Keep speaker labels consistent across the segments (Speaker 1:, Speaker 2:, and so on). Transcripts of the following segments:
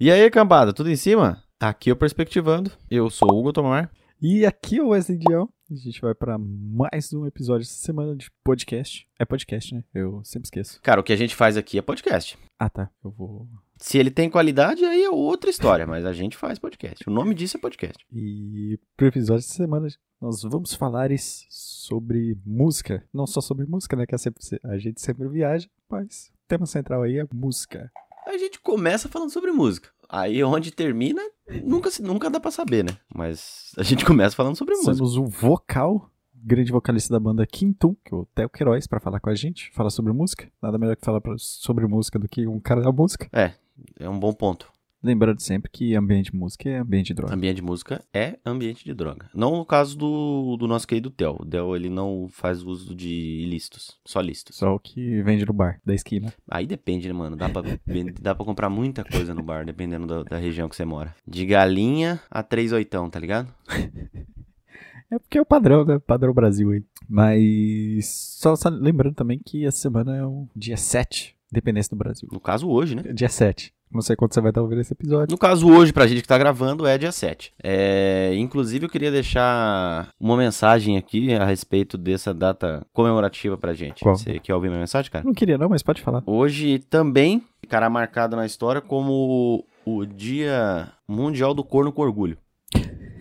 Speaker 1: E aí, cambada, tudo em cima? Tá Aqui eu Perspectivando. Eu sou o Hugo Tomar.
Speaker 2: E aqui é o Wesley Diel. A gente vai pra mais um episódio essa semana de podcast. É podcast, né? Eu sempre esqueço.
Speaker 1: Cara, o que a gente faz aqui é podcast.
Speaker 2: Ah, tá. Eu vou.
Speaker 1: Se ele tem qualidade, aí é outra história, mas a gente faz podcast. O nome disso é podcast.
Speaker 2: E pro episódio dessa semana nós vamos falar es- sobre música. Não só sobre música, né? Que é sempre- a gente sempre viaja, mas o tema central aí é música.
Speaker 1: A gente começa falando sobre música. Aí onde termina, nunca, se- nunca dá pra saber, né? Mas a gente começa falando sobre música.
Speaker 2: Temos o vocal, grande vocalista da banda Quintum, que é o Theo Queiroz, pra falar com a gente, falar sobre música. Nada melhor que falar pra- sobre música do que um cara da música.
Speaker 1: É um bom ponto.
Speaker 2: Lembrando sempre que ambiente de música é ambiente de droga.
Speaker 1: Ambiente de música é ambiente de droga. Não no caso do, do nosso querido Theo. O Theo, ele não faz uso de ilícitos, só lícitos.
Speaker 2: Só o que vende no bar da esquina.
Speaker 1: Aí depende, né, mano? Dá pra, ven- dá pra comprar muita coisa no bar, dependendo da, da região que você mora. De galinha a três oitão, tá ligado?
Speaker 2: É porque é o padrão, né? Padrão Brasil aí. Mas só, só lembrando também que essa semana é o dia 7, dependência do Brasil.
Speaker 1: No caso, hoje, né?
Speaker 2: Dia 7. Não sei quando você vai estar ouvindo esse episódio.
Speaker 1: No caso, hoje, pra gente que tá gravando, é dia 7. É, inclusive, eu queria deixar uma mensagem aqui a respeito dessa data comemorativa pra gente.
Speaker 2: Qual?
Speaker 1: Você quer ouvir minha mensagem, cara?
Speaker 2: Não queria não, mas pode falar.
Speaker 1: Hoje também ficará marcado na história como o Dia Mundial do Corno com Orgulho.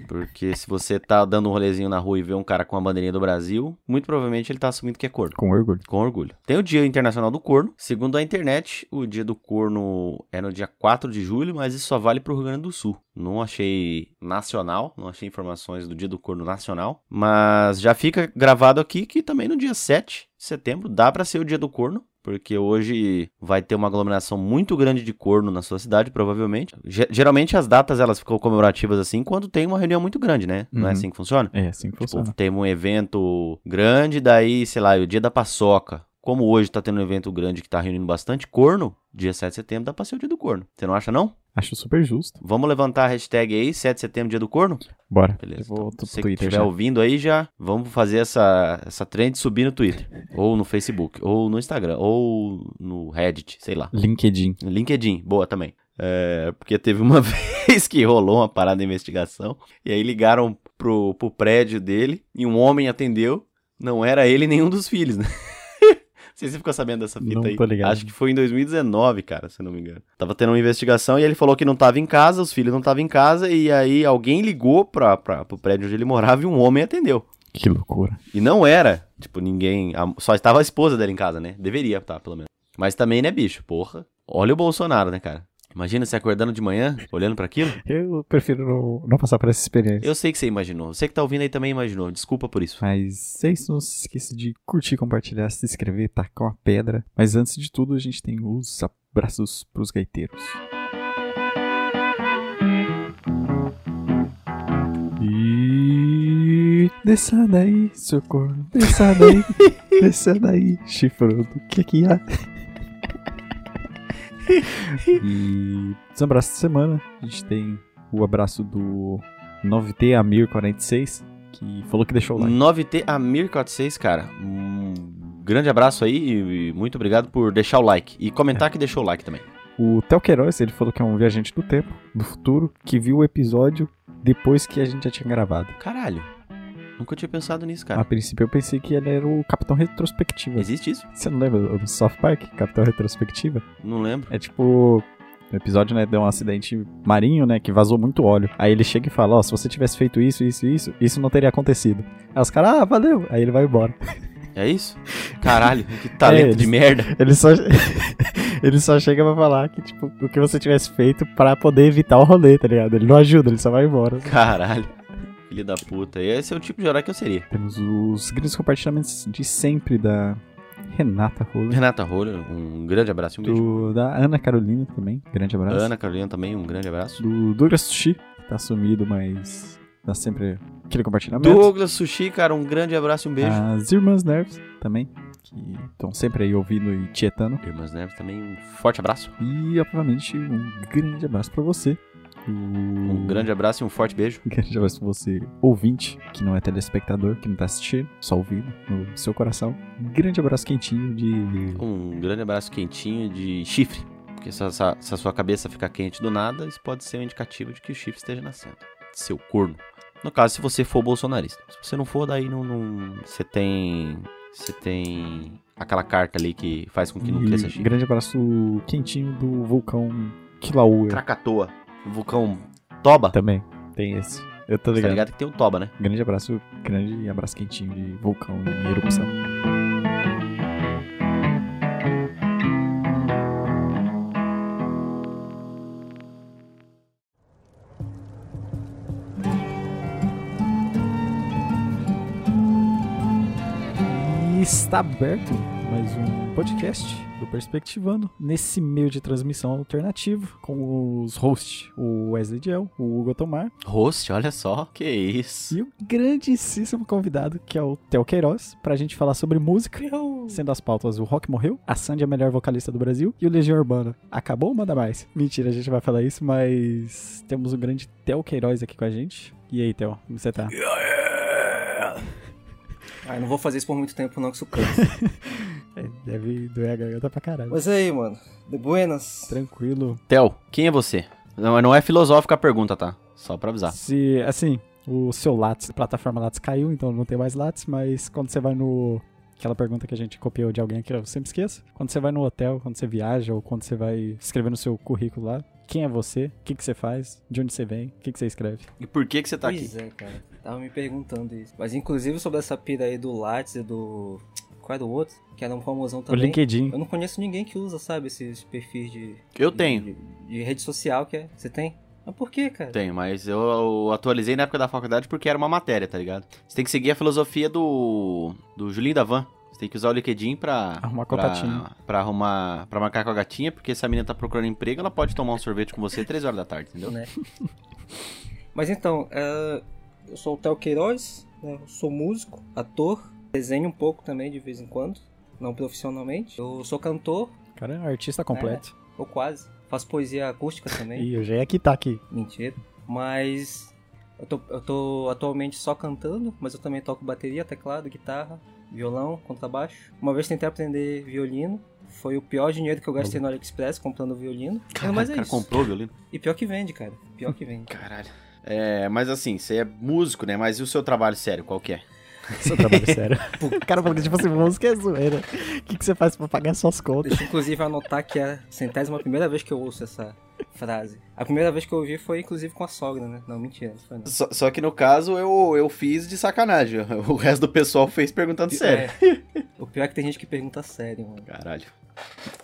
Speaker 1: Porque se você tá dando um rolezinho na rua e vê um cara com a bandeirinha do Brasil, muito provavelmente ele tá assumindo que é corno.
Speaker 2: Com orgulho.
Speaker 1: Com orgulho. Tem o Dia Internacional do Corno. Segundo a internet, o Dia do Corno é no dia 4 de julho, mas isso só vale pro Rio Grande do Sul. Não achei nacional, não achei informações do Dia do Corno nacional, mas já fica gravado aqui que também no dia 7 de setembro dá pra ser o Dia do Corno. Porque hoje vai ter uma aglomeração muito grande de corno na sua cidade, provavelmente. Ge- Geralmente as datas elas ficam comemorativas assim quando tem uma reunião muito grande, né? Não é
Speaker 2: Uhum.
Speaker 1: assim que funciona?
Speaker 2: É, assim que funciona.
Speaker 1: Tipo, teve um evento grande, daí, sei lá, é o dia da paçoca. Como hoje tá tendo um evento grande que tá reunindo bastante corno, dia 7 de setembro dá pra ser o dia do corno. Você não acha, não?
Speaker 2: Acho super justo.
Speaker 1: Vamos levantar a hashtag aí, 7 de setembro, dia do corno?
Speaker 2: Bora.
Speaker 1: Beleza.
Speaker 2: Eu vou
Speaker 1: então,
Speaker 2: pro
Speaker 1: você que
Speaker 2: Twitter
Speaker 1: estiver
Speaker 2: já.
Speaker 1: ouvindo aí, já vamos fazer essa, essa trend subir no Twitter. ou no Facebook, ou no Instagram, ou no Reddit, sei lá.
Speaker 2: LinkedIn.
Speaker 1: LinkedIn, boa também. É, porque teve uma vez que rolou uma parada de investigação, e aí ligaram pro, pro prédio dele, e um homem atendeu, não era ele nenhum dos filhos, né? Não sei se você ficou sabendo dessa fita
Speaker 2: Não
Speaker 1: aí.
Speaker 2: tô ligado.
Speaker 1: Acho que foi em 2019, cara, se eu não me engano. Tava tendo uma investigação e ele falou que não tava em casa, os filhos não estavam em casa, e aí alguém ligou pra, pra, pro prédio onde ele morava e um homem atendeu.
Speaker 2: Que loucura.
Speaker 1: E não era, tipo, ninguém. a- só estava a esposa dela em casa, né? Deveria estar, pelo menos. Mas também, né, bicho? Porra. Olha o Bolsonaro, né, cara? Imagina se acordando de manhã, olhando pra aquilo.
Speaker 2: Eu prefiro não, não passar por essa experiência.
Speaker 1: Eu sei que você imaginou. Você que tá ouvindo aí também imaginou. Desculpa por isso.
Speaker 2: Mas vocês não se esqueçam de curtir, compartilhar, se inscrever, tacar uma pedra. Mas antes de tudo, a gente tem os abraços pros gaiteiros. E desça daí, socorro, desça daí, desça daí, chifrudo, o que que há? E os abraços de semana, a gente tem o abraço do 9T Amir46, que falou que deixou o like.
Speaker 1: 9T Amir 46, cara. Um grande abraço aí e muito obrigado por deixar o like. E comentar que deixou o like também.
Speaker 2: O Theo Queiroz, ele falou que é um viajante do tempo, do futuro, que viu o episódio depois que a gente já tinha gravado.
Speaker 1: Caralho. Nunca tinha pensado nisso,
Speaker 2: A
Speaker 1: cara.
Speaker 2: princípio eu pensei que ele era o Capitão Retrospectiva.
Speaker 1: Existe Tá. isso?
Speaker 2: Você não lembra do South Park, Capitão Retrospectiva?
Speaker 1: Não lembro.
Speaker 2: É tipo... O episódio, né, deu um acidente marinho, né, que vazou muito óleo. Aí ele chega e fala, ó, se você tivesse feito isso, isso e isso, isso não teria acontecido. Aí os caras, ah, valeu. Aí ele vai embora.
Speaker 1: É isso? Caralho, que talento de
Speaker 2: eles-
Speaker 1: merda.
Speaker 2: Ele só... ele só chega pra falar que, tipo, o que você tivesse feito pra poder evitar o rolê, tá ligado? Ele não ajuda, ele só vai embora.
Speaker 1: Caralho. Filho da puta. Esse é o tipo de horário que eu seria.
Speaker 2: Temos os grandes compartilhamentos de sempre da Renata Roller,
Speaker 1: Renata Rolho, um grande abraço e um beijo.
Speaker 2: do, da Ana Carolina também, grande abraço.
Speaker 1: Ana Carolina também, um grande abraço.
Speaker 2: Do Douglas Sushi, que tá sumido, mas dá sempre aquele compartilhamento.
Speaker 1: Douglas Sushi, cara, um grande abraço e um beijo.
Speaker 2: As Irmãs Nerves também, que estão sempre aí ouvindo e tietando.
Speaker 1: Irmãs Neves também, um forte abraço.
Speaker 2: E, obviamente, um grande abraço pra você.
Speaker 1: Um
Speaker 2: Hum.
Speaker 1: grande abraço e um forte beijo.
Speaker 2: Grande abraço pra você, ouvinte, que não é telespectador, que não tá assistindo, só ouvindo no seu coração. Grande abraço quentinho de
Speaker 1: Um grande abraço quentinho de chifre. Porque se, a- se a- se a sua cabeça ficar quente do nada, isso pode ser um indicativo de que o chifre esteja nascendo. Seu corno. No caso, se você for bolsonarista. Se você não for, daí não. não- você tem. Você tem. Aquela carta ali que faz com que não
Speaker 2: E
Speaker 1: cresça chifre.
Speaker 2: grande abraço quentinho do vulcão Kilauea
Speaker 1: Krakatoa. O vulcão Toba.
Speaker 2: também. Tem esse. Eu
Speaker 1: Tá
Speaker 2: tô Tá ligado.
Speaker 1: ligado que tem o Toba, né?
Speaker 2: Grande abraço, grande abraço quentinho de vulcão em erupção. E está aberto mais um podcast do Perspectivando nesse meio de transmissão alternativo com os hosts, o Wesley Diel, o Hugo Tomar
Speaker 1: Host, olha só. Que isso.
Speaker 2: e o grandíssimo convidado, que é o Theo Queiroz, pra gente falar sobre música. Sendo as pautas, o Rock morreu, a Sandy é a melhor vocalista do Brasil e o Legião Urbana. Acabou ou manda mais? Mentira, a gente vai falar isso, mas temos o grande Theo Queiroz aqui com a gente. E aí, Theo, como você tá?
Speaker 3: Ai, Ah, não vou fazer isso por muito tempo não, que isso cansa.
Speaker 2: É, deve doer a garganta pra caralho.
Speaker 3: Mas e aí, mano. De buenas.
Speaker 2: Tranquilo.
Speaker 1: Theo, quem é você? Não, mas não é filosófica a pergunta, tá? Só pra avisar.
Speaker 2: Se, assim, o seu Lattes, a plataforma Lattes caiu, então não tem mais Lattes, mas quando você vai no... Aquela pergunta que a gente copiou de alguém que eu sempre esqueço. Quando você vai no hotel, quando você viaja ou quando você vai escrever no seu currículo lá, quem é você? O que, que você faz? De onde você vem? O que, que você escreve?
Speaker 1: E por que que você tá aqui?
Speaker 3: pois é, cara. Tava me perguntando isso. Mas inclusive sobre essa pira aí do Lattes e do... Qual é do outro? Que era um famosão também.
Speaker 2: O LinkedIn.
Speaker 3: Eu não conheço ninguém que usa, sabe, esses perfis de...
Speaker 1: Eu
Speaker 3: de-
Speaker 1: tenho.
Speaker 3: De, de rede social que é... Você tem? Mas por que, cara?
Speaker 1: Tenho, mas eu, eu atualizei na época da faculdade porque era uma matéria, tá ligado? Você tem que seguir a filosofia do, do Julinho da Van. Você tem que usar o LinkedIn pra...
Speaker 2: Arrumar com a
Speaker 1: pra,
Speaker 2: patinha.
Speaker 1: pra arrumar... Pra marcar com a gatinha, porque se a menina tá procurando emprego, ela pode tomar um sorvete com você três horas da tarde, entendeu?
Speaker 3: Né? Mas então, é, eu sou o Theo Queiroz, né? eu sou músico, ator, desenho um pouco também de vez em quando, não profissionalmente. Eu sou cantor,
Speaker 2: O cara é um artista completo.
Speaker 3: ou quase. Faço poesia acústica também.
Speaker 2: E o G é que tá aqui.
Speaker 3: Mentira. Mas eu tô, eu tô atualmente só cantando, mas eu também toco bateria, teclado, guitarra, violão, contrabaixo. Uma vez tentei aprender violino. Foi o pior dinheiro que eu gastei no AliExpress comprando violino. mas
Speaker 1: o
Speaker 3: é
Speaker 1: cara
Speaker 3: isso.
Speaker 1: comprou o violino.
Speaker 3: E pior que vende, cara. Pior que vende.
Speaker 1: Caralho. É, mas assim, você é músico, né? Mas e o seu trabalho sério, qual que é?
Speaker 2: Seu
Speaker 3: tá
Speaker 2: trabalho sério. o cara falou que, tipo assim, música é zoeira. O que, que você faz pra pagar suas contas?
Speaker 3: Deixa eu, inclusive anotar que é a centésima primeira vez que eu ouço essa frase. A primeira vez que eu ouvi foi inclusive com a sogra, né? Não, mentira, não foi não.
Speaker 1: Só, só que no caso eu, eu fiz de sacanagem. O resto do pessoal fez perguntando sério.
Speaker 3: É. o pior é que tem gente que pergunta sério, mano.
Speaker 1: Caralho.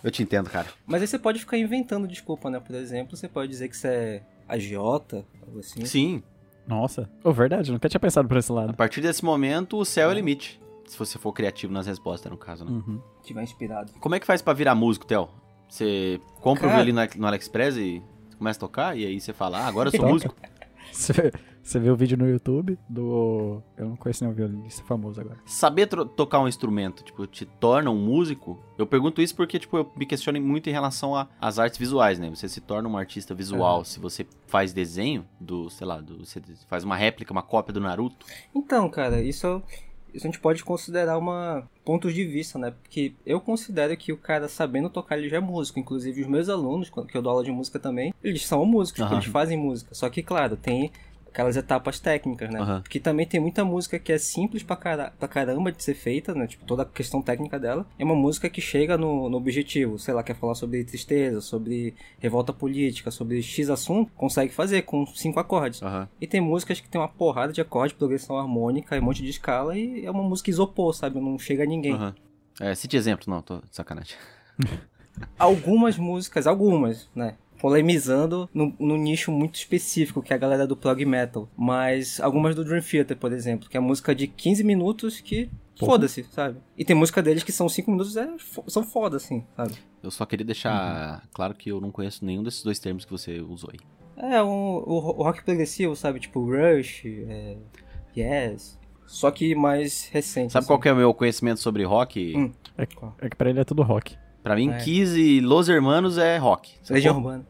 Speaker 1: Eu te entendo, cara.
Speaker 3: Mas aí você pode ficar inventando desculpa, né? Por exemplo, você pode dizer que você é agiota, algo assim.
Speaker 1: Sim,
Speaker 2: Nossa. Ô, verdade, eu nunca tinha pensado por esse
Speaker 1: A
Speaker 2: lado.
Speaker 1: partir desse momento, o céu é o limite. Se você for criativo nas respostas, no caso, né?
Speaker 2: Uhum.
Speaker 3: Tiver inspirado.
Speaker 1: Como é que faz pra virar músico, Theo? Você compra
Speaker 3: Cara.
Speaker 1: o violino no AliExpress e começa a tocar? E aí você fala, ah, agora eu sou
Speaker 3: Então,
Speaker 2: Toca.
Speaker 1: músico?
Speaker 2: Você vê, você vê o vídeo no YouTube do. Eu não conheço nenhum violinista famoso agora.
Speaker 1: Saber tro- tocar um instrumento, tipo, te torna um músico? Eu pergunto isso porque, tipo, eu me questiono muito em relação a- às artes visuais, né? Você se torna um artista visual se você faz desenho do, sei lá, do, você faz uma réplica, uma cópia do Naruto.
Speaker 3: Então, cara, isso, isso a gente pode considerar uma pontos de vista, né? Porque eu considero que o cara sabendo tocar, ele já é músico. Inclusive, os meus alunos, quando- que eu dou aula de música também, eles são músicos, porque
Speaker 1: Aham.
Speaker 3: eles fazem música. Só que, claro, tem aquelas etapas técnicas, né?
Speaker 1: Aham.
Speaker 3: Porque também tem muita música que é simples pra, cara- pra caramba de ser feita, né? Tipo, toda a questão técnica dela. É uma música que chega no, no objetivo. Sei lá, quer falar sobre tristeza, sobre revolta política, sobre X assunto. Consegue fazer com cinco acordes.
Speaker 1: Aham.
Speaker 3: E tem músicas que tem uma porrada de acorde, progressão harmônica, e um monte de escala, e é uma música isopor, sabe? Não chega a ninguém.
Speaker 1: Aham. É, cite exemplo, não, tô de sacanagem.
Speaker 3: Algumas músicas, algumas, né? Polemizando num, num nicho muito específico, que é a galera do prog metal. Mas algumas do Dream Theater, por exemplo, que é música de 15 minutos que.
Speaker 2: Porra.
Speaker 3: Foda-se, sabe? E tem música deles que são 5 minutos, é, fo- são foda, assim, sabe?
Speaker 1: Eu só queria deixar claro que eu não conheço nenhum desses dois termos que você usou aí.
Speaker 3: É, um, o, ro- o rock progressivo, sabe? Tipo Rush, é, Yes. Só que mais recente. assim,
Speaker 1: Sabe qual que é o meu conhecimento sobre rock?
Speaker 3: Hum.
Speaker 2: É, é que pra ele é tudo rock.
Speaker 1: Pra mim,
Speaker 3: É.
Speaker 1: Kiss e Los Hermanos é rock. sacou?
Speaker 3: Legião Urbana.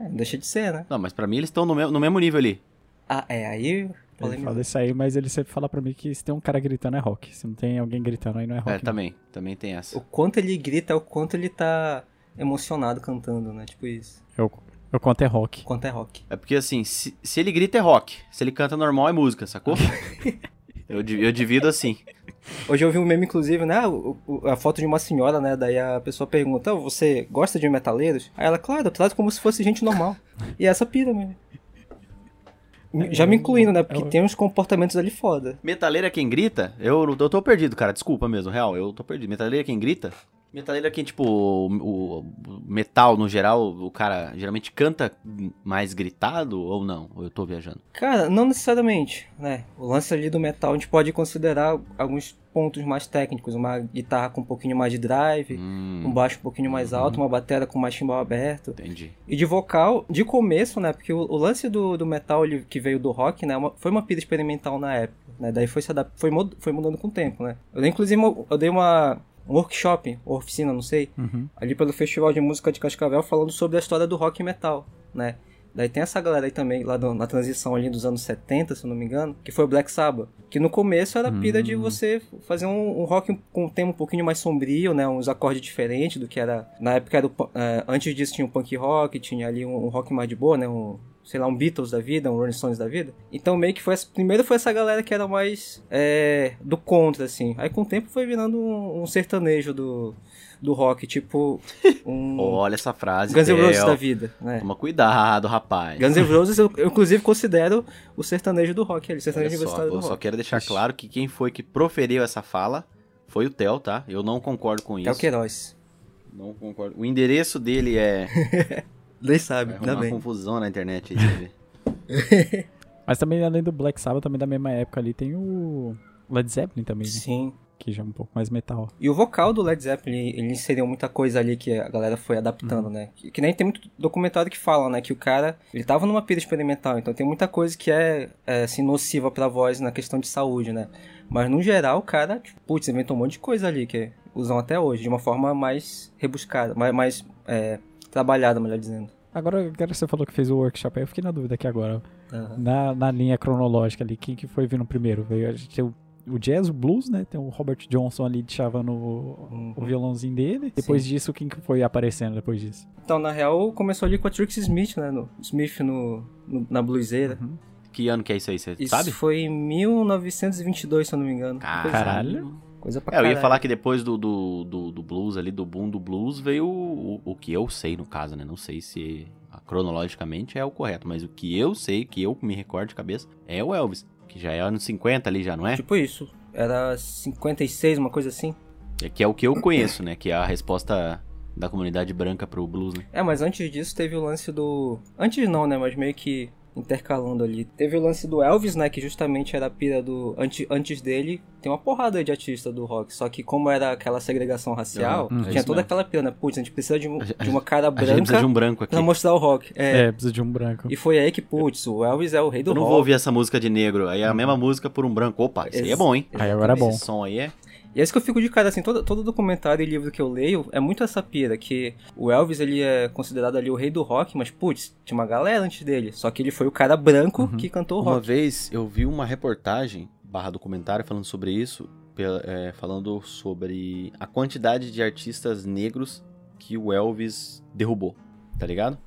Speaker 3: É, não deixa de ser, né?
Speaker 1: Não, mas pra mim eles estão no, mesmo- no mesmo nível ali.
Speaker 3: Ah, é, aí.
Speaker 2: Ele
Speaker 3: polêmica.
Speaker 2: fala isso aí, mas ele sempre fala pra mim que se tem um cara gritando é
Speaker 1: tá.
Speaker 2: rock. Se não tem alguém gritando aí não é rock.
Speaker 1: é, também. Também tem essa.
Speaker 3: O quanto ele grita é o quanto ele tá emocionado cantando, né? Tipo isso.
Speaker 2: Eu, eu conto é rock.
Speaker 3: Quanto é rock.
Speaker 1: É porque assim, se, se ele grita é rock, se ele canta normal é música, sacou? eu, di- eu divido assim.
Speaker 3: Hoje eu vi um meme, inclusive, né? o- o- A foto de uma senhora, né? Daí a pessoa pergunta: "Ah, Você gosta de metaleiros? Aí ela, claro, eu trato como se fosse gente normal. E é essa pira mesmo.
Speaker 2: É,
Speaker 3: Já me incluindo, né? Porque
Speaker 2: eu-
Speaker 3: tem uns comportamentos ali foda.
Speaker 1: Metaleiro é quem grita? Eu, eu tô perdido, cara. Desculpa mesmo, real. Eu tô perdido. Metaleiro é quem grita? Metaleiro é quem, tipo, o, o- o metal no geral, o cara geralmente canta mais gritado ou não? Ou eu tô viajando?
Speaker 3: Cara, não necessariamente, né? O lance ali do metal, a gente pode considerar alguns pontos mais técnicos. Uma guitarra com um pouquinho mais de drive, um
Speaker 1: Hum,
Speaker 3: baixo um pouquinho mais alto, uma bateria com mais timbal aberto.
Speaker 1: entendi.
Speaker 3: E de vocal, de começo, né? Porque o, o lance do, do metal ele, que veio do rock, né? uma- foi uma pira experimental na época, né? Daí foi se adap- foi, mod- foi mudando com o tempo, né? Eu, dei, inclusive, eu, eu dei uma, um workshop, ou oficina, não sei,
Speaker 2: Uhum.
Speaker 3: ali pelo Festival de Música de Cascavel, falando sobre a história do rock e metal, né? Daí tem essa galera aí também, lá do- na transição ali dos anos 70, se eu não me engano, que foi o Black Sabbath. Que no começo era a pira de
Speaker 2: Hum.
Speaker 3: você fazer um, um rock com um tema um pouquinho mais sombrio, né? Uns acordes diferentes do que era... Na época era o pu- eh, antes disso tinha o punk rock, tinha ali um, um rock mais de boa, né? Um, sei lá, um Beatles da vida, um Rolling Stones da vida. Então meio que foi... Essa, primeiro foi essa galera que era mais eh, do contra, assim. Aí com o tempo foi virando um, um sertanejo do, do rock, tipo... Um
Speaker 1: Olha essa frase.
Speaker 3: Guns N' Roses
Speaker 1: Theo.
Speaker 3: da vida, né?
Speaker 1: Toma cuidado, rapaz.
Speaker 3: Guns N' Roses eu, eu, inclusive considero o sertanejo do rock ali,
Speaker 1: Olha
Speaker 3: sertanejo
Speaker 1: só,
Speaker 3: universitário do
Speaker 1: eu só
Speaker 3: rock.
Speaker 1: quero deixar
Speaker 2: Ixi.
Speaker 1: claro que quem foi que proferiu essa fala foi o Theo, tá? Eu não concordo com
Speaker 3: É o
Speaker 1: isso.
Speaker 3: Queiroz.
Speaker 1: Não concordo. O endereço dele é.
Speaker 3: Nem sabe,
Speaker 1: Vai
Speaker 3: ainda
Speaker 1: arrumar
Speaker 3: bem.
Speaker 1: confusão na internet aí, você vê.
Speaker 2: Mas também, além do Black Sabbath, também da mesma época ali, tem o Led Zeppelin também, né?
Speaker 3: Sim.
Speaker 2: Que já é um pouco mais metal.
Speaker 3: E o vocal do Led Zeppelin, ele inseriu muita coisa ali que a galera foi adaptando, né? Que, que nem tem muito documentário que fala, né? Que o cara, ele tava numa pira experimental, então tem muita coisa que é, é, assim, nociva pra voz na questão de saúde, né? Mas no geral, o cara, tipo, putz, inventou um monte de coisa ali que usam até hoje, de uma forma mais rebuscada, mais, mais é, trabalhada, melhor dizendo.
Speaker 2: Agora, agora que você falou que fez o workshop, aí eu fiquei na dúvida aqui agora.
Speaker 3: Aham.
Speaker 2: Na, na linha cronológica ali, quem que foi vindo primeiro? Veio, a gente tem o, o jazz, o blues, né? Tem o Robert Johnson ali de chavando o,
Speaker 3: Uhum.
Speaker 2: o violãozinho dele. Depois disso, quem que foi aparecendo depois disso?
Speaker 3: Então, na real, começou ali com a Trixie Smith, né? No, Smith no, no- na bluseira.
Speaker 2: Uhum.
Speaker 1: Que ano que é isso aí, você
Speaker 3: Isso
Speaker 1: sabe? Ah,
Speaker 3: foi em 1922, se eu não me engano. assim.
Speaker 2: Caralho.
Speaker 3: Coisa pra
Speaker 1: É, eu
Speaker 3: caralho.
Speaker 1: ia falar que depois do, do, do, do blues ali, do boom do blues, veio o, o que eu sei, no caso, né? Não sei se ah, cronologicamente é o correto, mas o que eu sei, que eu me recordo de cabeça, é o Elvis. Que já é anos 50 ali, já, não é?
Speaker 3: Tipo isso. Era 56, uma coisa assim.
Speaker 1: É Que é o que eu conheço, né? Que é a resposta da comunidade branca pro blues, né?
Speaker 3: É, mas antes disso teve o lance do. Antes não, né? Mas meio que intercalando ali. Teve o lance do Elvis, né? Que justamente era a pira do. Antes, antes dele, tem uma porrada de artista do rock. Só que como era aquela segregação racial,
Speaker 1: Uhum, é
Speaker 3: tinha
Speaker 1: isso
Speaker 3: toda
Speaker 1: mesmo.
Speaker 3: aquela pira, né? Putz, a gente precisa de, um-
Speaker 1: A gente-
Speaker 3: de uma cara
Speaker 1: A gente precisa
Speaker 3: branca
Speaker 1: de um branco aqui.
Speaker 3: pra mostrar o rock. É.
Speaker 2: É, precisa de um branco.
Speaker 3: E foi aí que, putz, o Elvis é o rei do
Speaker 1: Eu não
Speaker 3: rock.
Speaker 1: vou ouvir essa música de negro. Aí é a mesma música por um branco. Opa, isso aí é bom, hein?
Speaker 2: Aí agora é bom.
Speaker 1: Esse som aí é.
Speaker 3: E é isso que eu fico de cara, assim, todo, todo documentário e livro que eu leio é muito essa pira, que o Elvis, ele é considerado ali o rei do rock, mas, putz, tinha uma galera antes dele, só que ele foi o cara branco
Speaker 2: Uhum.
Speaker 3: que cantou o
Speaker 1: Uma
Speaker 3: rock.
Speaker 1: vez eu vi uma reportagem barra documentário falando sobre isso, pela- é, falando sobre a quantidade de artistas negros que o Elvis derrubou, tá ligado?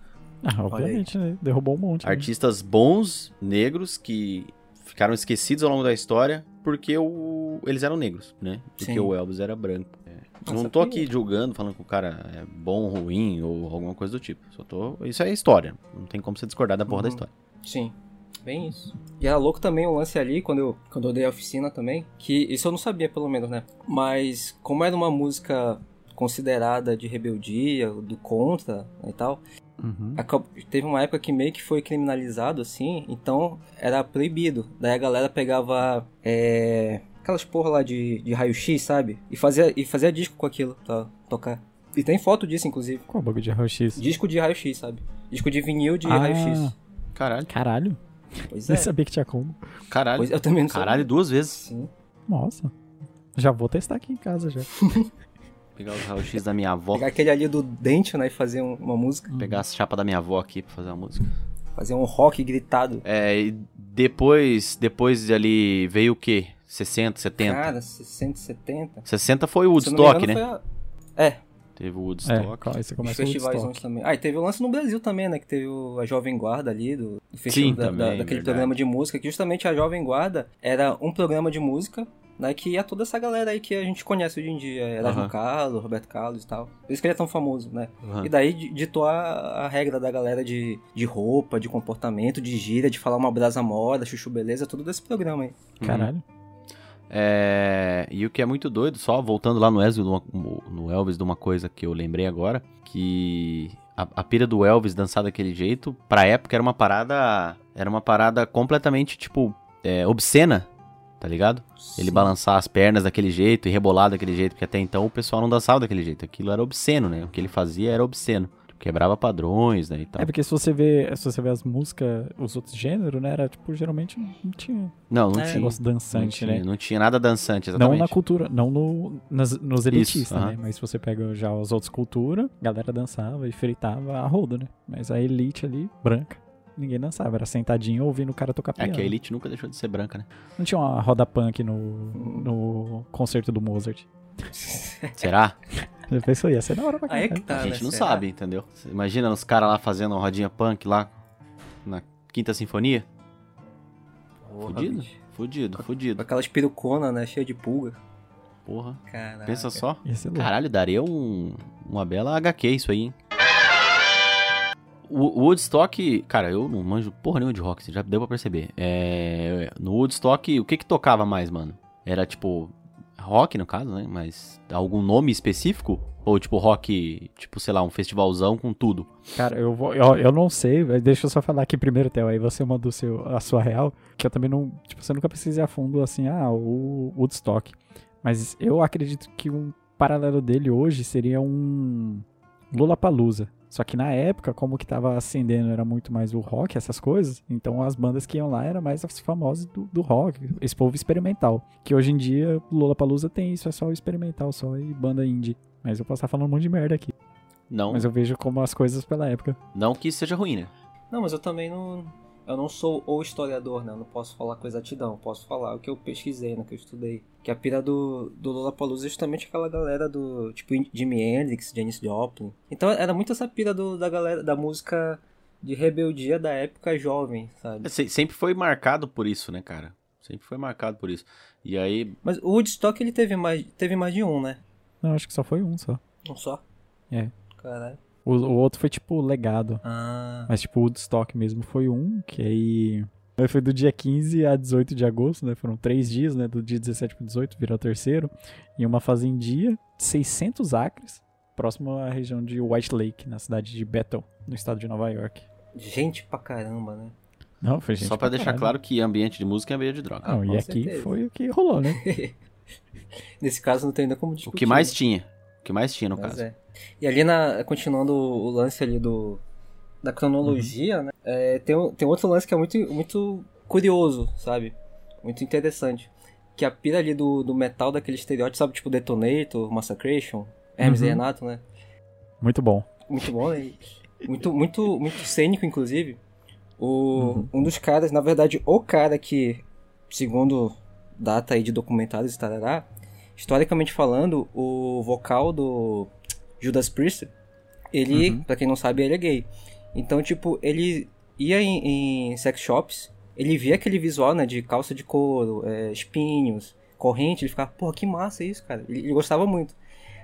Speaker 2: Ah,
Speaker 3: Olha aí.
Speaker 2: obviamente, né? Derrubou um monte. né?
Speaker 1: Artistas bons negros que ficaram esquecidos ao longo da história porque o- eles eram negros, né? Porque
Speaker 3: Sim.
Speaker 1: o Elvis era branco. É,
Speaker 3: Nossa,
Speaker 1: não tô
Speaker 3: que-
Speaker 1: aqui julgando, falando que o cara é bom, ruim ou alguma coisa do tipo. Só tô. Isso é história. Não tem como você discordar da porra da
Speaker 3: Uhum.
Speaker 1: história.
Speaker 3: Sim, bem isso. E era louco também o lance ali, quando eu, quando eu dei a oficina também, que isso eu não sabia, pelo menos, né? Mas, como era uma música considerada de rebeldia, do contra e tal,
Speaker 2: Uhum.
Speaker 3: Acab- Teve uma época que meio que foi criminalizado, assim, então era proibido. Daí a galera pegava é, aquelas porra lá de, de raio-x, sabe? E fazia, e fazia disco com aquilo pra tocar. E tem foto disso, inclusive.
Speaker 2: Qual o bagulho de raio-x?
Speaker 3: Disco de raio-x, sabe? Disco de vinil de
Speaker 2: Ah.
Speaker 3: raio-x.
Speaker 1: Caralho,
Speaker 2: Caralho,
Speaker 3: Pois é.
Speaker 2: nem sabia que tinha como.
Speaker 1: caralho.
Speaker 3: Pois- eu também não sabia.
Speaker 1: Caralho, duas vezes.
Speaker 3: Sim.
Speaker 2: Nossa. Já vou testar aqui em casa já.
Speaker 1: Pegar os raio-x da minha avó.
Speaker 3: Pegar aquele ali do dente, né? E fazer um- uma música.
Speaker 1: Pegar as chapas da minha avó aqui pra fazer uma música.
Speaker 3: Fazer um rock gritado.
Speaker 1: É, e depois, depois de ali veio o quê? 60, 70?
Speaker 3: Cara, 60, 70.
Speaker 1: 60 foi o
Speaker 3: Se eu não me
Speaker 1: Woodstock,
Speaker 3: engano,
Speaker 1: né?
Speaker 3: foi a- É,
Speaker 1: Teve o Woodstock.
Speaker 2: É, aí você
Speaker 3: Os
Speaker 2: começa o
Speaker 3: festivais
Speaker 2: Woodstock.
Speaker 3: ontem também. Ah, e teve o lance no Brasil também, né? Que teve o- a Jovem Guarda ali, do, do festival
Speaker 1: Sim,
Speaker 3: da- da-
Speaker 1: também,
Speaker 3: daquele
Speaker 1: verdade.
Speaker 3: programa de música, que justamente a Jovem Guarda era um programa de música, né? Que ia toda essa galera aí que a gente conhece hoje em dia. Erasmo
Speaker 1: Aham. Ah.
Speaker 3: Carlos, Roberto Carlos e tal. Por isso que ele é tão famoso, né?
Speaker 1: Aham.
Speaker 3: E daí di- ditou a, a regra da galera de, de roupa, de comportamento, de gíria, de falar uma brasa moda, chuchu beleza, tudo desse programa aí.
Speaker 1: Uhum.
Speaker 2: Caralho.
Speaker 1: É, e o que é muito doido, só voltando lá no Elvis, de uma- no Elvis de uma coisa que eu lembrei agora, que a, a pira do Elvis dançar daquele jeito, pra época era uma parada, era uma parada completamente, tipo, é, obscena, tá ligado? Ele balançar as pernas daquele jeito e rebolar daquele jeito, porque até então o pessoal não dançava daquele jeito, aquilo era obsceno, né? O que ele fazia era obsceno, quebrava padrões, né, e tal.
Speaker 2: É porque se você vê, se você vê as músicas, os outros gêneros, né? Era tipo, geralmente não tinha
Speaker 1: Não, não
Speaker 3: É.
Speaker 2: esse
Speaker 1: tinha,
Speaker 2: negócio
Speaker 1: não
Speaker 2: dançante,
Speaker 1: tinha,
Speaker 2: né?
Speaker 1: não tinha nada dançante,
Speaker 2: Não
Speaker 1: exatamente.
Speaker 2: na cultura, não no, nas, nos elitistas, né?
Speaker 1: aham.
Speaker 2: Mas se você pega já as outras culturas, a galera dançava e fritava a rodo, né? Mas a elite ali, branca, ninguém dançava. Era sentadinho ouvindo o cara tocar
Speaker 1: É
Speaker 2: piano.
Speaker 1: que a elite nunca deixou de ser branca, né?
Speaker 2: Não tinha uma roda punk no, no concerto do Mozart.
Speaker 1: Será?
Speaker 2: Eu pensei, ia ser da hora pra
Speaker 3: Aí é
Speaker 2: caralho.
Speaker 3: que tá,
Speaker 1: a
Speaker 3: né?
Speaker 1: gente não
Speaker 3: Será?
Speaker 1: sabe, entendeu? Cê Imagina os caras lá fazendo uma rodinha punk lá na Quinta Sinfonia.
Speaker 3: Porra,
Speaker 1: Fudido?
Speaker 3: bicho.
Speaker 1: Fudido,
Speaker 3: Com
Speaker 1: fudido.
Speaker 3: Aquelas peruconas, né? Cheia de pulga.
Speaker 1: Porra,
Speaker 3: Caraca.
Speaker 1: pensa só.
Speaker 2: Ia ser louco.
Speaker 1: Caralho, daria um, uma bela HQ isso aí, hein? O o Woodstock, cara, eu não manjo porra nenhuma de rock, você já deu pra perceber. É, no Woodstock, o que que tocava mais, mano? Era tipo rock no caso, né? Mas algum nome específico ou tipo rock, tipo, sei lá, um festivalzão com tudo.
Speaker 2: Cara, eu, vou, eu, eu não sei, mas deixa eu só falar aqui primeiro, Theo, aí você manda o seu, a sua real, que eu também não, tipo, você nunca pesquisei a fundo, assim, ah, o Woodstock. Mas eu acredito que um paralelo dele hoje seria um Lollapalooza. Só que na época, como que tava ascendendo era muito mais o rock, essas coisas, então as bandas que iam lá eram mais as famosas do, do rock, esse povo experimental. Que hoje em dia, o Lollapalooza tem isso, é só o experimental, só e banda indie. Mas eu posso estar falando um monte de merda aqui.
Speaker 1: Não,
Speaker 2: Mas eu vejo como as coisas pela época.
Speaker 1: não que isso seja ruim, né?
Speaker 3: Não, mas eu também não. Eu não sou o historiador, né? Eu não posso falar com exatidão. Eu posso falar o que eu pesquisei, né? Que eu estudei. Que a pira do, do Lollapalooza é justamente aquela galera do... Tipo, Jimi Hendrix, Janis Joplin. Então era muito essa pira do, da galera... Da música de rebeldia da época jovem, sabe?
Speaker 1: É, se- Sempre foi marcado por isso, né, cara? Sempre foi marcado por isso. E aí,
Speaker 3: Mas o Woodstock, ele teve mais, teve mais de um, né?
Speaker 2: Não, acho que só foi um só.
Speaker 3: Um só?
Speaker 2: É.
Speaker 3: Caralho.
Speaker 2: O, o outro foi tipo legado.
Speaker 3: Ah...
Speaker 2: Mas tipo, o Woodstock mesmo foi um, que aí. aí Foi do dia 15 a 18 de agosto, né? Foram três dias, né? Do dia 17 pro 18, virou o terceiro. Em uma fazendia, 600 acres, próximo à região de White Lake, na cidade de Bethel, no estado de Nova York.
Speaker 3: Gente pra caramba, né?
Speaker 2: Não, foi gente.
Speaker 1: só pra deixar
Speaker 2: caralho.
Speaker 1: claro que ambiente de música é ambiente de droga.
Speaker 2: Não,
Speaker 3: Ah,
Speaker 2: e
Speaker 3: com
Speaker 2: aqui
Speaker 3: certeza.
Speaker 2: foi o que rolou, né?
Speaker 3: Nesse caso não tem ainda como discutir.
Speaker 1: o que mais tinha. O que mais tinha, no
Speaker 3: Mas
Speaker 1: caso.
Speaker 3: é. E ali, na, continuando o o lance ali do, da cronologia,
Speaker 1: Uhum.
Speaker 3: né? É, tem, um- tem outro lance que é muito, muito curioso, sabe? Muito interessante. Que a pira ali do, do metal daquele estereótipo, sabe? Tipo Detonator, Massacration, Hermes e
Speaker 2: Uhum.
Speaker 3: Renato, né?
Speaker 2: Muito bom.
Speaker 3: Muito bom, né? Muito, muito, muito cênico, inclusive. O, Um dos caras, na verdade, o cara que, segundo data aí de documentários e tarará, historicamente falando, o vocal do Judas Priest, ele, pra quem não sabe, ele é gay. Então, tipo, ele ia em, em sex shops, ele via aquele visual, né, de calça de couro, é, espinhos, corrente, ele ficava, porra, que massa isso, cara. Ele, ele gostava muito.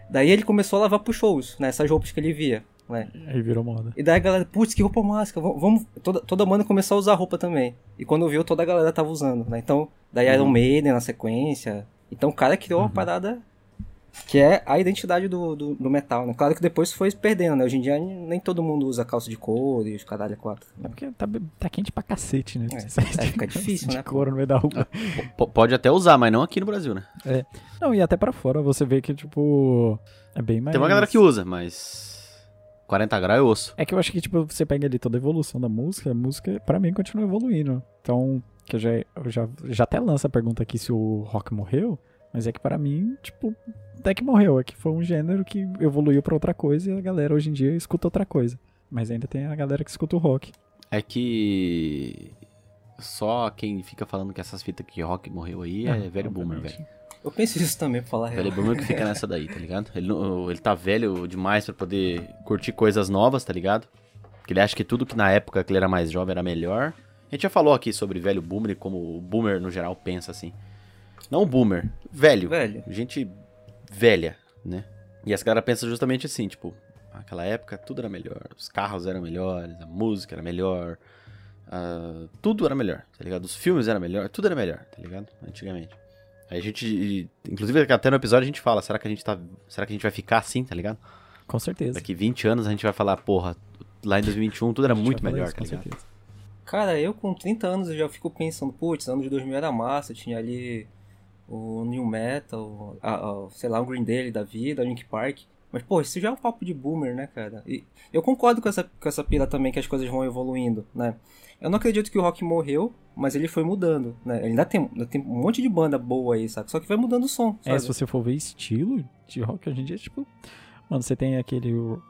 Speaker 3: Daí ele começou a lavar pros shows, né, essas roupas que ele via, né.
Speaker 2: Aí virou moda.
Speaker 3: E daí a galera, putz, que roupa máscara, vamos... vamos- Toda, toda banda começou a usar roupa também. E quando viu, toda a galera tava usando, né? Então, daí Iron Maiden na sequência. Então o cara criou uma parada que é a identidade do, do, do metal, né? Claro que depois foi se perdendo, né? Hoje em dia nem todo mundo usa calça de couro e os caralho a quatro. né?
Speaker 2: É porque tá, tá quente pra cacete, né?
Speaker 3: É,
Speaker 2: Você sai
Speaker 3: aí
Speaker 2: de
Speaker 3: fica difícil,
Speaker 2: de
Speaker 3: né, pô?
Speaker 2: couro no meio da rua.
Speaker 1: P- pode até usar, mas não aqui no Brasil, né?
Speaker 2: Não, e até pra fora você vê que, tipo, é bem mais.
Speaker 1: Tem uma galera que usa, mas. 40 graus é osso.
Speaker 2: É que eu acho que, tipo, você pega ali toda a evolução da música, a música, pra mim, continua evoluindo. Então, que eu já, eu já, já até lança a pergunta aqui se o rock morreu, mas é que pra mim, tipo, até que morreu. É que foi um gênero que evoluiu pra outra coisa e a galera hoje em dia escuta outra coisa. Mas ainda tem a galera que escuta o rock.
Speaker 1: É que. Só quem fica falando que essas fitas que rock morreu aí é
Speaker 2: Ah,
Speaker 1: velho boomer,
Speaker 2: obviamente.
Speaker 1: velho.
Speaker 3: Eu penso isso também, pra falar a real.
Speaker 1: Velho é boomer que fica nessa daí, tá ligado? Ele, não- ele tá velho demais pra poder curtir coisas novas, tá ligado? Porque ele acha que tudo que na época que ele era mais jovem era melhor. A gente já falou aqui sobre velho boomer e como o boomer no geral pensa assim. Não o boomer, velho.
Speaker 3: Velho.
Speaker 1: Gente velha, né? E as galera pensa justamente assim, tipo, naquela época tudo era melhor, os carros eram melhores, a música era melhor, ah, tudo era melhor, tá ligado? Os filmes eram melhor, tudo era melhor, tá ligado? Antigamente. Aí a gente, inclusive até no episódio a gente fala, será que a gente tá, será que a gente vai ficar assim, tá ligado?
Speaker 2: Com certeza.
Speaker 1: Daqui 20 anos a gente vai falar, porra, lá em 2021 tudo era
Speaker 2: A gente
Speaker 1: muito
Speaker 2: vai falar
Speaker 1: melhor,
Speaker 2: isso,
Speaker 1: tá
Speaker 2: com
Speaker 1: ligado?
Speaker 2: certeza.
Speaker 3: Cara, eu com 30 anos eu já fico pensando, putz, anos 2000 era massa, tinha ali o New Metal, a, a- sei lá, o Green Day da vida, o Link Park. Mas, pô, isso já é um papo de boomer, né, cara? E eu concordo com essa, com essa pira também, que as coisas vão evoluindo, né? Eu não acredito que o rock morreu, mas ele foi mudando, né? Ele ainda tem, ainda tem um monte de banda boa aí, saca? Só que vai mudando o som,
Speaker 2: É,
Speaker 3: sabe?
Speaker 2: se você for ver estilo de rock hoje em dia, tipo. Mano, você tem aquele. O,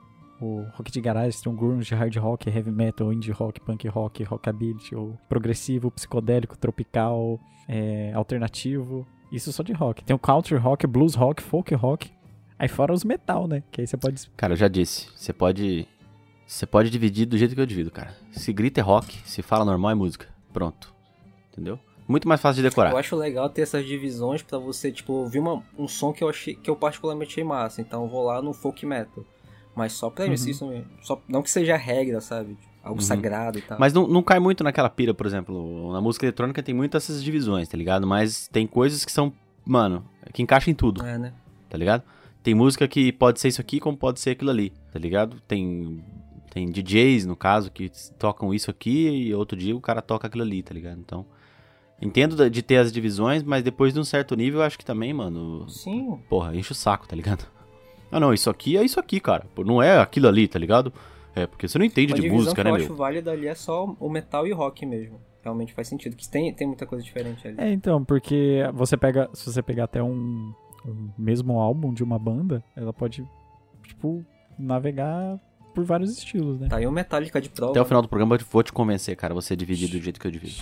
Speaker 2: o rock de garagem, tem um grunge, hard rock, heavy metal, indie rock, punk rock, rockabilly, ou progressivo, psicodélico, tropical, é, alternativo. Isso só de rock. Tem o country rock, blues rock, folk rock. Aí fora os metal, né? Que aí você pode.
Speaker 1: Cara, eu já disse, você pode você pode dividir do jeito que eu divido, cara. Se grita é rock, se fala normal é música. Pronto. Entendeu? Muito mais fácil de decorar.
Speaker 3: Eu acho legal ter essas divisões pra você, tipo, ouvir uma- um som que eu achei que eu particularmente achei massa, então eu vou lá no folk metal. Mas só pra
Speaker 2: Uhum.
Speaker 3: isso, isso mesmo. Só, não que seja regra, sabe? Tipo, Algo
Speaker 1: Uhum.
Speaker 3: sagrado e tal.
Speaker 1: Mas não, não cai muito naquela pira, por exemplo. Na música eletrônica tem muitas essas divisões, tá ligado? Mas tem coisas que são, mano, que encaixam em tudo,
Speaker 3: É, né?
Speaker 1: tá ligado? Tem música que pode ser isso aqui, como pode ser aquilo ali, tá ligado? Tem, tem DJs, no caso, que tocam isso aqui e outro dia o cara toca aquilo ali, tá ligado? Então, entendo da- de ter as divisões, mas depois de um certo nível, eu acho que também, mano,
Speaker 3: Sim.
Speaker 1: porra, enche o saco, tá ligado? Ah, não, isso aqui é isso aqui, cara. Pô, Não é aquilo ali, tá ligado? É, porque você não entende
Speaker 3: Uma
Speaker 1: de
Speaker 3: divisão
Speaker 1: música,
Speaker 3: que
Speaker 1: né,
Speaker 3: eu
Speaker 1: meu?
Speaker 3: acho válida ali é só o metal e o rock mesmo. Realmente faz sentido, que tem, tem muita coisa diferente ali.
Speaker 2: É, então, porque você pega. Se você pegar até um, um mesmo álbum de uma banda, ela pode, tipo, navegar por vários estilos, né?
Speaker 3: Tá, e o Metallica de prova.
Speaker 1: Até o final do programa eu vou te convencer, cara. Você dividir do jeito que eu divido.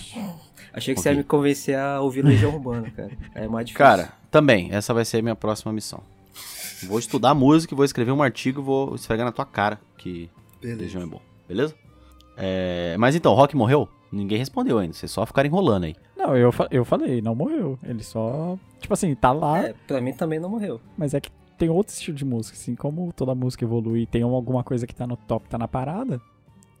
Speaker 3: Achei que você ia
Speaker 1: Ok.
Speaker 3: me convencer a ouvir Legião Urbana, cara. É mais difícil.
Speaker 1: Cara, também. Essa vai ser a minha próxima missão. Vou estudar música, vou escrever um artigo e vou esfregar na tua cara que Legião é bom. Beleza? É, mas então, Rock morreu? Ninguém respondeu ainda. Vocês só ficaram enrolando aí.
Speaker 2: Não, eu, fa- eu falei, não morreu. Ele só. Tipo assim, tá lá,
Speaker 3: É, pra mim também não morreu.
Speaker 2: mas é que tem outro estilo de música. Assim, como toda música evolui, tem alguma coisa que tá no top, tá na parada.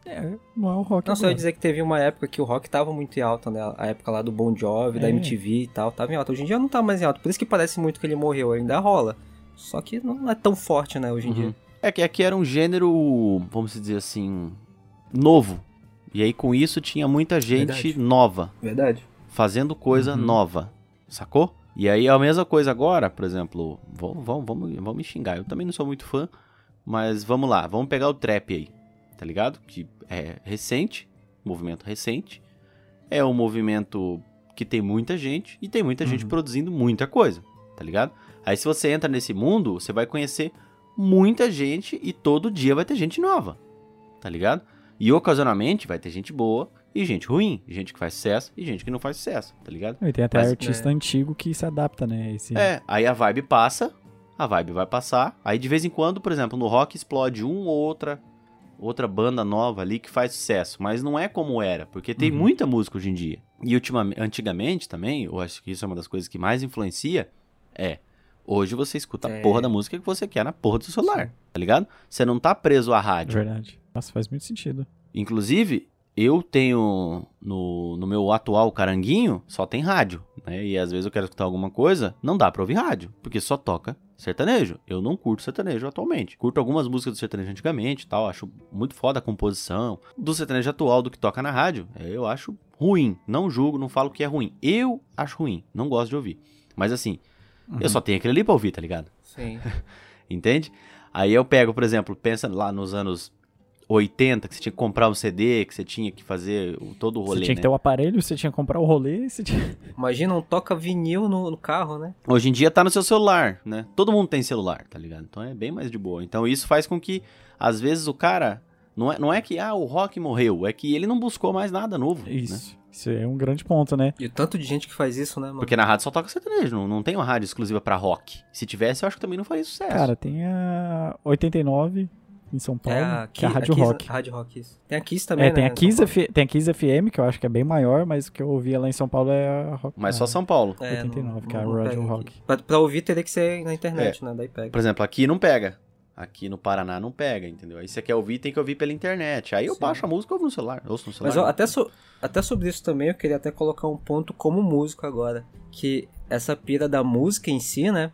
Speaker 2: É, não é o rock.
Speaker 3: Não, só Tá eu ia
Speaker 2: agora.
Speaker 3: dizer que teve uma época que o rock tava muito em alta, né? A época lá do Bon Jovi, da
Speaker 2: É.
Speaker 3: MTV e tal, tava em alta. Hoje em dia não tá mais em alta, por isso que parece muito que ele morreu, ainda rola. Só que não é tão forte, né, hoje em
Speaker 1: Uhum.
Speaker 3: dia.
Speaker 1: É que aqui era um gênero, vamos dizer assim, novo. E aí com isso tinha muita gente
Speaker 3: Verdade.
Speaker 1: nova.
Speaker 3: Verdade.
Speaker 1: fazendo coisa
Speaker 2: Uhum.
Speaker 1: nova, sacou? E aí a mesma coisa agora, por exemplo, vamos, vamos, vamos, vamos me xingar, eu também não sou muito fã, mas vamos lá, vamos pegar o trap aí, tá ligado? Que é recente, movimento recente, é um movimento que tem muita gente e tem muita gente
Speaker 2: Uhum.
Speaker 1: produzindo muita coisa, tá ligado? Aí se você entra nesse mundo, você vai conhecer muita gente e todo dia vai ter gente nova, tá ligado? E ocasionalmente vai ter gente boa e gente ruim, gente que faz sucesso e gente que não faz sucesso, tá ligado?
Speaker 2: E tem até
Speaker 1: Mas-
Speaker 2: artista antigo que se adapta, né? Esse...
Speaker 1: É, aí a vibe passa, a vibe vai passar. Aí de vez em quando, por exemplo, no rock explode uma ou outra outra banda nova ali que faz sucesso, mas não é como era, porque tem
Speaker 2: Uhum.
Speaker 1: muita música hoje em dia. E ultimamente, antigamente também, eu acho que isso é uma das coisas que mais influencia é hoje você escuta a
Speaker 3: É.
Speaker 1: porra da música que você quer na porra do seu celular, tá ligado? Você não tá preso à rádio.
Speaker 2: é Verdade. Nossa, faz muito sentido.
Speaker 1: Inclusive, eu tenho no, no meu atual caranguinho, só tem rádio, né? E às vezes eu quero escutar alguma coisa, não dá pra ouvir rádio, porque só toca sertanejo. Eu não curto sertanejo atualmente. Curto algumas músicas do sertanejo antigamente e tal, acho muito foda a composição. Do sertanejo atual, do que toca na rádio, é, eu acho ruim. Não julgo, não falo que é ruim. Eu acho ruim, não gosto de ouvir. Mas assim,
Speaker 2: Uhum.
Speaker 1: eu só tenho aquele ali pra ouvir, tá ligado?
Speaker 3: Sim.
Speaker 1: Entende? Aí eu pego, por exemplo, pensa lá nos anos 80, que você tinha que comprar um CD, que você tinha que fazer o- todo o
Speaker 2: Você
Speaker 1: rolê,
Speaker 2: tinha que
Speaker 1: né?
Speaker 2: ter o aparelho, você tinha que comprar o rolê, você tinha.
Speaker 3: Imagina um toca vinil no, no carro, né?
Speaker 2: um-
Speaker 1: Hoje em dia tá no seu celular, né? Todo mundo tem celular, tá ligado? Então é bem mais de boa. Então isso faz com que, às vezes, o cara Não é, não é que ah, o rock morreu, é que ele não buscou mais nada novo. né?
Speaker 2: Isso. Isso é um grande ponto, né?
Speaker 3: E o tanto de gente que faz isso, né, mano?
Speaker 1: Porque na rádio só toca sertanejo, não, não tem uma rádio exclusiva pra rock. Se tivesse, eu acho que também não faria sucesso.
Speaker 2: Cara, tem a 89 em São Paulo, que é a
Speaker 3: Ki-
Speaker 2: Rádio
Speaker 3: Kiss-
Speaker 2: Rock.
Speaker 3: Rádio Rock, isso. Tem a Kiss também,
Speaker 2: É,
Speaker 3: né?
Speaker 2: tem a,
Speaker 3: em
Speaker 2: 15
Speaker 3: São Paulo.
Speaker 2: F... tem a 15 FM, que eu acho que é bem maior, mas o que eu ouvia lá em São Paulo é a Rock.
Speaker 1: Mas
Speaker 2: a
Speaker 1: só São Paulo.
Speaker 3: É,
Speaker 2: 89,
Speaker 3: não-
Speaker 2: que é a
Speaker 3: não
Speaker 2: Rádio
Speaker 3: pega
Speaker 2: Rock. É.
Speaker 3: aqui. Pra, pra ouvir teria que ser na internet, né? Daí pega.
Speaker 1: Por exemplo, aqui não pega. Aqui no Paraná não pega, entendeu? Aí você quer ouvir, tem que ouvir pela internet. Aí eu
Speaker 3: Sim.
Speaker 1: baixo a música e ouvo no celular. Ouço no celular.
Speaker 3: Mas ó, até, so- até sobre isso também eu queria até colocar um ponto como músico agora. Que essa pira da música em si, né?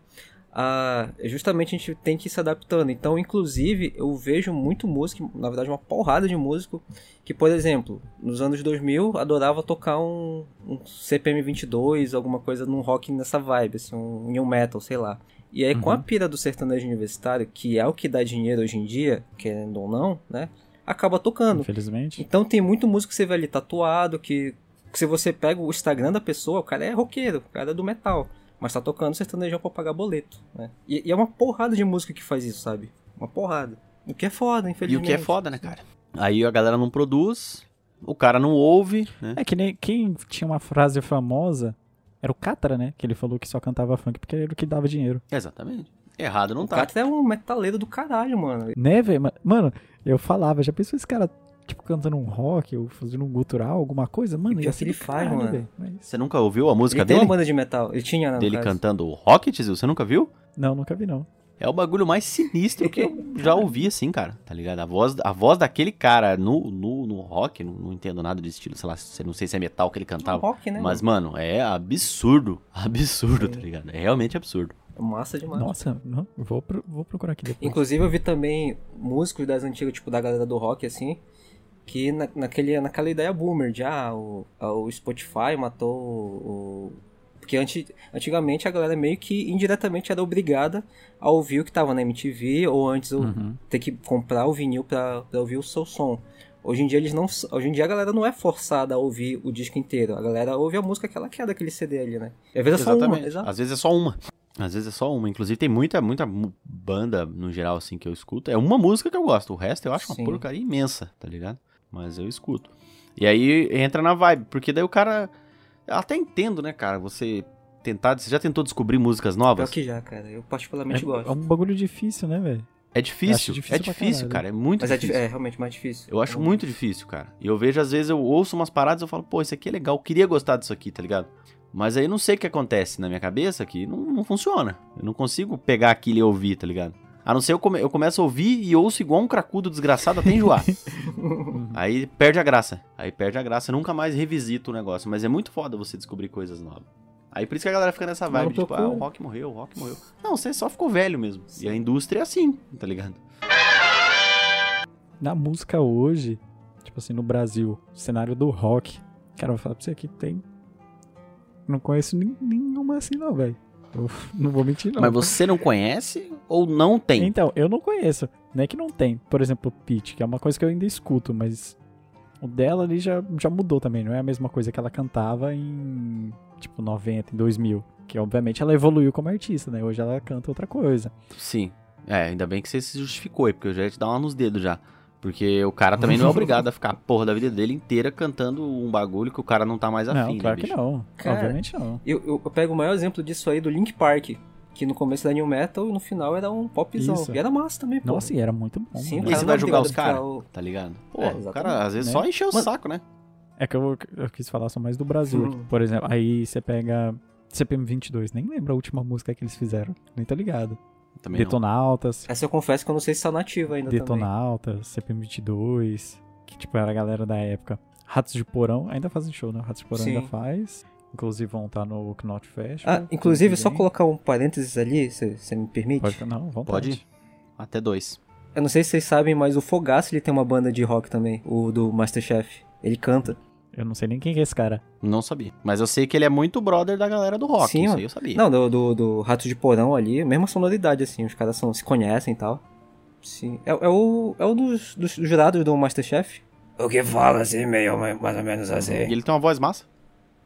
Speaker 3: ah, justamente a gente tem que ir se adaptando. Então, inclusive, eu vejo muito músico, na verdade, uma porrada de músico, que, por exemplo, nos anos 2000 adorava tocar um, um CPM 22, alguma coisa num rock nessa vibe, assim, um new metal, sei lá. E aí, com a
Speaker 2: Uhum.
Speaker 3: pira do sertanejo universitário, que é o que dá dinheiro hoje em dia, querendo ou não, né? Acaba tocando.
Speaker 2: Infelizmente.
Speaker 3: Então tem muito músico que você vê ali tatuado, que, que se você pega o Instagram da pessoa, o cara é roqueiro, o cara é do metal. Mas tá tocando sertanejão pra pagar boleto, né? E, e é uma porrada de música que faz isso, sabe? Uma porrada. O que é foda,
Speaker 1: E
Speaker 3: infelizmente.
Speaker 1: o que é foda, né, cara? Aí a galera não produz, o cara não ouve, né?
Speaker 2: É que nem quem tinha uma frase famosa era o Catra, né? Que ele falou que só cantava funk porque era o que dava dinheiro.
Speaker 1: Exatamente. Errado não
Speaker 3: O
Speaker 1: tá.
Speaker 3: Catra é um metaleiro do caralho, mano.
Speaker 2: Né, velho? Ma- Mano, eu falava, já pensou esse cara, tipo, cantando um rock ou fazendo um gutural, alguma coisa? Mano,
Speaker 3: pior
Speaker 2: ia
Speaker 3: que
Speaker 2: ser
Speaker 3: ele
Speaker 2: do
Speaker 3: faz, né,
Speaker 2: caralho,
Speaker 3: mano.
Speaker 2: velho. Mas-
Speaker 1: Você nunca ouviu a música
Speaker 3: ele tem uma
Speaker 1: dele?
Speaker 3: banda de metal. Ele tinha, né? no
Speaker 1: Dele
Speaker 3: caso.
Speaker 1: cantando o rock, Tizil? Você nunca viu?
Speaker 2: Não, nunca vi, não.
Speaker 1: É o bagulho mais sinistro que eu já ouvi, assim, cara. Tá ligado? A voz, a voz daquele cara no, no, no rock, não, não entendo nada de estilo, sei lá, se- não sei se é metal que ele
Speaker 3: É um
Speaker 1: cantava.
Speaker 3: rock, né?
Speaker 1: Mas, mano, é absurdo. Absurdo, tá ligado? É realmente absurdo.
Speaker 3: mano? Massa demais.
Speaker 2: Nossa, não, vou, pro- vou procurar aqui depois.
Speaker 3: Inclusive eu vi também músicos das antigas, tipo da galera do rock, assim, que na, naquele, naquela ideia boomer de ah, o, ah, o Spotify matou o. Porque anti, antigamente a galera é meio que indiretamente era obrigada a ouvir o que tava na MTV, ou antes
Speaker 1: Hum.
Speaker 3: ou
Speaker 2: Uhum.
Speaker 3: ter que comprar o vinil pra, pra ouvir o seu som. Hoje em dia eles não. s- Hoje em dia a galera não é forçada a ouvir o disco inteiro. A galera ouve a música que ela quer daquele CD ali, né? Às vezes é só uma, exato.
Speaker 1: Às vezes é só uma. Às vezes é só uma. Inclusive, tem muita, muita mu- banda, no geral, assim, que eu escuto. É uma música que eu gosto. O resto eu acho
Speaker 3: Sim.
Speaker 1: uma porcaria imensa, tá ligado? Mas eu escuto. E aí entra na vibe, porque daí o cara. Eu até entendo, né, cara? Você tentar. Você já tentou descobrir músicas
Speaker 3: Pior
Speaker 1: novas?
Speaker 3: É que já, cara. Eu particularmente
Speaker 2: É,
Speaker 3: gosto.
Speaker 2: é um bagulho difícil, né, velho?
Speaker 1: É
Speaker 2: acho
Speaker 1: difícil.
Speaker 2: difícil
Speaker 1: é
Speaker 2: pra
Speaker 1: difícil,
Speaker 2: caralho.
Speaker 1: cara. É muito
Speaker 3: Mas é, di-
Speaker 1: difícil.
Speaker 3: é realmente mais difícil. É um-
Speaker 1: Eu acho
Speaker 2: Uhum.
Speaker 3: Realmente.
Speaker 1: muito difícil, cara. E eu vejo, às vezes, eu ouço umas paradas e eu falo, pô, isso aqui é legal, eu queria gostar disso aqui, tá ligado? Mas aí eu não sei o que acontece na minha cabeça que não, não funciona. Eu não consigo pegar aquilo e ouvir, tá ligado? A não ser eu, come- eu começo a ouvir e ouço igual um cracudo desgraçado até enjoar. aí perde a graça. Aí perde a graça, eu nunca mais revisito o negócio. Mas é muito foda você descobrir coisas novas. Aí por isso que a galera fica nessa
Speaker 2: Não
Speaker 1: vibe, tipo,
Speaker 2: tocou.
Speaker 1: ah, o rock morreu, o rock morreu. Não, você só ficou velho mesmo. E a indústria é assim, tá ligado?
Speaker 2: na música hoje, tipo assim, no Brasil, o cenário do rock, cara, eu vou falar pra você que tem. Não conheço nem- nenhuma assim, não, velho. Eu Não vou mentir, não.
Speaker 1: Mas você não conhece ou não tem?
Speaker 2: Então, eu não conheço. Não é que não tem. Por exemplo, Pete, que é uma coisa que eu ainda escuto, mas o dela ali já, já mudou também. Não é a mesma coisa que ela cantava em, tipo, 90, em 2000. Que, obviamente, ela evoluiu como artista, né? Hoje ela canta outra coisa.
Speaker 1: Sim. É, ainda bem que você se justificou aí, porque eu já ia te dar uma nos dedos já. Porque o cara também não é obrigado a ficar a porra da vida dele inteira cantando um bagulho que o cara não tá mais afim,
Speaker 2: não, claro
Speaker 1: né,
Speaker 2: que
Speaker 1: bicho?
Speaker 2: não.
Speaker 3: Cara,
Speaker 2: obviamente não.
Speaker 3: Eu, eu- eu pego o maior exemplo disso aí do Link Park, que no começo era New Metal e no final era um popzão.
Speaker 2: Isso.
Speaker 3: E era massa também, pô.
Speaker 2: Nossa, e Então, era muito bom.
Speaker 3: Sim,
Speaker 2: né?
Speaker 3: o
Speaker 1: E você
Speaker 3: não
Speaker 1: vai julgar
Speaker 3: tem
Speaker 1: os
Speaker 3: que ficar
Speaker 1: caras?
Speaker 3: o-
Speaker 1: Tá ligado? Pô,
Speaker 3: É,
Speaker 1: o
Speaker 3: exatamente,
Speaker 1: cara às vezes
Speaker 2: né?
Speaker 1: só encheu o
Speaker 3: Mano-
Speaker 1: saco, né?
Speaker 2: É que eu, eu quis falar só mais do Brasil aqui.
Speaker 3: Hum.
Speaker 2: Por exemplo, aí você pega CPM 22, nem lembro a última música que eles fizeram, nem tá ligado.
Speaker 1: Também não.
Speaker 2: Detonautas,
Speaker 3: Essa eu confesso que eu não sei se tá nativa ainda também.
Speaker 2: Detonautas, CPM 22, que tipo era a galera da época. Ratos de Porão, ainda fazem show, né? Ratos de Porão
Speaker 3: Sim.
Speaker 2: ainda faz. Inclusive vão estar no Knot Festival.
Speaker 3: Ah, inclusive, só
Speaker 2: Vem.
Speaker 3: colocar um parênteses ali, se você me permite.
Speaker 2: Pode, não, vontade.
Speaker 1: Pode ir. Até dois.
Speaker 3: Eu não sei se vocês sabem, mas o Fogaça, ele tem uma banda de rock também, o do Masterchef. Ele canta.
Speaker 2: Eu não sei nem quem que é esse cara.
Speaker 1: Não sabia. Mas eu sei que ele é muito brother da galera do rock.
Speaker 3: Sim,
Speaker 1: isso
Speaker 3: mano.
Speaker 1: aí eu sabia.
Speaker 3: Não, do, do, do Rato de Porão ali, mesma sonoridade, assim, os caras são, se conhecem e tal. Sim. É, é o, é o dos, dos jurados do Masterchef. O que fala assim, meio mais ou menos
Speaker 1: E
Speaker 3: assim.
Speaker 1: ele tem uma voz massa.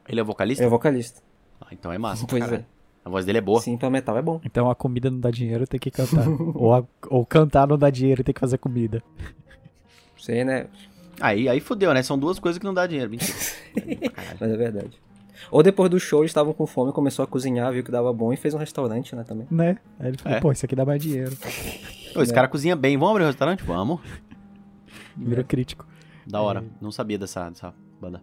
Speaker 1: Ele é vocalista?
Speaker 3: É vocalista.
Speaker 1: Ah, então é massa.
Speaker 3: pois
Speaker 1: caralho.
Speaker 3: é.
Speaker 1: A voz dele é boa.
Speaker 3: Sim, pra metal é bom.
Speaker 2: Então a comida não dá dinheiro, tem que cantar. ou, a- ou cantar não dá dinheiro, tem que fazer comida.
Speaker 1: Sim.
Speaker 3: sei, né?
Speaker 1: Aí, aí fodeu, né? São duas coisas que não dá dinheiro. Mentira. Caralho.
Speaker 3: Mas é verdade. Ou depois do show eles estavam com fome, começou a cozinhar, viu que dava bom e fez um restaurante, né, também.
Speaker 2: Né? Aí ele falou,
Speaker 1: É.
Speaker 2: pô, isso aqui dá mais dinheiro.
Speaker 1: Ô, esse cara cozinha bem. Vamos abrir um restaurante? Vamos.
Speaker 3: É.
Speaker 2: Virou crítico.
Speaker 1: Da hora. Não sabia dessa, dessa banda.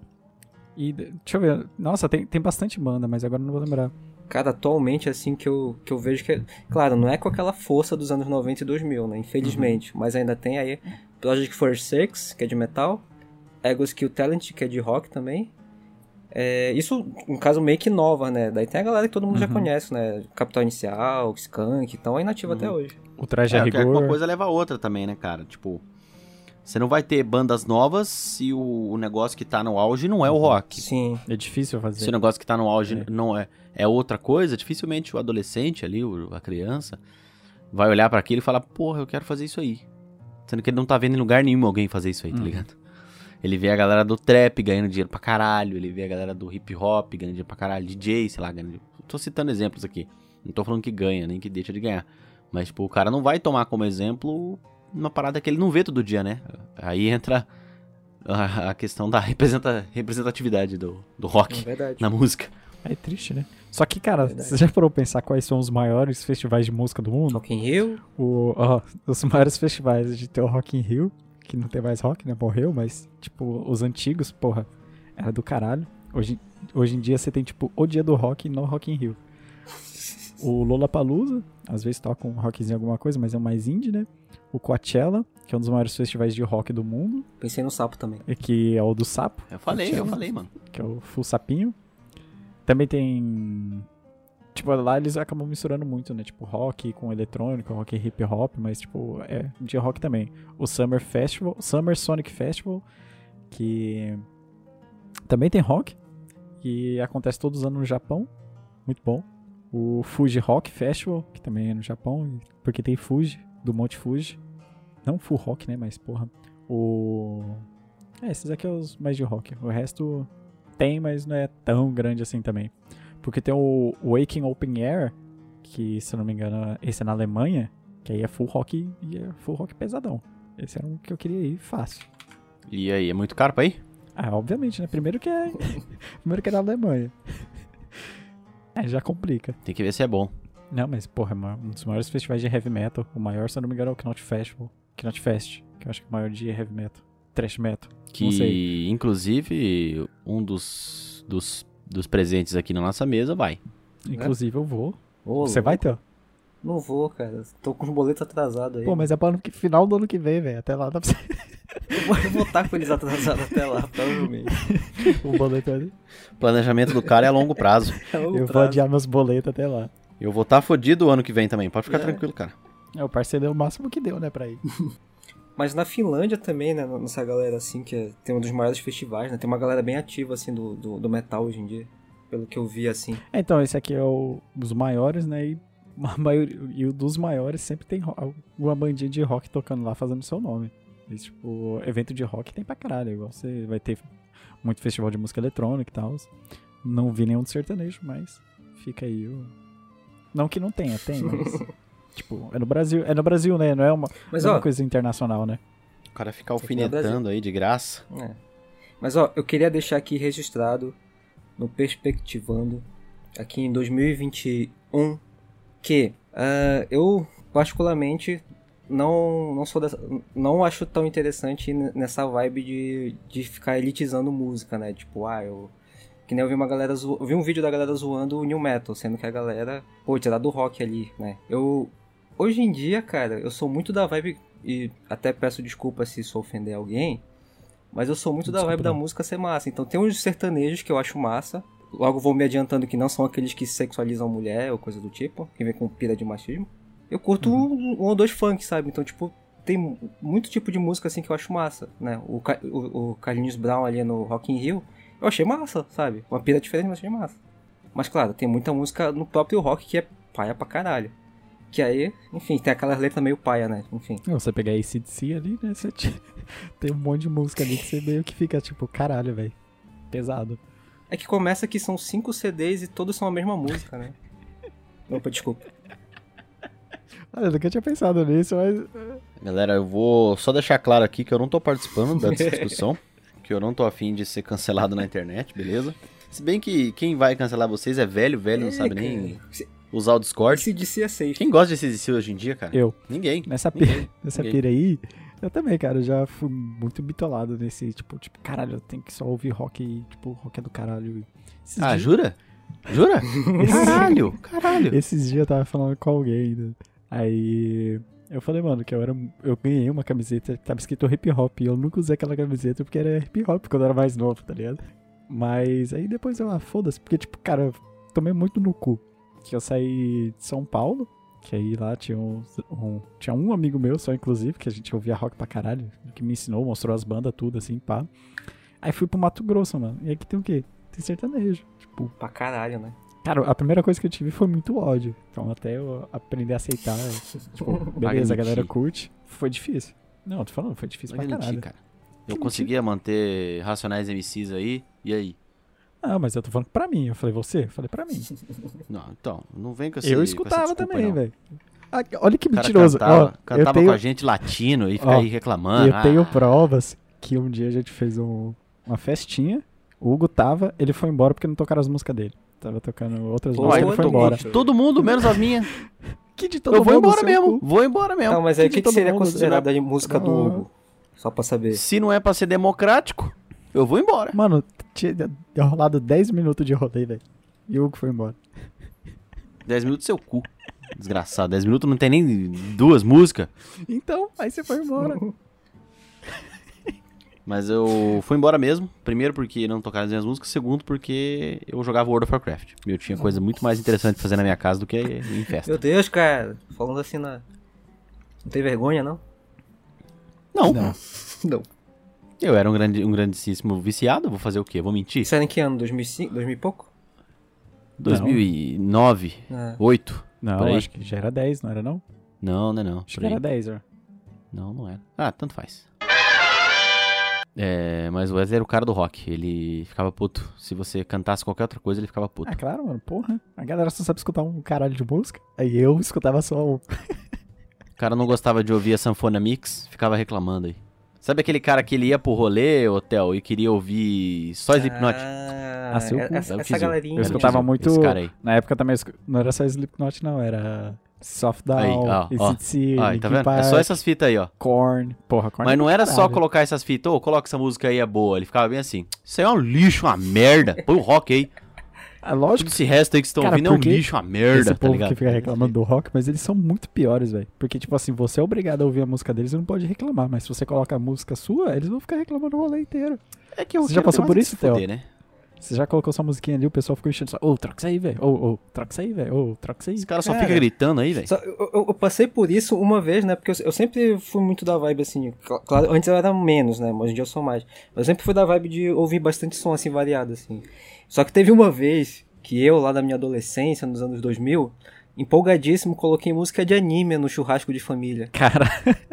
Speaker 2: E de- deixa eu ver. Nossa, tem, tem bastante banda, mas agora eu não vou lembrar.
Speaker 3: Cara, atualmente, assim, que eu, que eu vejo que... Claro, não é com aquela força dos anos 90 e 2000, né? Infelizmente.
Speaker 2: Uhum.
Speaker 3: Mas ainda tem aí Project 46, que é de metal. Egos Kill Talent, que é de rock também. É, isso, um caso meio que nova, né? Daí tem a galera que todo mundo já
Speaker 2: Uhum.
Speaker 3: conhece, né? Capital Inicial, Skunk, então é inativa até hoje.
Speaker 2: O traje a
Speaker 1: É, porque alguma
Speaker 2: rigor.
Speaker 1: coisa leva a outra também, né, cara? Tipo, você não vai ter bandas novas se o, o negócio que tá no auge não é o rock.
Speaker 3: Sim.
Speaker 2: É
Speaker 1: Se
Speaker 2: difícil
Speaker 1: o
Speaker 2: fazer.
Speaker 1: negócio que tá no auge
Speaker 2: É.
Speaker 1: não é, é outra coisa, dificilmente o adolescente ali, o- a criança, vai olhar pra aquilo e falar, porra, eu quero fazer isso aí. Sendo que ele não tá vendo em lugar nenhum alguém fazer isso aí, tá
Speaker 2: Uhum.
Speaker 1: ligado? Ele vê a galera do trap ganhando dinheiro pra caralho, ele vê a galera do hip hop ganhando dinheiro pra caralho, DJ, sei lá, ganhando dinheiro. Tô citando exemplos aqui. Não tô falando que ganha, nem que deixa de ganhar. Mas, tipo, o cara não vai tomar como exemplo uma parada que ele não vê todo dia, né? Aí entra a a questão da representa- representatividade do, do rock
Speaker 3: É verdade.
Speaker 1: na música.
Speaker 2: É triste, né? Só que, cara,
Speaker 3: Verdade.
Speaker 2: você já parou pra pensar quais são os maiores festivais de música do mundo?
Speaker 3: Rock in Rio.
Speaker 2: O, ó, os maiores festivais de ter o Rock in Rio, que não tem mais rock, né? Morreu, mas, tipo, os antigos, porra, era do caralho. Hoje, hoje em dia você tem, tipo, o dia do rock no Rock in Rio. O Lollapalooza, às vezes toca um rockzinho alguma coisa, mas é um mais indie, né? O Coachella, que é um dos maiores festivais de rock do mundo,
Speaker 3: Pensei no sapo também.
Speaker 2: e que é o do sapo,
Speaker 1: Eu falei, eu
Speaker 2: Coachella.
Speaker 1: falei, mano.
Speaker 2: que é o Full Sapinho. Também tem. Tipo, lá eles acabam misturando muito, né? Tipo, rock com eletrônico, rock e hip hop, mas, tipo, é de rock também. O Summer Festival, Summer Sonic Festival, que também tem rock, que acontece todos os anos no Japão, muito bom. O Fuji Rock Festival, que também é no Japão, e- porque tem Fuji, do Monte Fuji. Não full rock, né? Mas, porra. O. É, esses aqui são os mais de rock. O resto tem, mas não é tão grande assim também. Porque tem o Waking Open Air, que se eu não me engano, esse é na Alemanha, que aí é full rock e é full rock pesadão. Esse era um que eu queria ir fácil.
Speaker 1: E aí, é muito caro pra ir?
Speaker 2: Ah, obviamente, né? Primeiro que é. Primeiro que é na Alemanha. É, já complica.
Speaker 1: Tem que ver se é bom.
Speaker 2: Não, mas, porra, é ma- um dos maiores festivais de heavy metal. O maior, se eu não me engano, é o Knot Festival. Knot Fest, que eu acho que é o maior de heavy metal. Trash metal. Não
Speaker 1: Que, inclusive, um dos, dos, dos presentes aqui na nossa mesa vai.
Speaker 2: É? Inclusive, eu vou.
Speaker 3: Ô,
Speaker 2: Você vai, Théo?
Speaker 3: Não vou, cara. Tô com os boletos atrasados aí.
Speaker 2: Pô, mas é para final do ano que vem, velho. Até lá dá pra você.
Speaker 3: Eu vou- eu vou estar com eles atrasados até lá, provavelmente.
Speaker 2: o boleto ali.
Speaker 1: O planejamento do cara é a longo prazo.
Speaker 3: É o
Speaker 2: Eu vou
Speaker 3: prazo.
Speaker 2: adiar meus boletos até lá.
Speaker 1: Eu vou estar tá fodido o ano que vem também. Pode ficar
Speaker 3: É.
Speaker 1: tranquilo, cara.
Speaker 2: É, o parceiro é o máximo que deu, né, pra ir.
Speaker 3: Mas na Finlândia também, né? Nessa galera assim, que é- tem um dos maiores festivais, né? Tem uma galera bem ativa, assim, do, do, do metal hoje em dia. Pelo que eu vi, assim.
Speaker 2: É, Então, esse aqui é o, os maiores, né? E, a maioria, e o dos maiores sempre tem ro- alguma bandinha de rock tocando lá, fazendo seu nome. E, tipo, evento de rock tem pra caralho. Igual você vai ter muito festival de música eletrônica e tal. Não vi nenhum de sertanejo, mas fica aí o... Não que não tenha, tem, mas... tipo, é no Brasil, é no Brasil, né? Não é uma,
Speaker 3: Mas,
Speaker 2: não é
Speaker 3: ó,
Speaker 2: uma coisa internacional, né?
Speaker 1: O cara fica
Speaker 3: Isso aqui é
Speaker 1: alfinetando aí de graça.
Speaker 3: É. Mas ó, eu queria deixar aqui registrado no Perspectivando, aqui em 2021, que ah, eu particularmente não, não sou dessa, não acho tão interessante ir ne- nessa vibe de, de ficar elitizando música, né? Tipo, ah, eu. Que nem eu vi uma galera zo... eu vi um vídeo da galera zoando o New Metal, sendo que a galera, pô, tirar do rock ali, né? Eu. Hoje em dia, cara, eu sou muito da vibe. E até peço desculpa se isso ofender alguém. Mas eu sou muito da
Speaker 2: Desculpa,
Speaker 3: vibe da
Speaker 2: não.
Speaker 3: música ser massa. Então tem uns sertanejos que eu acho massa. Logo vou me adiantando que não são aqueles que sexualizam mulher ou coisa do tipo, que vem com pira de machismo. Eu curto
Speaker 2: Uhum.
Speaker 3: um, um ou dois funk, sabe? Então, tipo, tem mu- muito tipo de música assim que eu acho massa, né? O, Ca- o, o Carlinhos Brown ali no Rock in Rio, eu achei massa, sabe? Uma pira diferente, mas achei massa. Mas claro, tem muita música no próprio rock que é paia pra caralho. Que aí, enfim, tem aquelas letras meio paia, né? Enfim.
Speaker 2: Não, você pegar ACDC ali, né? Você te- tem um monte de música ali que você meio que fica tipo, caralho, velho. Pesado.
Speaker 3: É que começa que são cinco CDs e todos são a mesma música, né? Opa, desculpa.
Speaker 2: Ah, eu nunca tinha pensado nisso, mas.
Speaker 1: Galera, eu vou só deixar claro aqui que eu não tô participando dessa discussão, que eu não tô afim de ser cancelado na internet, beleza? Se bem que quem vai cancelar vocês é velho, velho, não sabe
Speaker 3: É,
Speaker 1: nem usar o Discord.
Speaker 3: Se disse é safe.
Speaker 1: Quem gosta de CDC hoje em dia, cara?
Speaker 2: Eu.
Speaker 1: Ninguém.
Speaker 2: Nessa pira,
Speaker 1: Ninguém.
Speaker 2: nessa
Speaker 1: Ok.
Speaker 2: pira aí, eu também, cara, eu já fui muito bitolado nesse, tipo, tipo, caralho, eu tenho que só ouvir rock e, tipo, rock é do caralho. Esses
Speaker 1: Ah,
Speaker 2: dias-
Speaker 1: jura? Jura? Caralho, caralho.
Speaker 2: Esses dias eu tava falando com alguém ainda. Aí eu falei, mano, que eu era. Eu ganhei uma camiseta que tava escrito hip hop. E eu nunca usei aquela camiseta porque era hip hop quando eu era mais novo, tá ligado? Mas aí depois eu, ah, foda-se, porque, tipo, cara, eu tomei muito no cu. Que eu saí de São Paulo. Que aí lá tinha um, um- tinha um amigo meu só, inclusive, que a gente ouvia rock pra caralho, que me ensinou, mostrou as bandas, tudo assim, pá. Aí fui pro Mato Grosso, mano. E aqui tem o quê? Tem sertanejo. Tipo,
Speaker 3: Pra caralho, né?
Speaker 2: Cara, a primeira coisa que eu tive foi muito ódio. Então, até eu aprender a aceitar, tipo, beleza, a galera
Speaker 1: Magnitude.
Speaker 2: curte. Foi difícil. Não, tô falando, foi difícil pra
Speaker 1: Magnitude,
Speaker 2: caralho.
Speaker 1: cara. Eu conseguia manter Racionais MCs aí, e aí?
Speaker 2: Ah, mas eu tô falando pra mim. Eu falei, você? Eu falei pra mim.
Speaker 1: Não, então, não vem com essa
Speaker 2: eu
Speaker 1: com essa
Speaker 2: escutava
Speaker 1: desculpa,
Speaker 2: também,
Speaker 1: não.
Speaker 2: velho. Ah, olha que
Speaker 1: O cara
Speaker 2: mentiroso.
Speaker 1: Cantava,
Speaker 2: Ó, eu
Speaker 1: cantava
Speaker 2: tenho,
Speaker 1: com a gente latino e fica
Speaker 2: Ó,
Speaker 1: aí reclamando.
Speaker 2: eu tenho
Speaker 1: Ah,
Speaker 2: provas que um dia a gente fez um- uma festinha. O Hugo tava, ele foi embora porque não tocaram as músicas dele. Tava tocando outras
Speaker 1: Pô,
Speaker 2: músicas,
Speaker 1: aí um
Speaker 2: ele foi
Speaker 3: eu tô
Speaker 2: embora.
Speaker 3: com-
Speaker 1: Todo mundo, menos a minha.
Speaker 2: Que de todo
Speaker 1: Eu vou
Speaker 2: mundo,
Speaker 1: embora
Speaker 2: seu
Speaker 1: mesmo.
Speaker 2: cu.
Speaker 1: Vou embora mesmo.
Speaker 3: Não, mas aí o
Speaker 2: Que
Speaker 3: que,
Speaker 2: de
Speaker 3: que
Speaker 2: todo
Speaker 3: seria
Speaker 2: mundo,
Speaker 3: considerado a música do
Speaker 2: Não.
Speaker 3: Hugo? Só pra saber.
Speaker 1: Se não é pra ser democrático, eu vou embora.
Speaker 2: Mano, tinha deu rolado 10 minutos de rolê, velho. E o Hugo foi embora.
Speaker 1: 10 minutos seu cu. Desgraçado, 10 minutos não tem nem duas músicas.
Speaker 2: Então, aí você foi embora.
Speaker 1: Mas eu fui embora mesmo. Primeiro porque não tocaram as minhas músicas. Segundo porque eu jogava World of Warcraft. E eu tinha coisa muito mais interessante pra fazer na minha casa do que em festa.
Speaker 3: Meu Deus, cara. Falando assim na. Não tem vergonha, não?
Speaker 1: Não,
Speaker 2: Não.
Speaker 3: Não.
Speaker 1: eu era um, grande, um grandíssimo viciado. Vou fazer o quê? Vou mentir?
Speaker 3: Isso era em que ano? 2005? 2000 e pouco?
Speaker 1: 2009,
Speaker 3: É.
Speaker 1: 8?
Speaker 2: Não,
Speaker 1: Por aí.
Speaker 2: acho que já era 10, não era não?
Speaker 1: Não, não é não.
Speaker 2: Acho
Speaker 1: Por
Speaker 2: que
Speaker 1: aí.
Speaker 2: era 10, ó.
Speaker 1: Não, não era. Ah, tanto faz. É, mas o Wesley era o cara do rock. Ele ficava puto. Se você cantasse qualquer outra coisa, ele ficava puto.
Speaker 2: Ah, claro, mano, porra. A galera só sabe escutar um caralho de música. Aí eu escutava só um.
Speaker 1: O cara não gostava de ouvir a sanfona mix, ficava reclamando aí. Sabe aquele cara que ele ia pro rolê, hotel, e queria ouvir só Slipknot?
Speaker 3: Ah,
Speaker 2: Ah, seu cu.
Speaker 3: essa,
Speaker 1: Era o
Speaker 3: essa
Speaker 1: Tizu.
Speaker 3: galerinha.
Speaker 1: Era o
Speaker 2: escutava
Speaker 1: Tizu,
Speaker 2: muito-
Speaker 1: Esse cara aí.
Speaker 2: Na época também eu escu- não era só Slipknot, não. Era Soft
Speaker 1: Aí,
Speaker 2: Down,
Speaker 1: ó, ó.
Speaker 2: ACDC,
Speaker 1: Ó, tá vendo? É só essas fitas aí, ó.
Speaker 2: Korn. Porra, Korn é
Speaker 1: Mas
Speaker 2: do
Speaker 1: não era só
Speaker 2: caralho.
Speaker 1: colocar essas fitas, ô, coloca essa música aí, é boa. Ele ficava bem assim, isso aí é um lixo, uma merda. Põe o rock aí.
Speaker 2: Ah, lógico
Speaker 1: Todo esse resto aí que vocês estão
Speaker 2: Cara,
Speaker 1: ouvindo é um
Speaker 2: porque
Speaker 1: lixo, uma merda,
Speaker 2: esse
Speaker 1: tá
Speaker 2: povo
Speaker 1: ligado?
Speaker 2: que fica reclamando do rock, mas eles são muito piores, velho. Porque, tipo assim, você é obrigado a ouvir a música deles e não pode reclamar. Mas se você coloca a música sua, eles vão ficar reclamando o rolê inteiro.
Speaker 1: É que
Speaker 2: Você já passou por isso, Theo?
Speaker 1: Theo? Né?
Speaker 2: Você já colocou sua musiquinha ali, o pessoal ficou enchendo só. Ô, troca isso aí, velho. Ô, ô, troca isso aí, velho. Ô, troca isso aí.
Speaker 1: Esse cara só
Speaker 3: Cara.
Speaker 1: fica gritando aí, velho.
Speaker 3: Só- eu, eu- eu passei por isso uma vez, né? Porque eu, eu sempre fui muito da vibe assim. cl- Claro, antes eu era menos, né? Hoje em dia eu sou mais. Mas eu sempre fui da vibe de ouvir bastante som assim, variado, assim. Só que teve uma vez que eu, lá da minha adolescência, nos anos 2000, empolgadíssimo, coloquei música de anime no churrasco de família.
Speaker 2: Cara,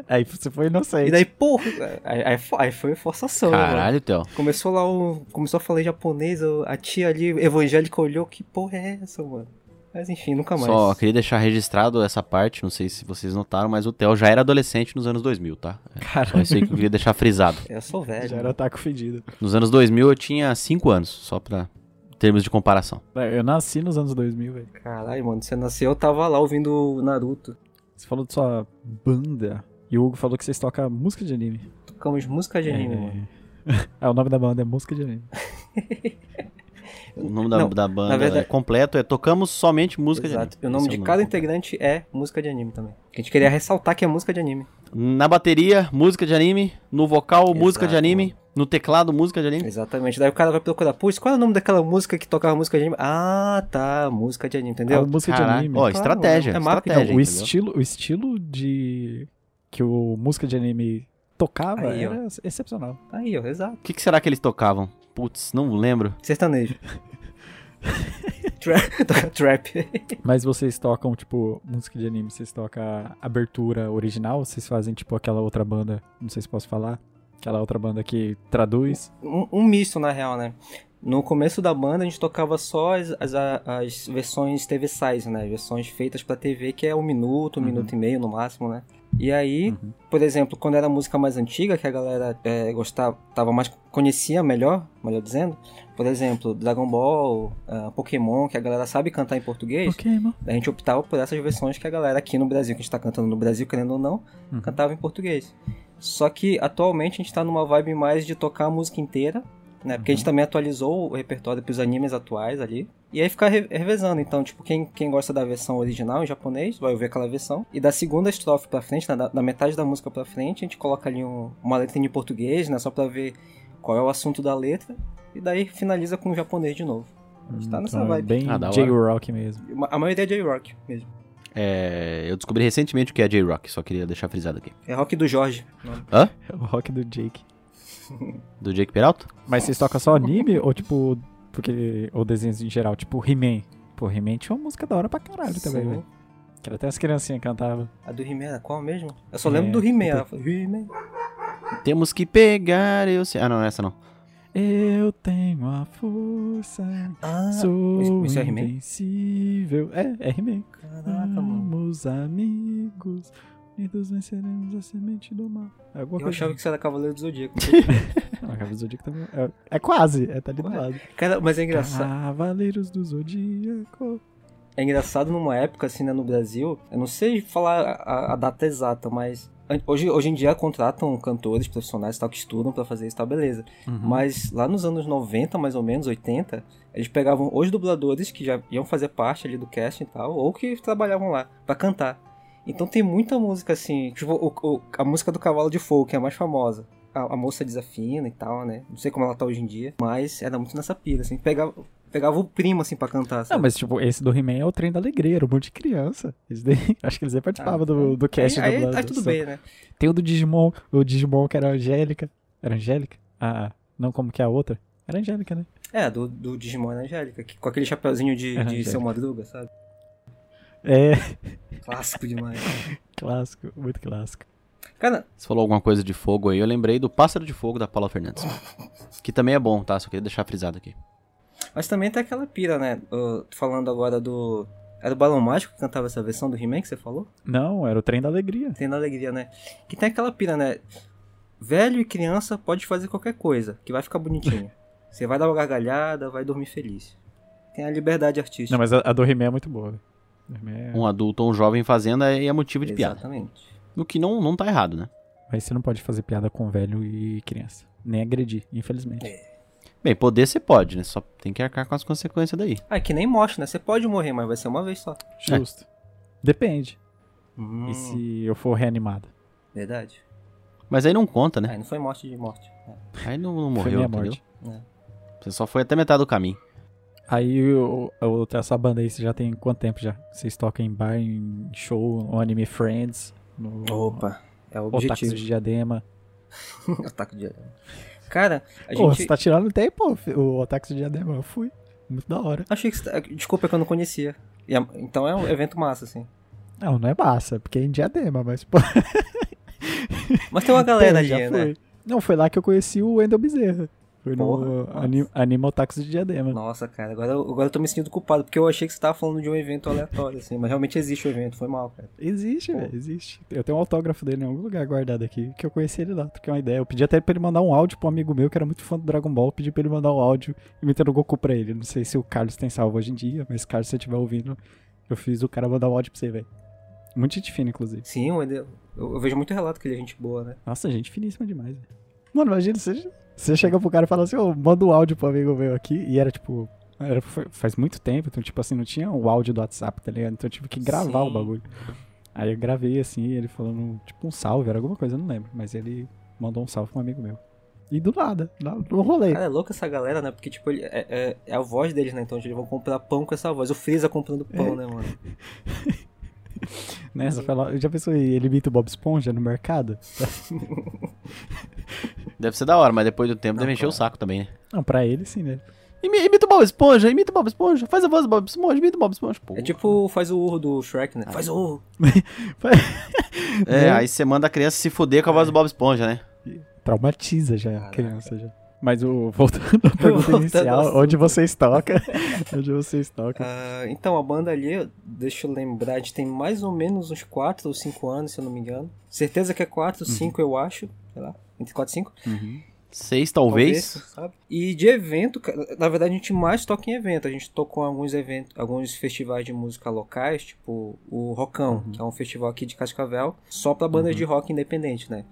Speaker 2: aí você foi inocente.
Speaker 3: E daí, porra, aí, aí fo- aí foi forçação, né, mano?
Speaker 1: Caralho, Theo.
Speaker 3: Começou lá o. Começou a falar em japonês, o- a tia ali, evangélica, olhou, que porra é essa, mano? Mas enfim, nunca mais.
Speaker 1: Só queria deixar registrado essa parte, não sei se vocês notaram, mas o Theo já era adolescente nos anos 2000, tá?
Speaker 2: Cara,
Speaker 1: Só isso aí que eu queria deixar frisado.
Speaker 3: Eu sou velho.
Speaker 2: já era taco fedido.
Speaker 1: Nos anos 2000 eu tinha 5 anos, só pra em termos de comparação.
Speaker 2: Véi, Eu nasci nos anos 2000, velho.
Speaker 3: Caralho, mano, você nasceu, eu tava lá ouvindo o Naruto.
Speaker 2: Você falou de sua banda. E o Hugo falou que vocês tocam música de anime.
Speaker 3: Tocamos música de anime,
Speaker 2: é...
Speaker 3: mano.
Speaker 2: é, o nome da banda é música de anime.
Speaker 1: O nome da,
Speaker 3: Não,
Speaker 1: da banda
Speaker 3: na verdade-
Speaker 1: completo é Tocamos Somente Música de
Speaker 3: Exato. o
Speaker 1: Anime.
Speaker 3: nome
Speaker 1: Esse é
Speaker 3: de cada
Speaker 1: completo.
Speaker 3: integrante é música de anime também. A gente queria ressaltar que é música de anime.
Speaker 1: Na bateria, música de anime. No vocal,
Speaker 3: Exato,
Speaker 1: música de anime. No teclado, música de anime.
Speaker 3: Exatamente. Daí o cara vai procurar, putz, qual é o nome daquela música que tocava música de anime? Ah, tá, música de anime,
Speaker 2: É
Speaker 3: entendeu?
Speaker 2: música de
Speaker 1: Caraca,
Speaker 2: anime.
Speaker 1: Ó,
Speaker 3: Claro,
Speaker 1: estratégia.
Speaker 3: é marketing.
Speaker 1: estratégia,
Speaker 2: o,
Speaker 1: entendeu?
Speaker 2: estilo, o estilo de. que o música de anime tocava
Speaker 3: Aí, ó.
Speaker 2: era excepcional.
Speaker 1: Ah.
Speaker 3: Aí, ó, exato.
Speaker 1: O que, que será que eles tocavam? Putz, não lembro.
Speaker 3: Sertanejo. Tra- Toca Trap.
Speaker 2: Mas vocês tocam, tipo, música de anime, vocês tocam a abertura original, vocês fazem, tipo, aquela outra banda, não sei se posso falar, aquela outra banda que traduz.
Speaker 3: um, um misto, na real, né? No começo da banda a gente tocava só as, as, as versões TV size, né? Versões feitas pra TV, que é um minuto, um
Speaker 2: Uhum.
Speaker 3: minuto e meio no máximo, né? E aí,
Speaker 2: Uhum.
Speaker 3: por exemplo, quando era música mais antiga, que a galera é, gostava, tava mais, conhecia melhor, melhor dizendo, por exemplo, Dragon Ball, ah, Pokémon, que a galera sabe cantar em português,
Speaker 2: Pokémon.
Speaker 3: a gente optava por essas versões que a galera aqui no Brasil, que a gente tá cantando no Brasil, querendo ou não,
Speaker 2: Uhum.
Speaker 3: cantava em português. Só que atualmente a gente tá numa vibe mais de tocar a música inteira, né? Porque a gente também atualizou o repertório pros animes atuais ali. E aí fica re- revezando. Então, tipo, quem, quem gosta da versão original em japonês vai ouvir aquela versão. E da segunda estrofe pra frente, né, da, da metade da música pra frente, a gente coloca ali um- uma letra em português, né? Só pra ver qual é o assunto da letra. E daí finaliza com o japonês de novo. A gente tá nessa
Speaker 2: Então é
Speaker 3: vibe.
Speaker 2: Bem
Speaker 1: Ah, da hora.
Speaker 2: J-Rock mesmo.
Speaker 3: Ma- A maioria é J-Rock mesmo.
Speaker 1: É, eu descobri recentemente o que é J-Rock, só queria deixar frisado aqui.
Speaker 3: É rock do Jorge.
Speaker 2: É o rock do Jake.
Speaker 1: Do Jake Peralta?
Speaker 2: Mas vocês tocam só anime ou tipo. Porque. Ou desenhos em geral, tipo He-Man. Pô, He-Man tinha uma música da hora pra caralho também,
Speaker 3: Sim.
Speaker 2: velho. Que era até as criancinhas cantavam.
Speaker 3: A do He-Man era qual mesmo? Eu só
Speaker 2: É,
Speaker 3: lembro do He-Man.
Speaker 2: eu tô-
Speaker 3: ela fala, He-Man.
Speaker 1: Temos que pegar eu sei. Ah, não, essa não.
Speaker 2: Eu tenho a força.
Speaker 3: Ah,
Speaker 2: sou
Speaker 3: isso é He-Man?
Speaker 2: invencível. É, é He-Man.
Speaker 3: caraca, mano.
Speaker 2: Vamos, amigos. Unidos venceremos a semente do mal. É alguma
Speaker 3: Eu
Speaker 2: coisa. assim.
Speaker 3: achava que isso era Cavaleiro do Zodíaco.
Speaker 2: Não, Cavaleiros do Zodíaco também. É, é quase, é tá ali do
Speaker 3: Ué,
Speaker 2: lado.
Speaker 3: Cara, mas é engraçado.
Speaker 2: Cavaleiros do Zodíaco.
Speaker 3: É engraçado numa época, assim, né, no Brasil. Eu não sei falar a, a data exata, mas. an- Hoje, hoje em dia contratam cantores profissionais e tal, que estudam pra fazer isso, tá, beleza. Mas lá nos anos 90, mais ou menos, 80, eles pegavam os dubladores que já iam fazer parte ali do casting e tal, ou que trabalhavam lá pra cantar. Então tem muita música assim, tipo o- o- a música do Cavalo de Fogo, que é a mais famosa. A, a moça desafina e tal, né? Não sei como ela tá hoje em dia, mas era muito nessa pira, assim. Pegava, pegava o primo, assim, pra cantar.
Speaker 2: Não,
Speaker 3: Sabe?
Speaker 2: mas tipo, esse do He-Man é o trem da alegria, era um monte de criança. Eles daí- acho que eles nem participavam
Speaker 3: Ah,
Speaker 2: do, do cast
Speaker 3: aí,
Speaker 2: da
Speaker 3: aí, aí tudo bem, né?
Speaker 2: Tem o do Digimon, o Digimon que era a Angélica. Era a Angélica? Ah, não como que é a outra? Era a Angélica, né?
Speaker 3: É, do, do Digimon e Angélica, que, com aquele chapeuzinho
Speaker 2: Era
Speaker 3: de, de
Speaker 2: É, Angélica.
Speaker 3: seu madruga, sabe?
Speaker 2: É,
Speaker 3: Clássico demais.
Speaker 2: clássico, muito clássico.
Speaker 3: Cara,
Speaker 1: Você falou alguma coisa de fogo aí, eu lembrei do Pássaro de Fogo da Paula Fernandes. Que também é bom, tá? Só queria deixar frisado aqui.
Speaker 3: Mas também tem aquela pira, né? Ô, falando agora do. Era o Balão Mágico que cantava essa versão do He-Man que você falou?
Speaker 2: Não, era o trem da alegria.
Speaker 3: Tem na alegria, né? Que tem aquela pira, né? Velho e criança pode fazer qualquer coisa, que vai ficar bonitinho. você vai dar uma gargalhada, vai dormir feliz. Tem a liberdade artística.
Speaker 2: Não, mas a, a do He-Man é muito boa. velho. Do He-Man é-
Speaker 1: Um adulto ou um jovem fazendo é é motivo de piada.
Speaker 3: Exatamente.
Speaker 1: O que não, não tá errado, né?
Speaker 2: Mas você não pode fazer piada com velho e criança. Nem agredir, infelizmente.
Speaker 3: É.
Speaker 1: Bem, poder você pode, né? Só tem que arcar com as consequências daí.
Speaker 3: Ah, é que nem morte, né? Você pode morrer, mas vai ser uma vez só.
Speaker 2: Justo. É. Depende.
Speaker 3: Hum,
Speaker 2: E se eu for reanimado?
Speaker 3: Verdade.
Speaker 1: Mas aí não conta, né?
Speaker 3: Aí não foi morte de morte. né?
Speaker 1: Aí não, não
Speaker 2: foi
Speaker 1: morreu,
Speaker 2: minha
Speaker 1: entendeu?
Speaker 2: morte.
Speaker 1: Você só foi até metade do caminho.
Speaker 2: Aí eu, eu- essa banda aí, você já tem quanto tempo já? Vocês tocam em bar, em show, no Anime Friends, no
Speaker 3: Opa, é o
Speaker 2: Otakus
Speaker 3: objetivo.
Speaker 2: de Diadema.
Speaker 3: Otaku de... Cara, a
Speaker 2: Pô,
Speaker 3: gente...
Speaker 2: você tá tirando até, pô, o Otakus de Diadema. Eu fui. Muito da hora.
Speaker 3: Achei que você tá- Desculpa, é que eu não conhecia. E é- Então é um evento massa, assim.
Speaker 2: Não, não é massa, porque é em Diadema, mas, pô,
Speaker 3: Mas tem uma galera
Speaker 2: pô,
Speaker 3: ali,
Speaker 2: já
Speaker 3: né?
Speaker 2: foi. Não, foi lá que eu conheci o Wendel Bezerra. Foi no
Speaker 3: Porra,
Speaker 2: Ani- Anime Otakus de Diadema.
Speaker 3: Nossa, cara, agora, eu- agora eu tô me sentindo culpado, porque eu achei que você tava falando de um evento aleatório, assim, mas realmente existe o evento, foi mal, cara.
Speaker 2: Existe,
Speaker 3: Pô.
Speaker 2: velho, existe. Eu tenho um autógrafo dele em algum lugar guardado aqui, que eu conheci ele lá, troquei uma ideia. Eu pedi até pra ele mandar um áudio pra um amigo meu que era muito fã do Dragon Ball, eu pedi pra ele mandar um áudio imitando o Goku pra ele. Não sei se o Carlos tem salvo hoje em dia, mas Carlos, se você estiver ouvindo, eu fiz o cara mandar um áudio pra você, velho. Muito gente fina, inclusive.
Speaker 3: Sim, o Ede- eu, eu vejo muito relato que ele é gente boa, né?
Speaker 2: Nossa, gente finíssima demais, velho. Mano, imagina, você, você chega pro cara e fala assim, ô, manda um áudio pro amigo meu aqui, e era tipo... Era, foi- faz muito tempo, então, tipo assim, não tinha o áudio do WhatsApp, tá ligado? Então eu tive que gravar o
Speaker 3: Sim.
Speaker 2: bagulho. Aí eu gravei, assim, ele falando, tipo, um salve, era alguma coisa, eu não lembro. Mas ele mandou um salve pra um amigo meu. E do nada, lá no rolê.
Speaker 3: Cara, é louca essa galera, né? Porque, tipo, ele- é, é- é a voz deles, né? Então eles vão comprar pão com essa voz. O Freeza comprando pão, né, mano?
Speaker 2: Nessa, foi lá, já pensou, ele imita o Bob Esponja no mercado?
Speaker 1: Deve ser da hora, mas depois do tempo
Speaker 3: Não,
Speaker 1: deve encher
Speaker 3: claro.
Speaker 1: o saco também, né?
Speaker 2: Não, pra ele sim, né?
Speaker 1: Imi- Imita o Bob Esponja, imita o Bob Esponja, faz a voz do Bob Esponja, imita o Bob Esponja. Pô.
Speaker 3: É tipo, faz o urro do Shrek, né? Faz o urro.
Speaker 1: É, aí você manda a criança se fuder com a voz do Bob Esponja, né?
Speaker 2: Traumatiza já a
Speaker 3: Caraca.
Speaker 2: criança já. Mas o, voltando à pergunta
Speaker 3: Voltando ao
Speaker 2: inicial,
Speaker 3: assunto.
Speaker 2: onde vocês tocam? onde vocês tocam?
Speaker 3: Ah, então, a banda ali, deixa eu lembrar, a gente tem mais ou menos uns 4 ou 5 anos, se eu não me engano. Certeza que é 4, 5 eu acho, sei lá, entre 4 e 5.
Speaker 1: Seis,
Speaker 3: Uhum. Talvez.
Speaker 1: talvez.
Speaker 3: sabe? E de evento, cara, na verdade a gente mais toca em evento. A gente tocou em alguns eventos, alguns festivais de música locais, tipo o Rockão, que é um festival aqui de Cascavel, só pra bandas de rock independente, né?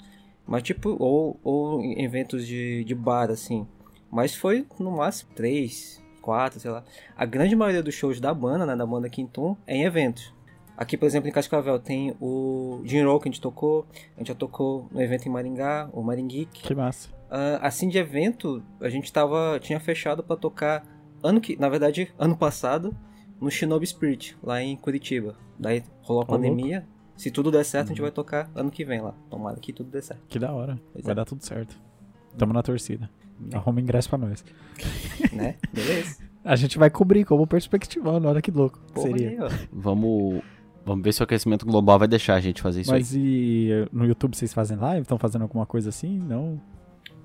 Speaker 3: Mas tipo, ou, ou em eventos de, de bar, assim. Mas foi no máximo três, quatro, sei lá. A grande maioria dos shows da banda, né, da banda Quintum, é em eventos. Aqui, por exemplo, em Cascavel tem o Jim Rock que a gente tocou, a gente já tocou no evento em Maringá, o Maringeek.
Speaker 2: Que massa.
Speaker 3: Ah, assim de evento, a gente tava, tinha fechado pra tocar ano que, na verdade, ano passado, no Shinobi Spirit, lá em Curitiba. Daí rolou a
Speaker 2: Ô, louco.
Speaker 3: pandemia. Se tudo der certo, a gente vai tocar ano que vem lá. Tomara que tudo dê certo.
Speaker 2: Que da hora.
Speaker 3: Pois
Speaker 2: Vai
Speaker 3: é.
Speaker 2: dar tudo certo. Tamo na torcida. Arruma ingresso pra nós.
Speaker 3: Né? Beleza?
Speaker 2: A gente vai cobrir como perspectivando, olha que louco.
Speaker 3: Pô,
Speaker 2: seria.
Speaker 3: olha aí, ó.
Speaker 1: Vamos, vamos ver se o aquecimento global vai deixar a gente fazer isso aí.
Speaker 2: Mas e no YouTube vocês fazem live? Estão fazendo alguma coisa assim? Não?
Speaker 3: Hum.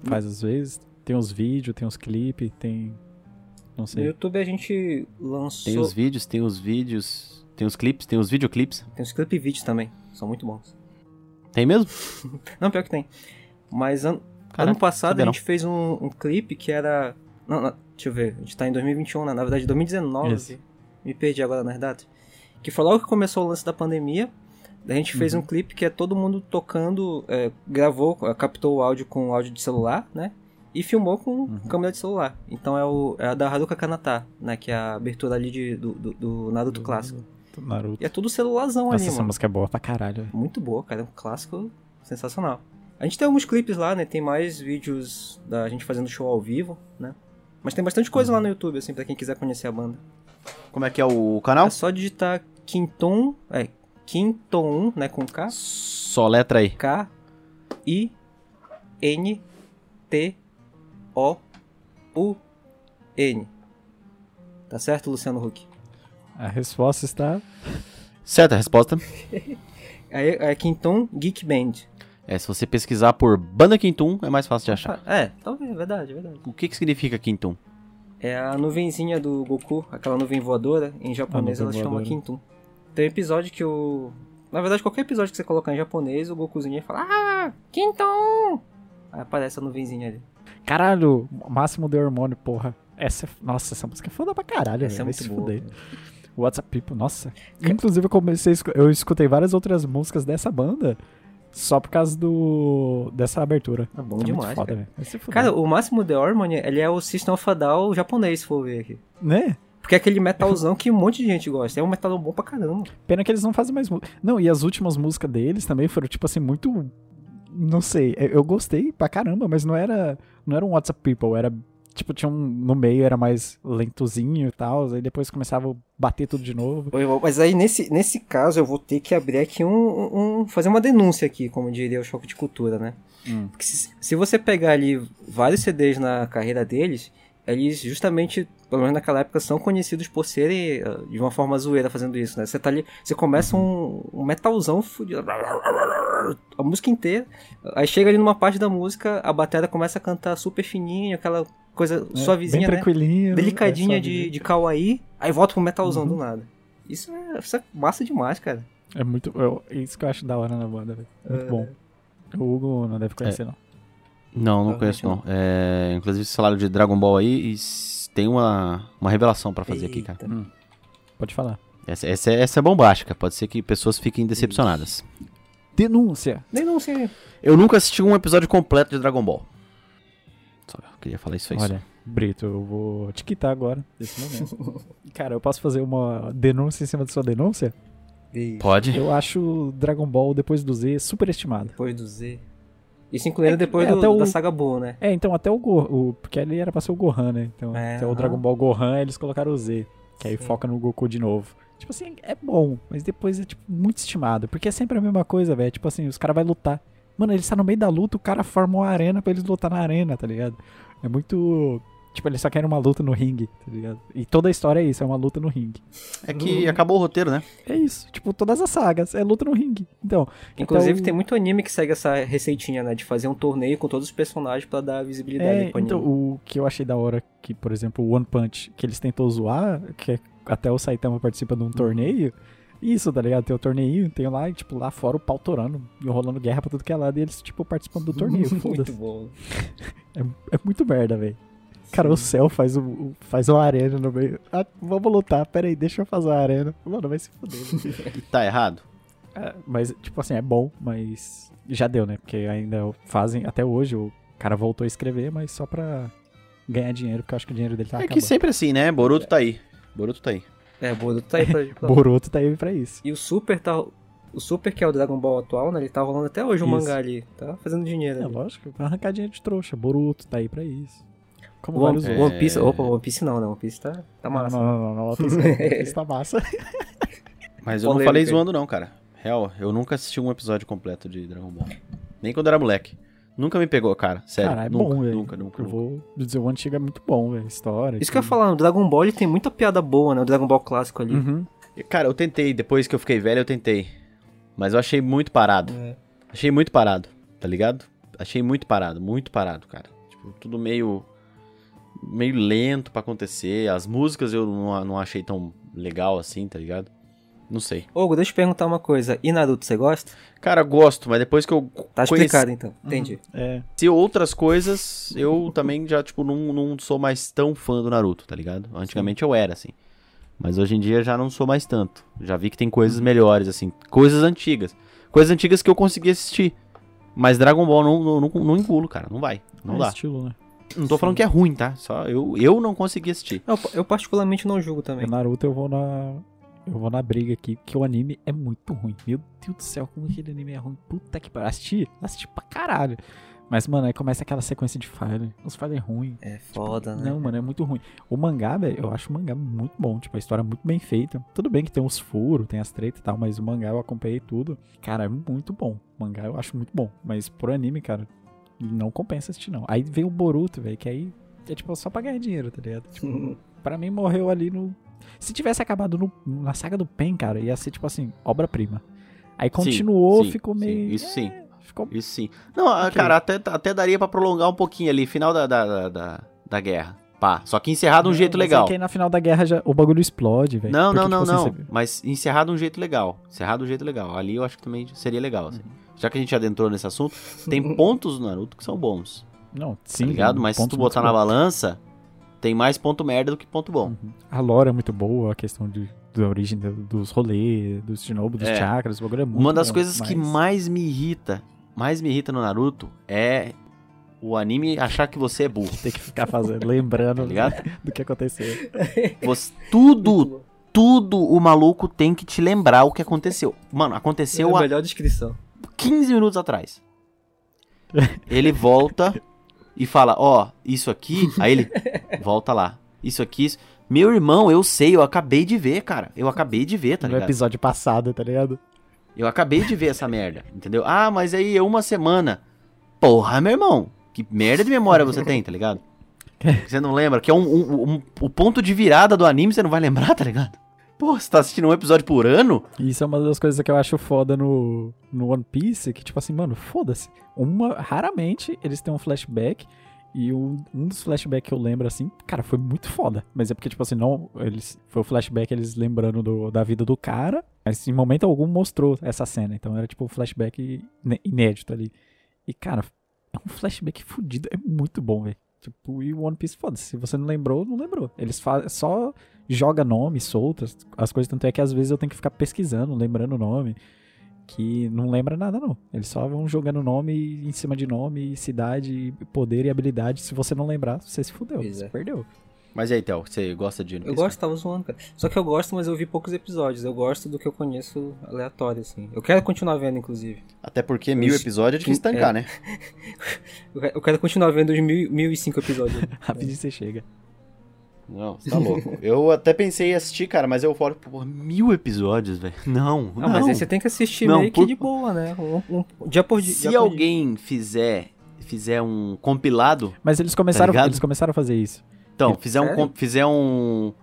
Speaker 2: Faz às vezes. Tem uns vídeos, tem uns clipes, tem. Não
Speaker 3: No
Speaker 2: sei.
Speaker 3: YouTube a gente lançou.
Speaker 1: Tem os vídeos, tem os vídeos, tem os clipes, tem os videoclipes.
Speaker 3: Tem os clip vídeos também. São muito bons.
Speaker 1: Tem mesmo?
Speaker 3: Não, pior que tem. Mas ano,
Speaker 1: Caraca,
Speaker 3: ano passado
Speaker 1: sabia
Speaker 3: a
Speaker 1: não.
Speaker 3: gente fez um, um clipe que era. Não, não, deixa eu ver, a gente tá em 2021, né? Na verdade, 2019.
Speaker 2: Isso.
Speaker 3: Me perdi agora nas datas. Que foi logo que começou o lance da pandemia. A gente
Speaker 2: Uhum.
Speaker 3: fez um clipe que é todo mundo tocando, é, gravou, é, captou o áudio com áudio de celular, né? E filmou com
Speaker 2: Uhum.
Speaker 3: câmera de celular. Então é, o, é a da Haruka Kanata, né? Que é a abertura ali de, do, do, do Naruto clássico.
Speaker 2: Do Naruto.
Speaker 3: E é tudo celularzão
Speaker 2: Uhum. Nossa,
Speaker 3: ali,
Speaker 2: essa
Speaker 3: mano.
Speaker 2: música é boa pra caralho. velho.
Speaker 3: Muito boa, cara. É um clássico sensacional. A gente tem alguns clipes lá, né? Tem mais vídeos da gente fazendo show ao vivo, né? Mas tem bastante coisa lá no YouTube, assim, pra quem quiser conhecer a banda.
Speaker 1: Como é que é o canal?
Speaker 3: É só digitar Quinton, é, Quinton, né, com K,
Speaker 1: Só letra aí.
Speaker 3: K, I, N, T, O, U, N. Tá certo, Luciano Huck?
Speaker 2: A resposta está.
Speaker 1: Certa resposta.
Speaker 3: É, é Quinton Geek Band.
Speaker 1: É, se você pesquisar por Banda Quintum, é mais fácil de achar.
Speaker 3: É, talvez, é verdade, é verdade.
Speaker 1: O que, que significa Quintum?
Speaker 3: É a nuvenzinha do Goku, aquela nuvem voadora, em japonês
Speaker 2: A
Speaker 3: ela
Speaker 2: nuvem
Speaker 3: chama
Speaker 2: voadora.
Speaker 3: Kintum. Tem um episódio que o. Na verdade, qualquer episódio que você colocar em japonês, o Gokuzinho fala, ah, Kintum! Aí aparece a nuvenzinha ali.
Speaker 2: Caralho, máximo de hormônio, porra. Essa é... Nossa, essa música é foda pra caralho.
Speaker 3: Essa
Speaker 2: velho. Vai
Speaker 3: é muito
Speaker 2: se
Speaker 3: boa.
Speaker 2: fuder. WhatsApp People, nossa. Inclusive, eu comecei. a escu- Eu escutei várias outras músicas dessa banda só por causa do. dessa abertura.
Speaker 3: É bom
Speaker 2: Tá
Speaker 3: demais.
Speaker 2: muito foda,
Speaker 3: cara.
Speaker 2: velho. Vai se fuder.
Speaker 3: Cara, o Máximo The Hormone, ele é o System of a Down japonês, se for ver aqui.
Speaker 2: né?
Speaker 3: Porque é aquele metalzão que um monte de gente gosta. É um metal bom pra caramba.
Speaker 2: Pena que eles não fazem mais música. Não, e as últimas músicas deles também foram, tipo assim, muito. Não sei, é, eu eu gostei pra caramba, mas não era. Não era um WhatsApp People, era. Tipo, tinha um. No meio era mais lentozinho e tal. Aí depois começava a bater tudo de novo.
Speaker 3: Oi, Mas aí, nesse, nesse caso, eu vou ter que abrir aqui um- um. fazer uma denúncia aqui, como diria o Choque de Cultura, né?
Speaker 2: Hum.
Speaker 3: Porque se, se você pegar ali vários CDs na carreira deles, eles justamente, pelo menos naquela época, são conhecidos por serem ah, de uma forma zoeira fazendo isso, né? Você tá ali, você começa um, um metalzão fudido, a música inteira, aí chega ali numa parte da música, a bateria começa a cantar super fininho, aquela coisa
Speaker 2: É,
Speaker 3: suavezinha,
Speaker 2: Bem
Speaker 3: né?
Speaker 2: tranquilinho.
Speaker 3: Delicadinha
Speaker 2: é,
Speaker 3: de,
Speaker 2: suavezinho.
Speaker 3: de kawaii, aí volta pro metalzão
Speaker 2: Uhum.
Speaker 3: do nada. Isso é, isso é massa demais, cara.
Speaker 2: É muito. eu- é isso que eu acho da hora na banda, velho. Muito
Speaker 3: É.
Speaker 2: bom. O Hugo não deve conhecer, não.
Speaker 1: Não, não
Speaker 3: Provavelmente
Speaker 1: conheço
Speaker 3: não.
Speaker 1: não. É, inclusive, esse salário de Dragon Ball aí e s- tem uma, uma revelação pra fazer aqui, cara.
Speaker 3: Eita.
Speaker 2: Pode falar.
Speaker 1: Essa, essa, é- essa é bombástica, pode ser que pessoas fiquem decepcionadas.
Speaker 2: Denúncia!
Speaker 3: Nem não sei.
Speaker 1: Eu nunca assisti um episódio completo de Dragon Ball. Só eu queria falar É isso aí. só.
Speaker 2: Olha, Brito, eu vou te quitar agora, nesse momento. Cara, eu posso fazer uma denúncia em cima da sua denúncia?
Speaker 1: Pode?
Speaker 2: Eu acho Dragon Ball depois do Z superestimado.
Speaker 3: Depois do Z. Isso incluindo
Speaker 2: É que-
Speaker 3: depois
Speaker 2: é,
Speaker 3: do-
Speaker 2: até o-
Speaker 3: da saga boa, né?
Speaker 2: É, então até o, Go, o- Porque ali era pra ser o Gohan, né? Então
Speaker 3: É,
Speaker 2: até o
Speaker 3: aham.
Speaker 2: Dragon Ball Gohan eles colocaram o Z. Que aí
Speaker 3: Sim.
Speaker 2: foca no Goku de novo. Tipo assim, é bom, mas depois é tipo muito estimado. Porque é sempre a mesma coisa, velho. Tipo assim, os caras vão lutar. Mano, eles estão no meio da luta, o cara forma uma arena pra eles lutar na arena, tá ligado? É muito. Tipo, eles só querem uma luta no ringue, tá ligado? E toda a história é isso, é uma luta no ringue.
Speaker 1: É que acabou o roteiro, né?
Speaker 2: É isso. Tipo, todas as sagas é luta no ringue. Então,
Speaker 3: Inclusive,
Speaker 2: Então-
Speaker 3: tem muito anime que segue essa receitinha, né? De fazer um torneio com todos os personagens pra dar visibilidade
Speaker 2: é,
Speaker 3: pro anime.
Speaker 2: então o que eu achei da hora que, por exemplo, o One Punch, que eles tentou zoar, que é- até o Saitama participa de um torneio. Isso, tá ligado? Tem o torneio, tem lá, e, tipo, lá fora o pau torando, enrolando guerra pra tudo que é lado, e eles, tipo, participando do torneio.
Speaker 3: Muito
Speaker 2: Foda-se.
Speaker 3: bom.
Speaker 2: É muito merda, velho. Cara, o céu faz, o- o, faz uma arena no meio. Ah, vamos lutar, pera aí, deixa eu fazer uma arena. Mano, vai se fuder. velho.
Speaker 1: E tá errado.
Speaker 2: É, mas, tipo assim, é bom, mas já deu, né? Porque ainda fazem, até hoje, o cara voltou a escrever, mas só pra ganhar dinheiro, porque eu acho que o dinheiro dele tá
Speaker 1: é
Speaker 2: acabando.
Speaker 1: que sempre assim, né? Boruto tá aí. Boruto tá aí.
Speaker 3: É, Boruto tá aí pra...
Speaker 2: Boruto tá aí pra isso.
Speaker 3: E o Super tá... O Super, que é o Dragon Ball atual, né? Ele tá rolando até hoje o
Speaker 2: Isso.
Speaker 3: mangá ali. Tá fazendo dinheiro.
Speaker 2: É
Speaker 3: ali.
Speaker 2: lógico, vai arrancar dinheiro de trouxa. Boruto tá aí pra isso. Como
Speaker 3: One,
Speaker 2: vários
Speaker 1: é.
Speaker 2: outros.
Speaker 3: One Piece... Opa, One Piece não, né? One Piece tá, tá
Speaker 2: Não,
Speaker 3: massa.
Speaker 2: não, não, não, não, One Piece é- isso tá massa.
Speaker 1: Mas eu não
Speaker 3: Polêmica
Speaker 1: falei
Speaker 3: aí.
Speaker 1: zoando, não, cara. Real, eu nunca assisti um episódio completo de Dragon Ball. Nem quando era moleque. Nunca me pegou, cara. Sério.
Speaker 2: Cara, é
Speaker 1: nunca,
Speaker 2: bom, velho.
Speaker 1: nunca, nunca,
Speaker 2: Eu
Speaker 1: nunca.
Speaker 2: vou dizer, o antigo é muito bom, velho. História.
Speaker 3: Isso que eu ia falar, o Dragon Ball ele tem muita piada boa, né? O Dragon Ball clássico ali.
Speaker 2: Uhum.
Speaker 1: Cara, eu tentei, depois que eu fiquei velho, eu tentei. Mas eu achei muito parado.
Speaker 3: É.
Speaker 1: Achei muito parado, tá ligado? Achei muito parado, muito parado, cara. Tipo, tudo meio. meio lento pra acontecer. As músicas eu não, não achei tão legal assim, tá ligado? Não sei.
Speaker 3: Hugo, deixa eu te perguntar uma coisa. E Naruto, você gosta?
Speaker 1: Cara, gosto, mas depois que eu
Speaker 3: Tá
Speaker 1: conheci
Speaker 3: explicado então. Entendi.
Speaker 2: É.
Speaker 1: se outras coisas, eu também já, tipo, não, não sou mais tão fã do Naruto, tá ligado? Antigamente eu era, assim. Mas hoje em dia já não sou mais tanto. Já vi que tem coisas melhores, assim. Coisas antigas. Coisas antigas que eu consegui assistir. Mas Dragon Ball não, não, não, não engulo, cara. Não vai. Não
Speaker 2: é
Speaker 1: dá.
Speaker 2: estilo, né?
Speaker 1: Não tô falando que é ruim, tá? Só eu, eu não consegui assistir.
Speaker 3: Eu, eu particularmente não julgo também.
Speaker 2: O É Naruto eu vou na. Eu vou na briga aqui, que o anime é muito ruim. Meu Deus do céu, como aquele anime é ruim. Puta que pariu. Assisti, assisti pra caralho. Mas, mano, aí começa aquela sequência de Fire. Os Fire é ruim.
Speaker 3: É foda, né?
Speaker 2: Não, mano, é muito ruim. O mangá, velho, eu acho o mangá muito bom. Tipo, a história é muito bem feita. Tudo bem que tem uns furos, tem as tretas e tal, mas o mangá eu acompanhei tudo. Cara, é muito bom. O mangá eu acho muito bom. Mas pro anime, cara, não compensa assistir, não. Aí vem o Boruto, velho, que aí é tipo só pra ganhar dinheiro, tá ligado? Tipo, pra mim morreu ali no. Se tivesse acabado no- na saga do Pen, cara, ia ser tipo assim, obra-prima. Aí continuou,
Speaker 1: sim,
Speaker 2: ficou
Speaker 1: sim,
Speaker 2: meio.
Speaker 1: isso sim.
Speaker 2: É, ficou
Speaker 1: Isso sim. Não, ah,
Speaker 2: Ok.
Speaker 1: cara, até, até daria pra prolongar um pouquinho ali. Final da, da, da, da, da guerra. Pá. Só que encerrar de um
Speaker 2: Não,
Speaker 1: jeito
Speaker 2: mas
Speaker 1: legal.
Speaker 2: É que aí na final da guerra já, o bagulho explode, velho.
Speaker 1: Não, não,
Speaker 2: Porque,
Speaker 1: não,
Speaker 2: tipo assim,
Speaker 1: não.
Speaker 2: você-
Speaker 1: Mas encerrar de um jeito legal. Encerrar de um jeito legal. Ali eu acho que também seria legal, assim. Já que a gente adentrou nesse assunto, tem pontos do Naruto que são bons,
Speaker 2: Não, sim.
Speaker 1: tá ligado? Mas se
Speaker 2: pontos
Speaker 1: tu botar
Speaker 2: muito
Speaker 1: na
Speaker 2: bons.
Speaker 1: balança, tem mais ponto merda do que ponto bom.
Speaker 2: Uhum. A lore é muito boa, a questão de, da origem do- dos rolês, dos shinobu, dos
Speaker 1: É.
Speaker 2: chakras, o bagulho é muito
Speaker 1: Uma das
Speaker 2: bom,
Speaker 1: coisas que
Speaker 2: mas-
Speaker 1: mais me irrita, mais me irrita no Naruto é o anime achar que você é burro,
Speaker 2: Tem que ficar fazendo, lembrando
Speaker 1: tá ligado?
Speaker 2: do que aconteceu.
Speaker 1: Você- tudo, tudo o maluco tem que te lembrar o que aconteceu. Mano,
Speaker 3: é
Speaker 1: aconteceu
Speaker 3: a
Speaker 1: há
Speaker 3: melhor descrição.
Speaker 1: 15 minutos atrás. Ele volta e fala: Ó, isso aqui. Aí ele volta lá. Isso aqui. Isso. Meu irmão, eu sei, eu acabei de ver, cara. Eu acabei de ver, tá
Speaker 2: no
Speaker 1: ligado?
Speaker 2: episódio passado, tá ligado?
Speaker 1: Eu acabei de ver essa merda, entendeu? Ah, mas aí é uma semana. Porra, meu irmão. Que merda de memória você tem, tá ligado? Que Você não lembra? Que é um, um- um- o ponto de virada do anime, você não vai lembrar, tá ligado? Pô, você tá assistindo um episódio por ano?
Speaker 2: E Isso é uma das coisas que eu acho foda no, no One Piece, que tipo assim, mano, foda-se. Uma, raramente eles têm um flashback, e um, um dos flashbacks que eu lembro, assim, cara, foi muito foda. Mas é porque, tipo assim, não, eles, foi o flashback eles lembrando do- da vida do cara, mas em momento algum mostrou essa cena, então era tipo um flashback ine- inédito ali. E, cara, é um flashback fudido, é muito bom, velho. Tipo, e o One Piece, foda-se, se você não lembrou, não lembrou. Eles fa- só joga nome, solta as- as coisas. Tanto é que às vezes eu tenho que ficar pesquisando, lembrando o nome. Que não lembra nada, não. Eles só vão jogando nome em cima de nome, cidade, poder e habilidade. Se você não lembrar, você se fudeu.
Speaker 3: Pois
Speaker 2: Você
Speaker 3: é.
Speaker 2: perdeu.
Speaker 1: Mas e aí, Théo, você gosta de One
Speaker 3: Eu
Speaker 1: Piece?
Speaker 3: gosto, tava zoando, cara. Só que eu gosto, mas eu vi poucos episódios. Eu gosto do que eu conheço aleatório, assim. Eu quero continuar vendo, inclusive.
Speaker 1: Até porque mil
Speaker 3: Os-
Speaker 1: episódios é difícil
Speaker 3: é.
Speaker 1: tancar, né?
Speaker 3: Eu que- Eu quero continuar vendo os mil, 1005 episódios.
Speaker 2: Rapidinho você chega.
Speaker 1: Não, você tá louco. eu até pensei em assistir, cara, mas eu falo, pô, mil episódios, velho. Não,
Speaker 3: Ah, mas aí
Speaker 2: é
Speaker 3: você tem que assistir
Speaker 1: Não,
Speaker 3: meio
Speaker 1: por-
Speaker 3: que de boa, né? Um, um- dia
Speaker 2: tipo
Speaker 3: por dia.
Speaker 1: Se
Speaker 3: dia por dia.
Speaker 1: alguém fizer, fizer um compilado,
Speaker 2: Mas eles começaram,
Speaker 1: ligado?
Speaker 2: eles começaram a fazer isso.
Speaker 1: Então, fizer um,
Speaker 3: Sério?
Speaker 1: com- fizer um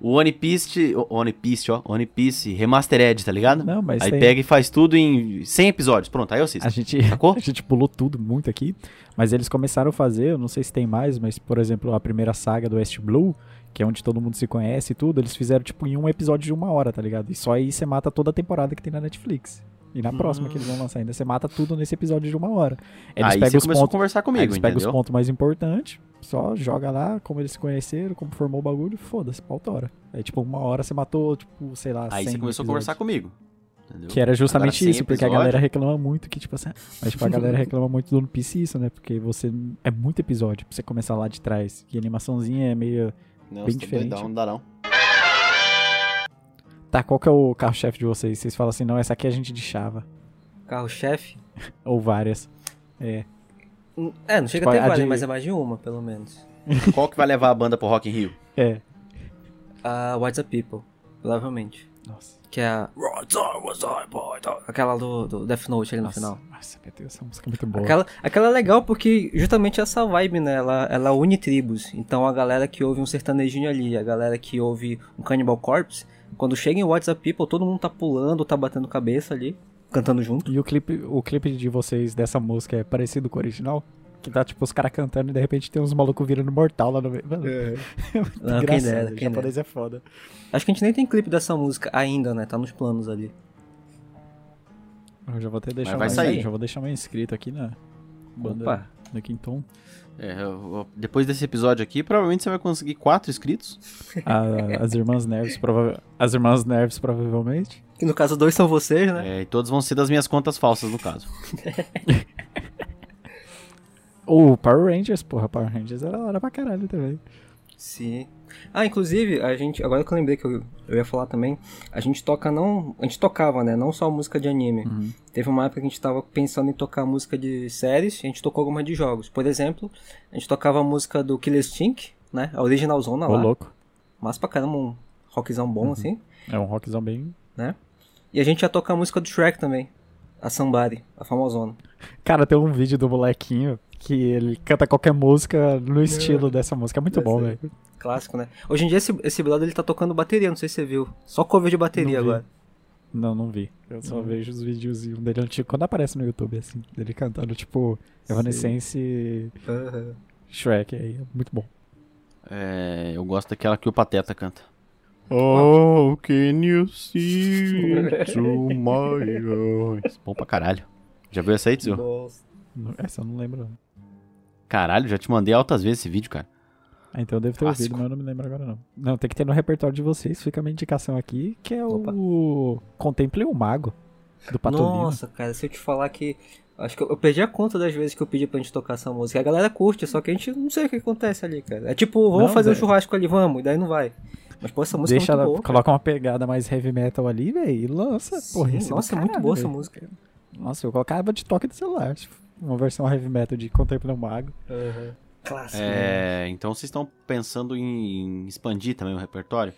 Speaker 1: o One Piece, o One Piece, ó, One Piece Remastered, tá ligado?
Speaker 2: Não, mas
Speaker 1: aí
Speaker 2: tem-
Speaker 1: pega e faz tudo em 100 episódios. Pronto, aí eu assisto.
Speaker 2: A gente,
Speaker 1: Sacou?
Speaker 2: a gente pulou tudo muito aqui, mas eles começaram a fazer, eu não sei se tem mais, mas por exemplo, a primeira saga do West Blue, que é onde todo mundo se conhece e tudo, eles fizeram tipo em um episódio de uma hora, tá ligado? E só aí você mata toda a temporada que tem na Netflix. E na próxima que eles vão lançar ainda, você mata tudo nesse episódio de uma hora. Eles
Speaker 1: aí
Speaker 2: pegam
Speaker 1: você
Speaker 2: os
Speaker 1: começou a
Speaker 2: pontos,
Speaker 1: conversar
Speaker 2: aí
Speaker 1: comigo,
Speaker 2: eles pegam os
Speaker 1: entendeu?
Speaker 2: pontos mais importantes, só joga lá como eles se conheceram, como formou o bagulho, foda-se, pauta hora. Aí tipo uma hora você matou, tipo, sei lá,
Speaker 1: Aí
Speaker 2: 100
Speaker 1: você começou a
Speaker 2: episódios.
Speaker 1: conversar comigo. Entendeu?
Speaker 2: Que é era justamente
Speaker 1: Agora, sem
Speaker 2: isso, porque a
Speaker 1: episódio?
Speaker 2: galera reclama muito que, tipo assim, mas tipo, a galera reclama muito do One Piece isso, né? Porque você. É muito episódio pra você começar lá de trás. E a animaçãozinha é meio.
Speaker 1: Não,
Speaker 2: bem
Speaker 1: você tá
Speaker 2: diferente.
Speaker 1: doidão, não dá não.
Speaker 2: Tá, qual que é o carro-chefe de vocês? Vocês falam assim, não, essa aqui a gente deixava.
Speaker 3: Carro-chefe?
Speaker 2: Ou várias.
Speaker 3: Hum, É, não chega
Speaker 2: Tipo,
Speaker 3: até
Speaker 2: a
Speaker 3: agora,
Speaker 2: de-
Speaker 3: mas é mais de uma, pelo menos.
Speaker 1: Qual que vai levar a banda pro Rock in Rio?
Speaker 2: É.
Speaker 3: A What's Up People, provavelmente.
Speaker 2: Nossa.
Speaker 3: Que é a... Aquela do, do Death Note ali no
Speaker 2: nossa,
Speaker 3: final.
Speaker 2: Nossa, meu Deus, essa música é muito boa.
Speaker 3: Aquela, aquela é legal porque justamente essa vibe, né? Ela, ela une tribos. Então a galera que ouve um sertanejinho ali, a galera que ouve um Cannibal Corpse, quando chega em WhatsApp People, todo mundo tá pulando, tá batendo cabeça ali, cantando junto.
Speaker 2: E o clipe, o clipe de vocês dessa música é parecido com o original? Que tá, tipo, os caras cantando e de repente tem uns malucos virando mortal lá no meio. Mano, é. muito
Speaker 3: Não, Ah, quem
Speaker 2: engraçado.
Speaker 3: dera, quem
Speaker 2: japonês é foda.
Speaker 3: Acho que a gente nem tem clipe dessa música ainda, né? Tá nos planos ali.
Speaker 2: Eu já vou até deixar
Speaker 1: vai
Speaker 2: mais- um,
Speaker 1: sair.
Speaker 2: Já vou deixar meu inscrito aqui na banda
Speaker 3: Opa.
Speaker 2: do Quinton.
Speaker 1: É, eu- eu- depois desse episódio aqui, provavelmente você vai conseguir quatro inscritos.
Speaker 2: A- as irmãs Nerves, prova as irmãs Nerves provavelmente.
Speaker 3: Que no caso dois são vocês, né?
Speaker 1: É, e todos vão ser das minhas contas falsas, no caso.
Speaker 2: Ou Power Rangers, porra, Power Rangers era hora pra caralho também.
Speaker 3: Sim. Ah, inclusive, a gente. Agora que eu lembrei que eu, eu ia falar também, a gente toca não. A gente tocava, né? Não só música de anime.
Speaker 2: Uhum.
Speaker 3: Teve uma época que a gente tava pensando em tocar música de séries, a gente tocou algumas de jogos. Por exemplo, a gente tocava a música do Killer Stink, né? A original zona
Speaker 2: Ô
Speaker 3: lá.
Speaker 2: louco.
Speaker 3: Mas pra caramba, um rockzão bom, assim.
Speaker 2: É um rockzão bem.
Speaker 3: E a gente ia tocar a música do Shrek também. A Somebody, a famosona.
Speaker 2: Cara, tem um vídeo do molequinho que ele canta qualquer música no estilo dessa música. É muito
Speaker 3: Eu
Speaker 2: bom,
Speaker 3: sei.
Speaker 2: velho.
Speaker 3: Clássico, né? Hoje em dia esse, esse brother ele tá tocando bateria, não sei se você viu. Só cover de bateria
Speaker 2: Não vi.
Speaker 3: agora.
Speaker 2: Não, não vi. Eu só
Speaker 3: Não.
Speaker 4: Mm.
Speaker 2: vejo os videozinhos dele antigo quando aparece no YouTube, assim, dele cantando, tipo, Evanescence
Speaker 3: Aham.
Speaker 2: Shrek aí. É muito bom.
Speaker 1: É, eu gosto daquela que o Pateta canta.
Speaker 4: Oh, can you see through my eyes?
Speaker 1: Bom pra caralho. Já viu essa aí, Tzu?
Speaker 3: Nossa.
Speaker 2: Não- Essa eu não lembro. não.
Speaker 1: Caralho, já te mandei altas vezes esse vídeo, cara.
Speaker 2: Ah, então eu devo ter
Speaker 1: Clássico.
Speaker 2: ouvido, mas eu não me lembro agora não. Não, tem que ter no repertório de vocês, fica a minha indicação aqui, que é
Speaker 3: Opa.
Speaker 2: o Contemple o Mago, do Patolino.
Speaker 3: Nossa, cara, se eu te falar que. Acho que eu, eu perdi a conta das vezes que eu pedi pra gente tocar essa música. A galera curte, só que a gente não sei o que acontece ali, cara. É tipo, vamos
Speaker 2: Não,
Speaker 3: fazer um
Speaker 2: velho.
Speaker 3: churrasco ali, vamos, e daí não vai. Mas, pô, essa música
Speaker 2: Deixa
Speaker 3: é muito
Speaker 2: ela,
Speaker 3: boa. cara.
Speaker 2: coloca uma pegada mais heavy metal ali, velho, e lança.
Speaker 3: Sim,
Speaker 2: Porra, ia ser do
Speaker 3: nossa, é muito
Speaker 2: caralho,
Speaker 3: boa essa
Speaker 2: velho.
Speaker 3: música.
Speaker 2: Nossa, eu colocava de toque do celular, tipo, uma versão heavy metal de Contemple o Mago.
Speaker 3: Clássico. né?
Speaker 1: É, então vocês estão pensando em expandir também o repertório?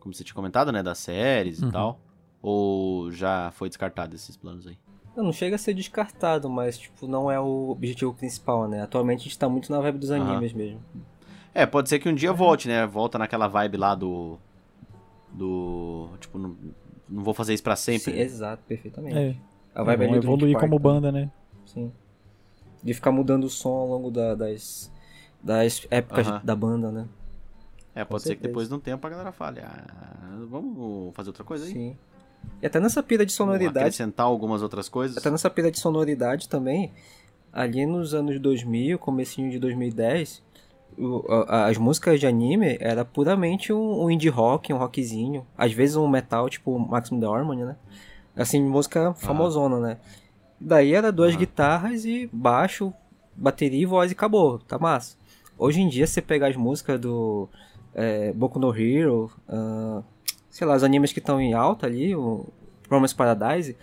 Speaker 1: Como você tinha comentado, né? Das séries
Speaker 2: Uhum.
Speaker 1: e tal. Ou já foi descartado esses planos aí?
Speaker 3: Não, não chega a ser descartado, mas, tipo, não é o objetivo principal, né? Atualmente a gente tá muito na vibe dos
Speaker 1: Aham.
Speaker 3: animes mesmo.
Speaker 1: É, pode ser que um dia volte, né? Volta naquela vibe lá do. Do. Tipo, não, não vou fazer isso pra sempre. né?
Speaker 3: Sim, exato, perfeitamente.
Speaker 2: É,
Speaker 3: A
Speaker 2: vão
Speaker 3: vibe ali do Linkin
Speaker 2: evoluir
Speaker 3: Park,
Speaker 2: como
Speaker 3: né?
Speaker 2: banda, né?
Speaker 3: Sim. De ficar mudando o som ao longo da- das, das épocas
Speaker 1: Aham.
Speaker 3: da banda, né?
Speaker 1: é, pode
Speaker 3: com
Speaker 1: ser que
Speaker 3: certeza.
Speaker 1: depois de um tempo a galera fale. Ah, vamos fazer outra coisa aí?
Speaker 3: Sim. E até nessa pira de
Speaker 1: Vamos
Speaker 3: sonoridade,
Speaker 1: Acrescentar algumas outras coisas.
Speaker 3: até nessa pira de sonoridade também, ali nos anos 2000, comecinho de 2010, o- a- as músicas de anime era puramente um, um indie rock, um rockzinho, às vezes um metal, tipo o Maximum The Harmony, né? Assim, música famosona, né? Daí era duas
Speaker 1: Ah.
Speaker 3: guitarras e baixo, bateria e voz e acabou, tá massa. Hoje em dia, se você pegar as músicas do é, Boku no Hero, ah, sei lá, os animes que estão em alta ali, o Promise Paradise,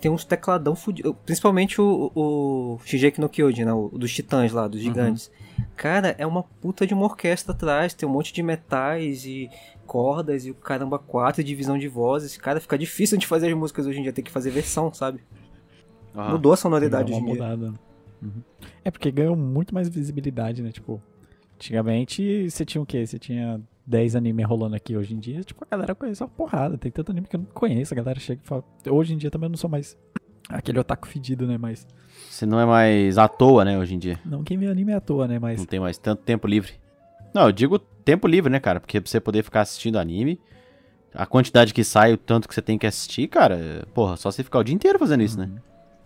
Speaker 3: tem uns tecladão fudido. Principalmente o, o, o Shigeki no Kyojin, né? O dos titãs lá, dos gigantes. Cara, é uma puta de uma orquestra atrás, tem um monte de metais e cordas e o caramba quatro, e divisão de vozes. Cara, fica difícil de fazer as músicas hoje em dia, tem que fazer versão, sabe?
Speaker 1: Aham.
Speaker 3: Mudou a
Speaker 2: Dá
Speaker 3: sonoridade
Speaker 2: Ah, é uma
Speaker 3: hoje em dia.
Speaker 2: mudada. Uhum. É porque ganhou muito mais visibilidade, né? Tipo, Antigamente, você tinha o quê? Você tinha 10 anime rolando aqui hoje em dia. Tipo, a galera conhece uma porrada. Tem tanto anime que eu não conheço. A galera chega e fala. Hoje em dia também eu não sou mais aquele otaku fedido, né? Mas.
Speaker 1: Você não é mais à toa, né, hoje em dia.
Speaker 2: Não que meu anime é à toa, né?
Speaker 1: Não
Speaker 2: Mas.
Speaker 1: tem mais tanto tempo livre. Não, eu digo tempo livre, né, cara? Porque pra você poder ficar assistindo anime, a quantidade que sai, o tanto que você tem que assistir, cara, é- porra, só você ficar o dia inteiro fazendo isso,
Speaker 3: Uhum.
Speaker 1: né?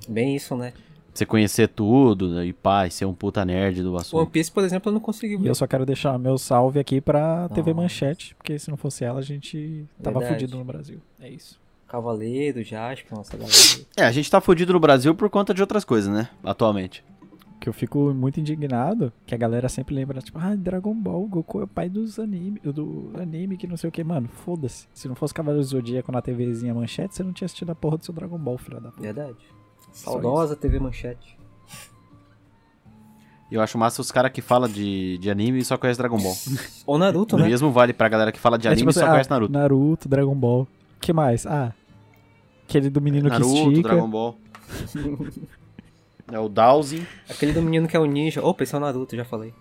Speaker 3: Bem isso, né?
Speaker 1: Você conhecer tudo né, e pá, e ser um puta nerd do assunto.
Speaker 3: One Piece, por exemplo, eu não consegui
Speaker 2: Uhum. E
Speaker 3: ver.
Speaker 2: eu só quero deixar meu salve aqui pra TV
Speaker 3: Nossa.
Speaker 2: Manchete, porque se não fosse ela, a gente tava
Speaker 3: Verdade.
Speaker 2: fudido no Brasil. É isso.
Speaker 3: Cavaleiro, Jasper, nossa galera.
Speaker 1: É, a gente tá fudido no Brasil por conta de outras coisas, né? Atualmente.
Speaker 2: que eu fico muito indignado, que a galera sempre lembra, tipo, ah, Dragon Ball, Goku é o pai dos anime, do anime que não sei o que, mano, foda-se. Se não fosse Cavaleiros do Zodíaco na TVzinha manchete, você não tinha assistido a porra do seu Dragon Ball, filha da puta.
Speaker 3: Verdade.
Speaker 2: Só
Speaker 3: Saudosa TV Manchete.
Speaker 1: E eu acho massa os caras que falam de, de anime e só conhece Dragon Ball.
Speaker 3: Ou Naruto,
Speaker 1: O
Speaker 3: né?
Speaker 1: mesmo vale pra galera que fala de
Speaker 2: É
Speaker 1: anime
Speaker 2: tipo
Speaker 1: e só
Speaker 2: assim,
Speaker 1: conhece
Speaker 2: ah,
Speaker 1: Naruto.
Speaker 2: Naruto, Dragon Ball. que mais? Ah, aquele do menino que
Speaker 1: Naruto,
Speaker 2: estica.
Speaker 1: Dragon Ball. é o Dowsing.
Speaker 3: Aquele do menino que é o ninja. Opa, esse é o Naruto, já falei.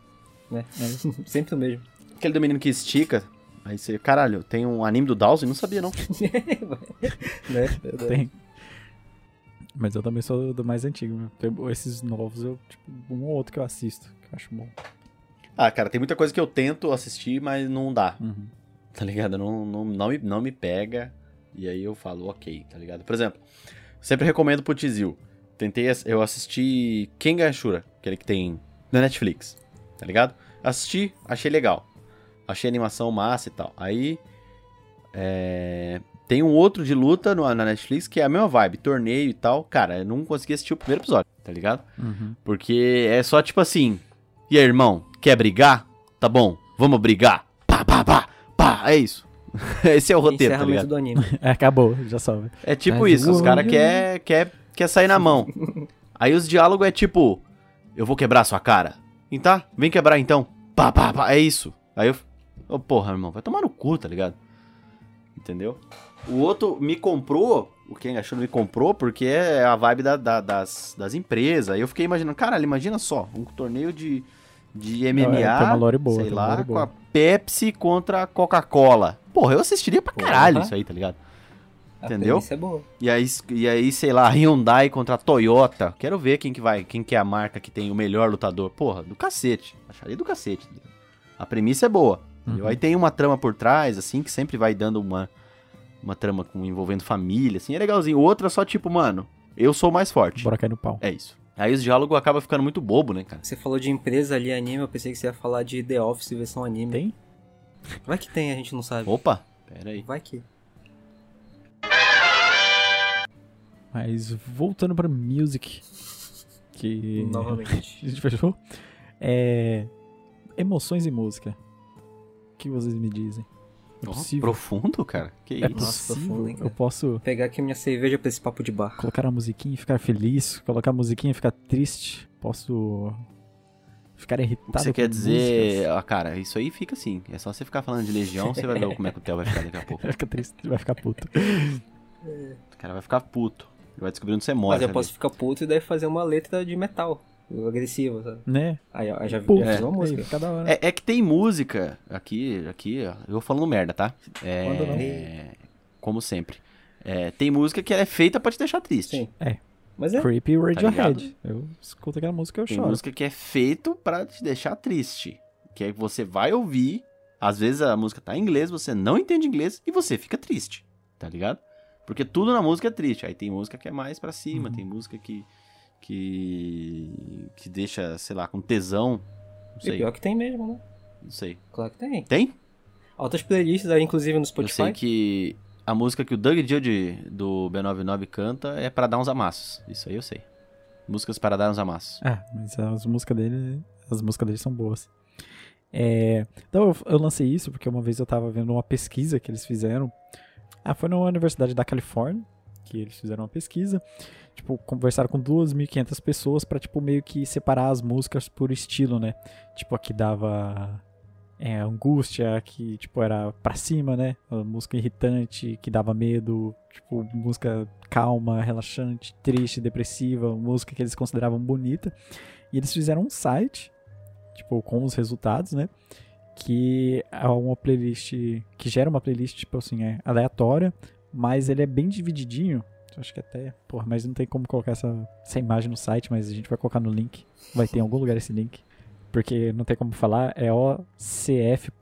Speaker 3: Né?
Speaker 2: É
Speaker 3: Sempre o mesmo.
Speaker 1: Aquele do menino que estica. Aí você, caralho, tem um anime do Dowsing? Não sabia, não.
Speaker 3: Né?
Speaker 2: Tem. Mas eu também sou do mais antigo, meu. Tem- Esses novos, eu, tipo, um ou outro que eu assisto, que eu acho bom.
Speaker 1: Ah, cara, tem muita coisa que eu tento assistir, mas não dá.
Speaker 2: Uhum.
Speaker 1: tá ligado? Não, não, não, me, não me pega. E aí eu falo, ok, tá ligado? Por exemplo, sempre recomendo pro Tizil. Tentei, ass- eu assisti Kengan Shura, aquele que tem na Netflix, tá ligado? Assisti, achei legal. Achei a animação massa e tal. Aí, é, tem um outro de luta no- na Netflix que é a mesma vibe, torneio e tal. Cara, eu não consegui assistir o primeiro episódio, tá ligado?
Speaker 2: Uhum.
Speaker 1: Porque é só tipo assim. E aí, irmão, quer brigar? Tá bom, vamos brigar. Pá, pá, pá, pá. É isso. Esse é o roteiro, tá
Speaker 3: Encerramento
Speaker 1: ligado?
Speaker 3: do anime.
Speaker 2: É, Acabou, já sobe.
Speaker 1: É tipo
Speaker 2: Mas
Speaker 1: isso, os
Speaker 2: o- é-
Speaker 1: caras quer, quer, quer sair na mão. Aí os diálogos é tipo, eu vou quebrar sua cara. Então, vem quebrar então. Pá, pá, pá, é isso. Aí eu, ô porra, irmão, vai tomar no cu, tá ligado? Entendeu? O outro me comprou, o Ken Gashiro me comprou, porque é a vibe da- da- das, das empresas. Aí eu fiquei imaginando, caralho, imagina só, um torneio de, de MMA,
Speaker 2: é, tem uma lore boa,
Speaker 1: sei
Speaker 2: tem uma
Speaker 1: lá,
Speaker 2: lore
Speaker 1: com
Speaker 2: boa.
Speaker 1: a Pepsi contra a Coca-Cola. Porra, eu assistiria pra caralho
Speaker 3: Porra.
Speaker 1: isso aí, tá ligado? Entendeu?
Speaker 3: Entendeu? Isso é boa.
Speaker 1: E aí, e aí, sei lá, Hyundai contra a Toyota. Quero ver quem que vai, quem que é a marca que tem o melhor lutador. Porra, do cacete. Acharia do cacete. né? A premissa é boa. entendeu?
Speaker 2: Uhum.
Speaker 1: Aí tem uma trama por trás, assim, que sempre vai dando uma, uma trama com, envolvendo família, assim, é legalzinho. Outra só tipo, mano, eu sou mais forte.
Speaker 2: Bora cair no pau.
Speaker 1: É isso. Aí os diálogos acabam ficando muito bobo, né, cara?
Speaker 3: Você falou de empresa ali, anime, eu pensei que você ia falar de The Office versão anime.
Speaker 2: Tem?
Speaker 3: Vai que tem, a gente não sabe.
Speaker 1: Opa, pera aí.
Speaker 3: Vai que.
Speaker 2: Mas voltando pra music, que a
Speaker 3: Novamente.
Speaker 2: gente fechou, é emoções e música. O que vocês me dizem? É
Speaker 1: Ó,
Speaker 2: possível?
Speaker 1: profundo, cara. Que
Speaker 2: É
Speaker 1: isso?
Speaker 3: Nossa,
Speaker 2: possível?
Speaker 3: profundo, hein,
Speaker 2: Eu
Speaker 3: cara?
Speaker 2: posso
Speaker 3: Pegar aqui minha cerveja pra esse papo de bar.
Speaker 2: colocar a musiquinha e ficar feliz, colocar a musiquinha e ficar triste, posso ficar irritado
Speaker 1: O que você quer
Speaker 2: com
Speaker 1: dizer,
Speaker 2: músicas.
Speaker 1: ah, cara, isso aí fica assim. É só você ficar falando de Legião, você vai ver como é que o Theo vai ficar daqui a pouco.
Speaker 2: Vai ficar triste, vai ficar puto.
Speaker 1: O cara vai ficar puto. Ele vai descobrir onde você mora.
Speaker 3: Mas eu
Speaker 1: sabe?
Speaker 3: posso ficar puto e daí fazer uma letra de metal. Agressiva, sabe?
Speaker 2: né?
Speaker 3: Aí, ó, já, já
Speaker 2: Puto.
Speaker 3: fiz É, uma música.
Speaker 2: Aí, fica da hora.
Speaker 1: É, é que tem música aqui, aqui, ó, eu vou falando merda, tá? É,
Speaker 2: Manda não.
Speaker 1: é, como sempre. É, tem música que ela é feita pra te deixar triste.
Speaker 3: Sim.
Speaker 2: É.
Speaker 3: Mas é.
Speaker 2: Creepy Radiohead.
Speaker 1: tá ligado?
Speaker 2: eu escuto aquela música e eu
Speaker 1: Tem
Speaker 2: choro.
Speaker 1: música que é feito pra te deixar triste, que aí você vai ouvir, às vezes a música tá em inglês, você não entende inglês e você fica triste, tá ligado? Porque tudo na música é triste. Aí tem música que é mais pra cima,
Speaker 2: Uhum.
Speaker 1: tem música que que que deixa, sei lá, com tesão. Não
Speaker 3: E
Speaker 1: sei,
Speaker 3: pior que tem mesmo, né?
Speaker 1: não sei.
Speaker 3: Claro que tem.
Speaker 1: Tem?
Speaker 3: Altas playlists aí, inclusive no
Speaker 1: Eu sei
Speaker 3: Spotify.
Speaker 1: que a música que o Doug Judd do B99 canta é pra dar uns amassos. Isso aí eu sei. Músicas para dar uns amassos.
Speaker 2: Ah, mas as músicas dele, as músicas dele são boas. É, então eu, eu lancei isso porque uma vez eu tava vendo uma pesquisa que eles fizeram. Ah, foi na Universidade da Califórnia que eles fizeram uma pesquisa. Tipo, conversaram com 2.500 pessoas pra, tipo, meio que separar as músicas por estilo, né? Tipo, a que dava é, angústia, a que, tipo, era pra cima, né? A música irritante, que dava medo. Tipo, música calma, relaxante, triste, depressiva. Música que eles consideravam bonita. E eles fizeram um site, tipo, com os resultados, né? Que é uma playlist. Que gera uma playlist, tipo assim, é aleatória, mas ele é bem divididinho. Acho que até. Porra, mas não tem como colocar essa, essa imagem no site, mas a gente vai colocar no link. Vai ter em algum lugar esse link. Porque não tem como falar, é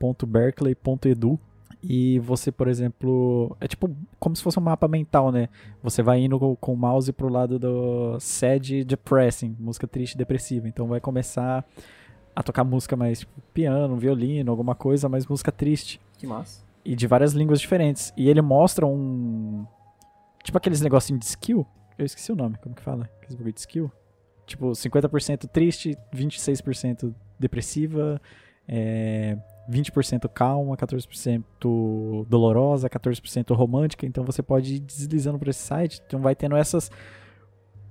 Speaker 2: ocf.berkeley.edu. E você, por exemplo, é tipo como se fosse um mapa mental, né? Você vai indo com com o mouse pro lado do sad depressing, música triste e depressiva. Então vai começar a tocar música mais tipo, piano, violino, alguma coisa, mas música triste
Speaker 3: Que massa.
Speaker 2: e de várias línguas diferentes. E ele mostra um. Tipo aqueles negocinhos de skill. Eu esqueci o nome, como que fala? Aqueles bagulho de skill. Tipo, 50% triste, 26% depressiva, é, 20% calma, 14% dolorosa, 14% romântica. Então você pode ir deslizando por esse site. Então vai tendo essas.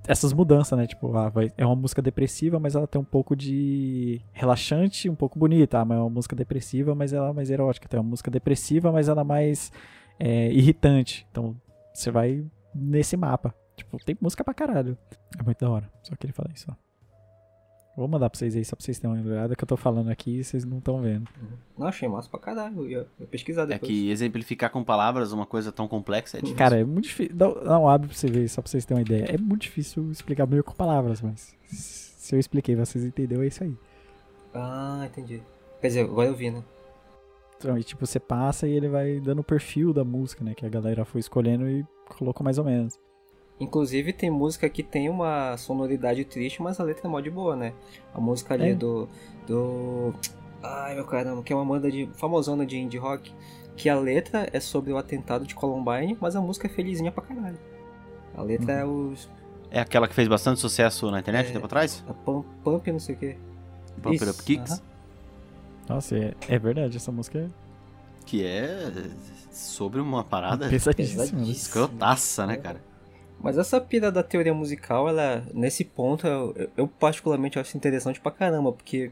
Speaker 2: Essas mudanças, né? Tipo, ah, vai- é uma música depressiva, mas ela tem um pouco de relaxante, um pouco bonita. Ah, mas é uma música depressiva, mas ela é mais erótica. Tem uma música depressiva, mas ela é mais é, irritante. Então, você vai nesse mapa. Tipo, tem música pra caralho. É muito da hora. Só queria falar isso, ó. Vou mandar pra vocês aí, só pra vocês terem uma olhada que eu tô falando aqui e vocês não estão vendo.
Speaker 3: Não, achei massa pra caralho. Eu ia, ia pesquisar
Speaker 1: É
Speaker 3: depois.
Speaker 1: que exemplificar com palavras uma coisa tão complexa é difícil.
Speaker 2: Cara, é muito difícil. Não, não, abre um pra você ver, só pra vocês terem uma ideia. É muito difícil explicar meio com palavras, mas se eu expliquei, vocês entenderam, é isso aí.
Speaker 3: Ah, entendi. Quer dizer, agora eu vi, né?
Speaker 2: Então, e tipo, você passa e ele vai dando o perfil da música, né? Que a galera foi escolhendo e colocou mais ou menos.
Speaker 3: Inclusive tem música que tem uma sonoridade triste, mas a letra é mó de boa, né? A música ali
Speaker 2: É.
Speaker 3: do. do. Ai meu caramba, que é uma banda de. famosona de indie rock. Que a letra é sobre o atentado de Columbine, mas a música é felizinha pra caralho. A letra é
Speaker 2: Uhum.
Speaker 3: os.
Speaker 1: É aquela que fez bastante sucesso na internet um
Speaker 3: É.
Speaker 1: tempo atrás?
Speaker 3: a pump, pump não sei o quê.
Speaker 1: Pump It
Speaker 3: Isso,
Speaker 1: Up Kicks?
Speaker 3: aham.
Speaker 2: Nossa, é, é verdade, essa música é
Speaker 1: Que é sobre uma parada
Speaker 2: pesadíssima. né?
Speaker 3: pesadíssima.
Speaker 1: escrotaça, né, cara?
Speaker 3: Mas essa pira da teoria musical, ela, nesse ponto, eu, eu- eu particularmente acho interessante pra caramba, porque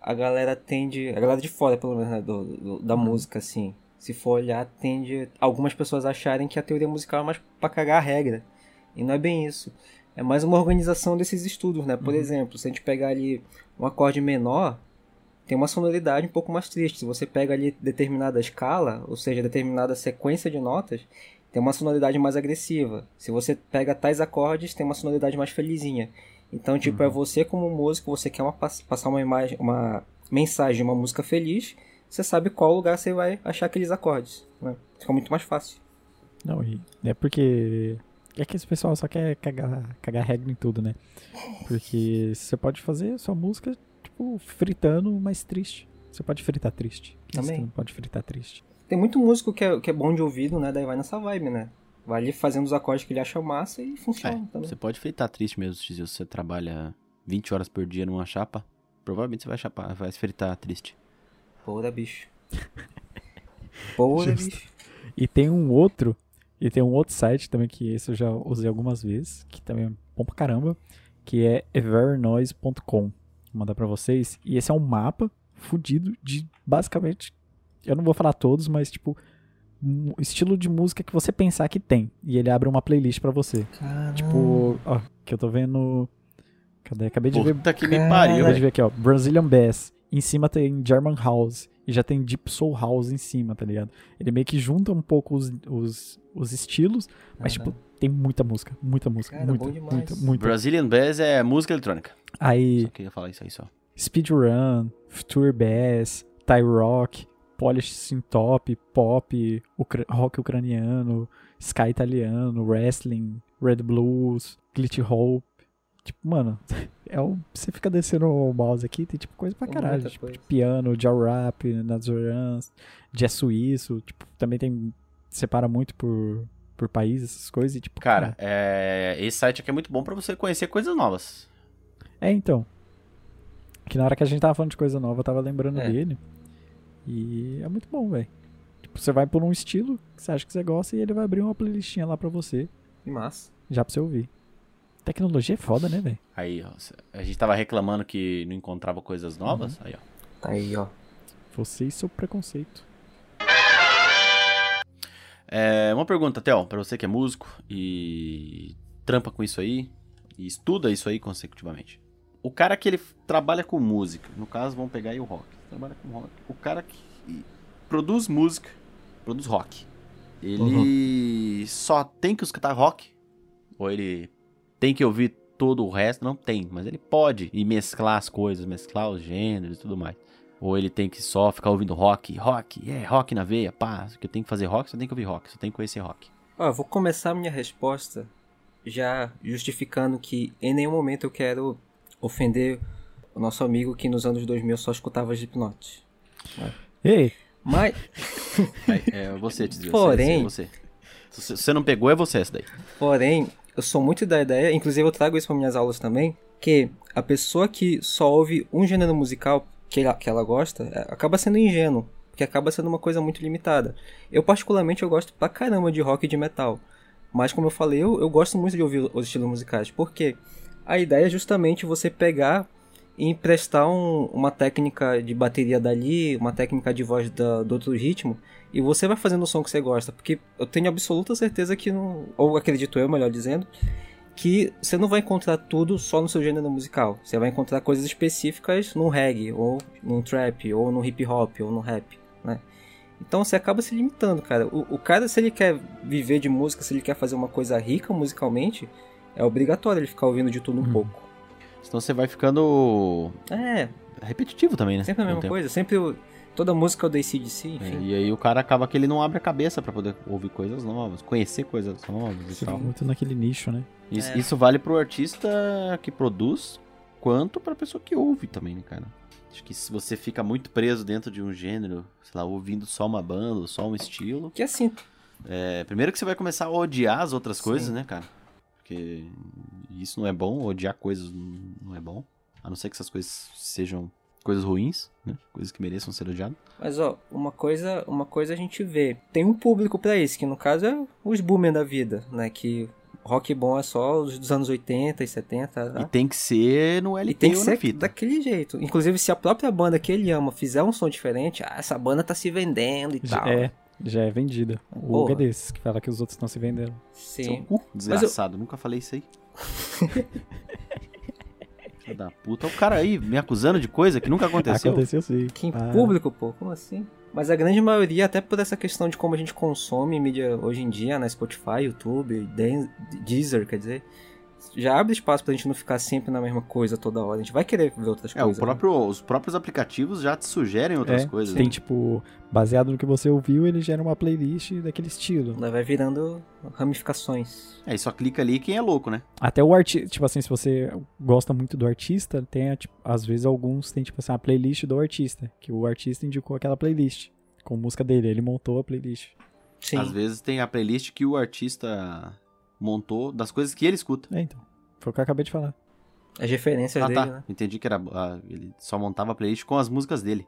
Speaker 3: a galera tende. A galera de fora, pelo menos, né, do, do- da
Speaker 1: Uhum.
Speaker 3: música, assim. Se for olhar, tende. Algumas pessoas acharem que a teoria musical é mais pra cagar a regra. E não é bem isso. É mais uma organização desses estudos, né? Por
Speaker 2: Uhum.
Speaker 3: exemplo, se a gente pegar ali um acorde menor, tem uma sonoridade um pouco mais triste. Se você pega ali determinada escala, ou seja, determinada sequência de notas, tem uma sonoridade mais agressiva. Se você pega tais acordes, tem uma sonoridade mais felizinha. Então, tipo,
Speaker 2: Uhum.
Speaker 3: é você como músico, você quer uma pass- passar uma imagem, uma mensagem, de uma música feliz, você sabe qual lugar você vai achar aqueles acordes, né? Fica muito mais fácil.
Speaker 2: Não, e é porque. É que esse pessoal só quer cagar, cagar regra em tudo, né? Porque você pode fazer sua música, tipo, fritando, mas triste. Você pode fritar triste. Que isso
Speaker 3: Também.
Speaker 2: que não pode fritar triste.
Speaker 3: Tem muito músico que é, que é bom de ouvido, né? Daí vai nessa vibe, né? Vai ali fazendo os acordes que ele acha massa e
Speaker 1: É,
Speaker 3: funciona também.
Speaker 1: você pode fritar triste mesmo, se você trabalha 20 horas por dia numa chapa, provavelmente você vai chapar, vai fritar triste.
Speaker 3: Porra, bicho. Porra,
Speaker 2: Justo.
Speaker 3: bicho.
Speaker 2: E tem um outro, e tem um outro site também que esse eu já usei algumas vezes, que também é bom pra caramba, que é evernoise.com. Vou mandar pra vocês. E esse é um mapa fudido de basicamente, eu não vou falar todos, mas tipo um estilo de música que você pensar que tem e ele abre uma playlist pra você.
Speaker 3: Caramba.
Speaker 2: Tipo, ó, que eu tô vendo, cadê? Acabei de ver
Speaker 1: Puta que me
Speaker 3: Caralho.
Speaker 1: pariu,
Speaker 2: Acabei de
Speaker 1: velho.
Speaker 2: ver aqui, ó. Brazilian Bass. Em cima tem German House. E já tem Deep Soul House em cima, tá ligado? Ele meio que junta um pouco os, os, os estilos, mas,
Speaker 3: Caralho.
Speaker 2: tipo, tem muita música. Muita música.
Speaker 3: Cara,
Speaker 2: muita,
Speaker 3: bom demais.
Speaker 2: muita, muita.
Speaker 1: Brazilian Bass é música eletrônica.
Speaker 2: Aí,
Speaker 1: Só queria falar isso aí só.
Speaker 2: Speedrun, Future Bass, Thai Rock, Polish Synthop, Pop, ucra- Rock Ucraniano, Sky Italiano, Wrestling, Red Blues, Glitch Hope. Tipo, mano, é o, você fica descendo o mouse aqui, tem tipo coisa pra
Speaker 3: Tem
Speaker 2: caralho.
Speaker 3: muita
Speaker 2: Tipo, de
Speaker 3: coisa.
Speaker 2: piano, jaw rap, Nazorans, jazz é suíço. Tipo, também tem. Separa muito por, por país, essas coisas. E tipo,
Speaker 1: Cara, é, esse site aqui é muito bom pra você conhecer coisas novas.
Speaker 2: É, então. Que na hora que a gente tava falando de coisa nova, eu tava lembrando
Speaker 3: É.
Speaker 2: dele. E é muito bom, velho. Tipo, você vai por um estilo que você acha que você gosta e ele vai abrir uma playlistinha lá pra você,
Speaker 3: Que massa.
Speaker 2: já pra você ouvir. Tecnologia é foda, né, velho?
Speaker 1: Aí, ó, a gente tava reclamando que não encontrava coisas novas. Aí, ó.
Speaker 3: Tá aí, ó.
Speaker 2: Você e seu preconceito.
Speaker 1: É, uma pergunta, Theo, pra você que é músico e trampa com isso aí, e estuda isso aí consecutivamente. o cara que ele trabalha com música, no caso vamos pegar aí o rock, trabalha com rock. O cara que produz música, produz rock. Ele só tem que escutar rock ou ele tem que ouvir todo o resto? Não tem, mas ele pode e mesclar as coisas, mesclar os gêneros e tudo mais. Ou ele tem que só ficar ouvindo rock, rock, é, rock na veia, pá, que eu tenho que fazer rock, só tem que ouvir rock, só tem que conhecer rock.
Speaker 3: Ó, eu vou começar a minha resposta já justificando que em nenhum momento eu quero ofender o nosso amigo que nos anos 2000 só escutava Slipknot.
Speaker 2: Ei,
Speaker 3: Mas,
Speaker 1: Aí, é você, Tizio,
Speaker 3: Porém-
Speaker 1: você, você, você. Se você não pegou, é você essa daí.
Speaker 3: porém, eu sou muito da ideia, inclusive eu trago isso para minhas aulas também, que a pessoa que só ouve um gênero musical que ela, que ela gosta, é, acaba sendo ingênuo, porque acaba sendo uma coisa muito limitada. Eu particularmente eu gosto pra caramba de rock e de metal. Mas como eu falei, eu, eu gosto muito de ouvir os estilos musicais, porque a ideia é justamente você pegar e emprestar um- uma técnica de bateria dali, uma técnica de voz da, do outro ritmo, e você vai fazendo o som que você gosta, porque eu tenho absoluta certeza que não, ou acredito eu, melhor dizendo, que você não vai encontrar tudo só no seu gênero musical. Você vai encontrar coisas específicas num reggae, ou num trap, ou num hip hop, ou num rap, né? Então você acaba se limitando, cara. O, o cara, se ele quer viver de música, se ele quer fazer uma coisa rica musicalmente, é obrigatório ele ficar ouvindo de tudo um
Speaker 2: Uhum.
Speaker 3: pouco.
Speaker 1: Senão você vai ficando
Speaker 3: É,
Speaker 1: repetitivo também, né?
Speaker 3: sempre a
Speaker 1: Com o
Speaker 3: mesma
Speaker 1: tempo.
Speaker 3: coisa. Sempre o- toda música é o DC, enfim.
Speaker 1: E aí o cara acaba que ele não abre a cabeça pra poder ouvir coisas novas, conhecer coisas novas e
Speaker 2: você
Speaker 1: tal.
Speaker 2: fica tá muito naquele nicho, né?
Speaker 1: Isso,
Speaker 3: É.
Speaker 1: isso vale pro artista que produz, quanto pra pessoa que ouve também, né, cara? Acho que se você fica muito preso dentro de um gênero, sei lá, ouvindo só uma banda, ou só um estilo,
Speaker 3: Que assim,
Speaker 1: é, primeiro que você vai começar a odiar as outras
Speaker 3: Sim.
Speaker 1: coisas, né, cara? Porque isso não é bom, odiar coisas n- não é bom. A não ser que essas coisas sejam coisas ruins, né? Coisas que mereçam ser odiadas.
Speaker 3: Mas ó, uma coisa, uma coisa a gente vê. Tem um público pra isso, que no caso é os boomer da vida, né? Que rock bom é só os dos anos 80 e 70,
Speaker 1: E
Speaker 3: né?
Speaker 1: tem que ser no
Speaker 3: E,
Speaker 1: LP
Speaker 3: tem que
Speaker 1: ou na
Speaker 3: ser
Speaker 1: fita.
Speaker 3: daquele jeito. Inclusive, se a própria banda que ele ama fizer um som diferente, ah, essa banda tá se vendendo e
Speaker 2: Já
Speaker 3: tal.
Speaker 2: é, já é vendida. O Hugo
Speaker 3: Porra.
Speaker 2: é desses que fala que os outros não se venderam.
Speaker 1: Seu
Speaker 3: Sim.
Speaker 1: cu, desgraçado, nunca falei isso aí. Filho da puta, o cara aí me acusando de coisa que nunca aconteceu.
Speaker 2: Aconteceu sim.
Speaker 3: Que em
Speaker 2: Ah,
Speaker 3: público, pô, como assim? Mas a grande maioria, até por essa questão de como a gente consome mídia hoje em dia, né? Spotify, YouTube, Den- Deezer, quer dizer, já abre espaço pra gente não ficar sempre na mesma coisa toda hora. A gente vai querer ver outras
Speaker 1: É, o
Speaker 3: coisas. né?
Speaker 1: próprio, os próprios aplicativos já te sugerem outras
Speaker 2: É,
Speaker 1: coisas.
Speaker 2: Tem
Speaker 1: né?
Speaker 2: tipo, baseado no que você ouviu, ele gera uma playlist daquele estilo.
Speaker 3: Ela vai virando ramificações.
Speaker 1: Aí só clica ali quem é louco, né?
Speaker 2: Até o artista, tipo assim, se você gosta muito do artista, tem, tipo, às vezes alguns tem, tipo assim, a playlist do artista, que o artista indicou aquela playlist com música dele, ele montou a playlist.
Speaker 3: Sim.
Speaker 1: Às vezes tem a playlist que o artista montou das coisas que ele escuta.
Speaker 2: É, então, foi o que eu acabei de falar.
Speaker 3: As referências
Speaker 1: ah,
Speaker 3: dele,
Speaker 1: tá.
Speaker 3: né?
Speaker 1: Entendi que era, ah, ele só montava a playlist com as músicas dele.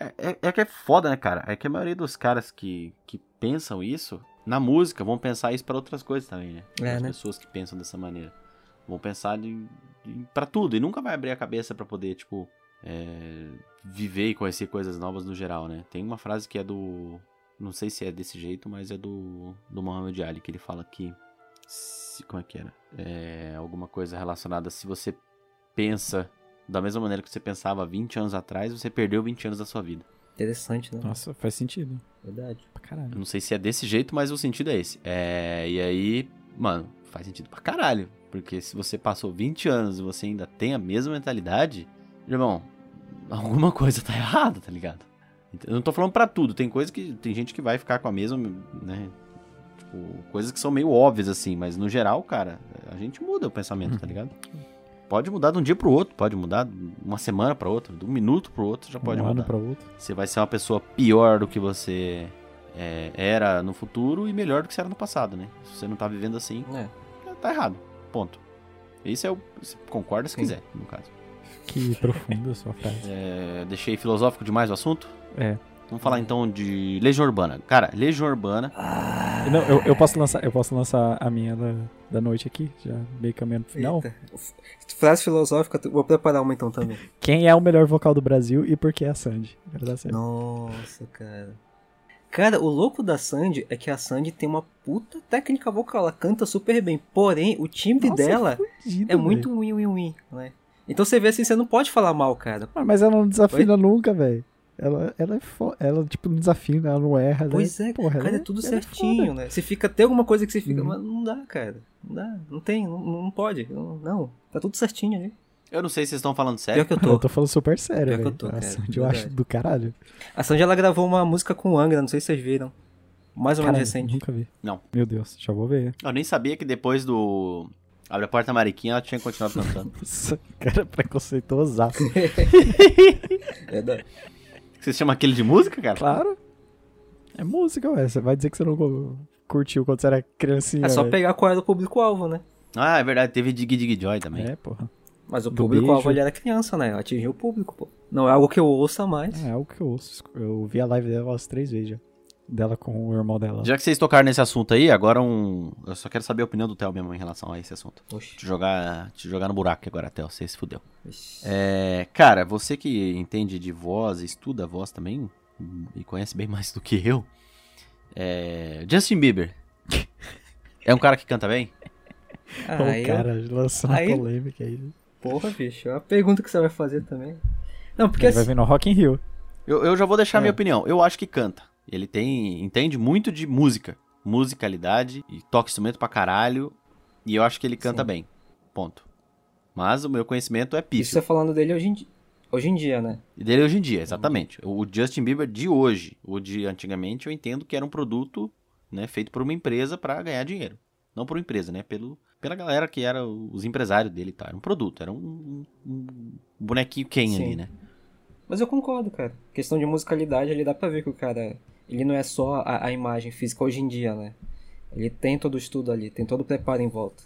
Speaker 1: É, é, é que é foda, né, cara? É que a maioria dos caras que, que pensam isso na música vão pensar isso pra outras coisas também, né?
Speaker 3: É,
Speaker 1: As
Speaker 3: né?
Speaker 1: pessoas que pensam dessa maneira vão pensar de, de, para tudo e nunca vai abrir a cabeça pra poder, tipo, é, viver e conhecer coisas novas no geral, né? Tem uma frase que é do. Não sei se é desse jeito, mas é do, do Muhammad Ali, que ele fala que. se- como é que era? É, alguma coisa relacionada. Se você pensa da mesma maneira que você pensava 20 anos atrás, você perdeu 20 anos da sua vida.
Speaker 3: Interessante, né?
Speaker 2: Nossa, faz sentido.
Speaker 3: Verdade.
Speaker 2: Pra
Speaker 1: Eu
Speaker 2: caralho.
Speaker 1: não sei se é desse jeito, mas o sentido é esse. É, e aí, mano, faz sentido pra caralho. Porque se você passou 20 anos e você ainda tem a mesma mentalidade, irmão, alguma coisa tá errada, tá ligado? Ent- Eu não tô falando pra tudo, tem coisa que. Tem gente que vai ficar com a mesma, né? Tipo, coisas que são meio óbvias, assim, mas no geral, cara, a gente muda o pensamento, tá ligado? Pode mudar de um dia pro outro, pode mudar de uma semana pra outra, de um minuto pro outro, já pode
Speaker 2: um
Speaker 1: mudar.
Speaker 2: ano pra outro.
Speaker 1: Você vai ser uma pessoa pior do que você é, era no futuro e melhor do que você era no passado, né? Se você não tá vivendo assim,
Speaker 3: É.
Speaker 1: tá errado. Ponto. Isso é o. Você concorda se
Speaker 3: Sim.
Speaker 1: quiser, no caso.
Speaker 2: Que profunda a sua frase.
Speaker 1: É, deixei filosófico demais o assunto?
Speaker 2: É.
Speaker 1: Vamos falar então de Legião Urbana. Cara, Legião Urbana.
Speaker 2: Não, eu, eu posso lançar, eu posso lançar a minha da, da noite aqui, já meio caminhando pro final.
Speaker 3: Eita. F- Frase filosófica, tu- vou preparar uma então também.
Speaker 2: Quem é o melhor vocal do Brasil e por que é a Sandy? Quero dar certo.
Speaker 3: Nossa, cara. Cara, o louco da Sandy é que a Sandy tem uma puta técnica vocal. Ela canta super bem. Porém, o timbre
Speaker 2: Nossa,
Speaker 3: dela
Speaker 2: fudido,
Speaker 3: é
Speaker 2: velho.
Speaker 3: muito win-win-win, né? Então você vê assim, você não pode falar mal, cara.
Speaker 2: Ah, Mas ela não desafina nunca, velho. Ela, ela é fo... Ela, tipo, não desafina, ela não erra. né?
Speaker 3: Pois é,
Speaker 2: Porra,
Speaker 3: cara,
Speaker 2: ela
Speaker 3: é tudo
Speaker 2: ela
Speaker 3: certinho, né? Você fica, tem alguma coisa que você fica,
Speaker 2: Uhum.
Speaker 3: mas não dá, cara. Não dá, não tem, não, não pode, não, não. Tá tudo certinho ali.
Speaker 1: Eu não sei se vocês estão falando sério.
Speaker 3: Pior que eu
Speaker 2: Mano,
Speaker 3: tô.
Speaker 2: eu tô falando super sério,
Speaker 3: Pior é. que eu
Speaker 2: velho.
Speaker 3: tô,
Speaker 2: A
Speaker 3: cara,
Speaker 2: Sandy eu
Speaker 3: verdade.
Speaker 2: acho do caralho.
Speaker 3: A Sandy, ela gravou uma música com o Angra, não sei se vocês viram. Mais ou
Speaker 2: Caralho,
Speaker 3: menos recente.
Speaker 2: nunca vi.
Speaker 1: Não.
Speaker 2: Meu Deus, já vou ver.
Speaker 1: Eu nem sabia que depois do. Abre a porta Mariquinha, ela tinha continuado cantando.
Speaker 2: Nossa, cara é preconceituosaço.
Speaker 3: É da-
Speaker 1: Você chama aquele de música, cara?
Speaker 2: claro. É música, ué. Você vai dizer que você não go- curtiu quando você era criancinha.
Speaker 3: É só
Speaker 2: velho.
Speaker 3: pegar qual era o público-alvo, né?
Speaker 1: Ah, é verdade, teve Dig Dig Joy também.
Speaker 2: É, porra.
Speaker 3: Mas o
Speaker 2: Do
Speaker 3: público-alvo
Speaker 2: beijo.
Speaker 3: ali era criança, né? Atingiu o público, pô. Não é algo que eu ouça mais.
Speaker 2: É, é algo que eu ouço. Eu vi a live dela umas três vezes já. Dela com o irmão dela.
Speaker 1: Já que vocês tocaram nesse assunto aí, agora um. Eu só quero saber a opinião do Theo mesmo em relação a esse assunto.
Speaker 3: Oxi.
Speaker 1: Te jogar, te jogar no buraco agora, Theo, você se fudeu.
Speaker 3: Oxi.
Speaker 1: É, cara, você que entende de voz, estuda voz também, e conhece bem mais do que eu. É, Justin Bieber. É um cara que canta bem?
Speaker 2: Ô,
Speaker 3: Ah, Aí, eu-
Speaker 2: Então cara, lançou uma
Speaker 3: aí-
Speaker 2: polêmica aí. Ele
Speaker 3: porra, bicho. É uma pergunta que você vai fazer também. Não, porque
Speaker 2: vai
Speaker 3: assim,
Speaker 2: vir no Rock in Rio.
Speaker 1: Eu, eu já vou deixar
Speaker 2: É.
Speaker 1: minha opinião. Eu acho que canta. Ele tem. entende muito de música. Musicalidade e toca instrumento pra caralho. E eu acho que ele canta
Speaker 3: Sim.
Speaker 1: bem. Ponto. Mas o meu conhecimento é
Speaker 3: isso
Speaker 1: pífio.
Speaker 3: tá falando dele hoje em, di- hoje em dia, né?
Speaker 1: E dele hoje em dia, exatamente. O Justin Bieber de hoje, o de antigamente, eu entendo que era um produto né, feito por uma empresa pra ganhar dinheiro. Não por uma empresa, né? Pelo, pela galera que era os empresários dele e tal. Era um produto, era um, um- um bonequinho Ken
Speaker 3: Sim.
Speaker 1: ali, né?
Speaker 3: Mas eu concordo, cara. Questão de musicalidade, ele dá pra ver que o cara. Ele não é só a, a imagem física hoje em dia, né? Ele tem todo o estudo ali, tem todo o preparo em volta.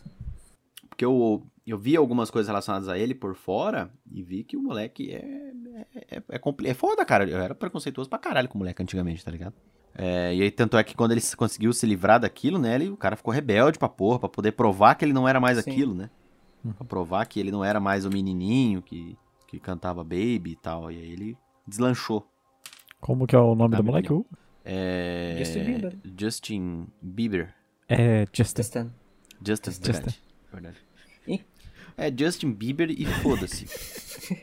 Speaker 1: Porque eu, eu vi algumas coisas relacionadas a ele por fora e vi que o moleque é. É, é, é compli- é foda, cara. Eu era preconceituoso pra caralho com o moleque antigamente, tá ligado? É, e aí, tanto é que quando ele se- conseguiu se livrar daquilo, né? Ele, o cara ficou rebelde pra porra, pra poder provar que ele não era mais
Speaker 3: Sim. Hum.
Speaker 1: aquilo, né?
Speaker 2: Uhum.
Speaker 1: Pra provar que ele não era mais o menininho que, que cantava Baby e tal. E aí ele deslanchou.
Speaker 2: Como que é o nome
Speaker 1: Tá,
Speaker 2: do moleque? O-
Speaker 1: É,
Speaker 3: Justin Bieber.
Speaker 1: Justin Bieber.
Speaker 2: É, Justin.
Speaker 3: Testando.
Speaker 1: Justin,
Speaker 2: Justin.
Speaker 1: verdade. Verdade.
Speaker 3: In-
Speaker 1: É Justin Bieber e foda-se.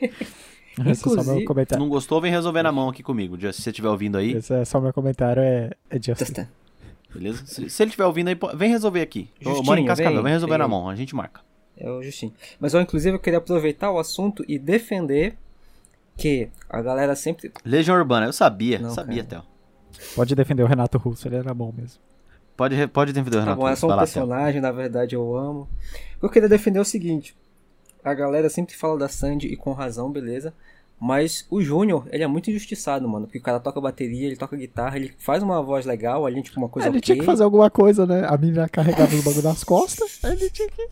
Speaker 2: Esse é só meu
Speaker 3: Inclusive-
Speaker 2: comentário.
Speaker 1: Não gostou, vem resolver na mão aqui comigo. Just- Se você estiver ouvindo aí,
Speaker 2: Esse é só meu comentário, é, é Justin.
Speaker 3: Testando.
Speaker 1: beleza? Se, se ele estiver ouvindo aí, po- vem resolver aqui. Ô,
Speaker 3: Justinho,
Speaker 1: Mano, em Cascavel,
Speaker 3: vem,
Speaker 1: vem, resolver
Speaker 3: vem.
Speaker 1: na mão, a gente marca.
Speaker 3: É o Justin. Mas eu, inclusive, eu queria aproveitar o assunto e defender que a galera sempre.
Speaker 1: Legião Urbana, eu sabia,
Speaker 3: Não,
Speaker 1: sabia, Theo.
Speaker 2: Pode defender o Renato Russo, ele era bom mesmo.
Speaker 1: Pode, re- pode defender o
Speaker 3: Tá
Speaker 1: Renato.
Speaker 3: bom, é só
Speaker 1: vai
Speaker 3: um
Speaker 1: lá, Theo.
Speaker 3: personagem, na verdade eu amo. Eu queria defender é o seguinte: a galera sempre fala da Sandy e com razão, beleza. Mas o Júnior, ele é muito injustiçado, mano. Porque o cara toca bateria, ele toca guitarra, ele faz uma voz legal ali, tipo, uma coisa
Speaker 2: ele
Speaker 3: ok.
Speaker 2: tinha que fazer alguma coisa, né? A menina carregava o bagulho nas costas, aí ele tinha que...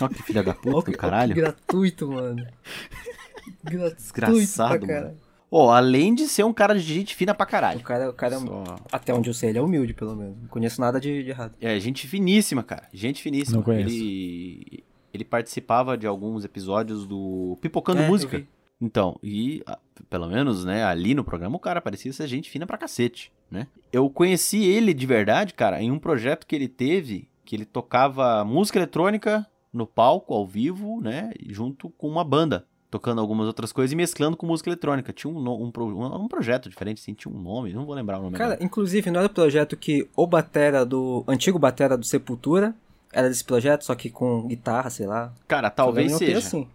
Speaker 1: Ó, que filha da
Speaker 3: Ó,
Speaker 1: puta
Speaker 3: que- ó,
Speaker 1: do
Speaker 3: que
Speaker 1: caralho.
Speaker 3: gratuito, mano. Gratuito
Speaker 1: Desgraçado,
Speaker 3: pra cara.
Speaker 1: Ó, além de ser um cara de gente fina pra
Speaker 3: O
Speaker 1: caralho.
Speaker 3: cara, o cara
Speaker 1: Só-
Speaker 3: até onde eu sei, ele é humilde, pelo menos. Não conheço nada de, de errado.
Speaker 1: É, gente finíssima, cara. Gente finíssima.
Speaker 2: Não conheço.
Speaker 1: Ele, ele participava de alguns episódios do Pipocando
Speaker 3: É, eu
Speaker 1: Música.
Speaker 3: vi.
Speaker 1: Então, e a- pelo menos, né, ali no programa o cara parecia ser gente fina pra cacete, né? Eu conheci ele de verdade, cara, em um projeto que ele teve, que ele tocava música eletrônica no palco, ao vivo, né, junto com uma banda, tocando algumas outras coisas e mesclando com música eletrônica. Tinha um, no- um, pro- um, um projeto diferente, assim, tinha um nome, não vou lembrar o nome
Speaker 3: Cara,
Speaker 1: agora.
Speaker 3: inclusive, não era o projeto que o batera do. antigo batera do Sepultura era desse projeto, só que com guitarra, sei lá.
Speaker 1: Cara, talvez
Speaker 2: um
Speaker 3: Uma
Speaker 1: seja.
Speaker 3: coisa Assim.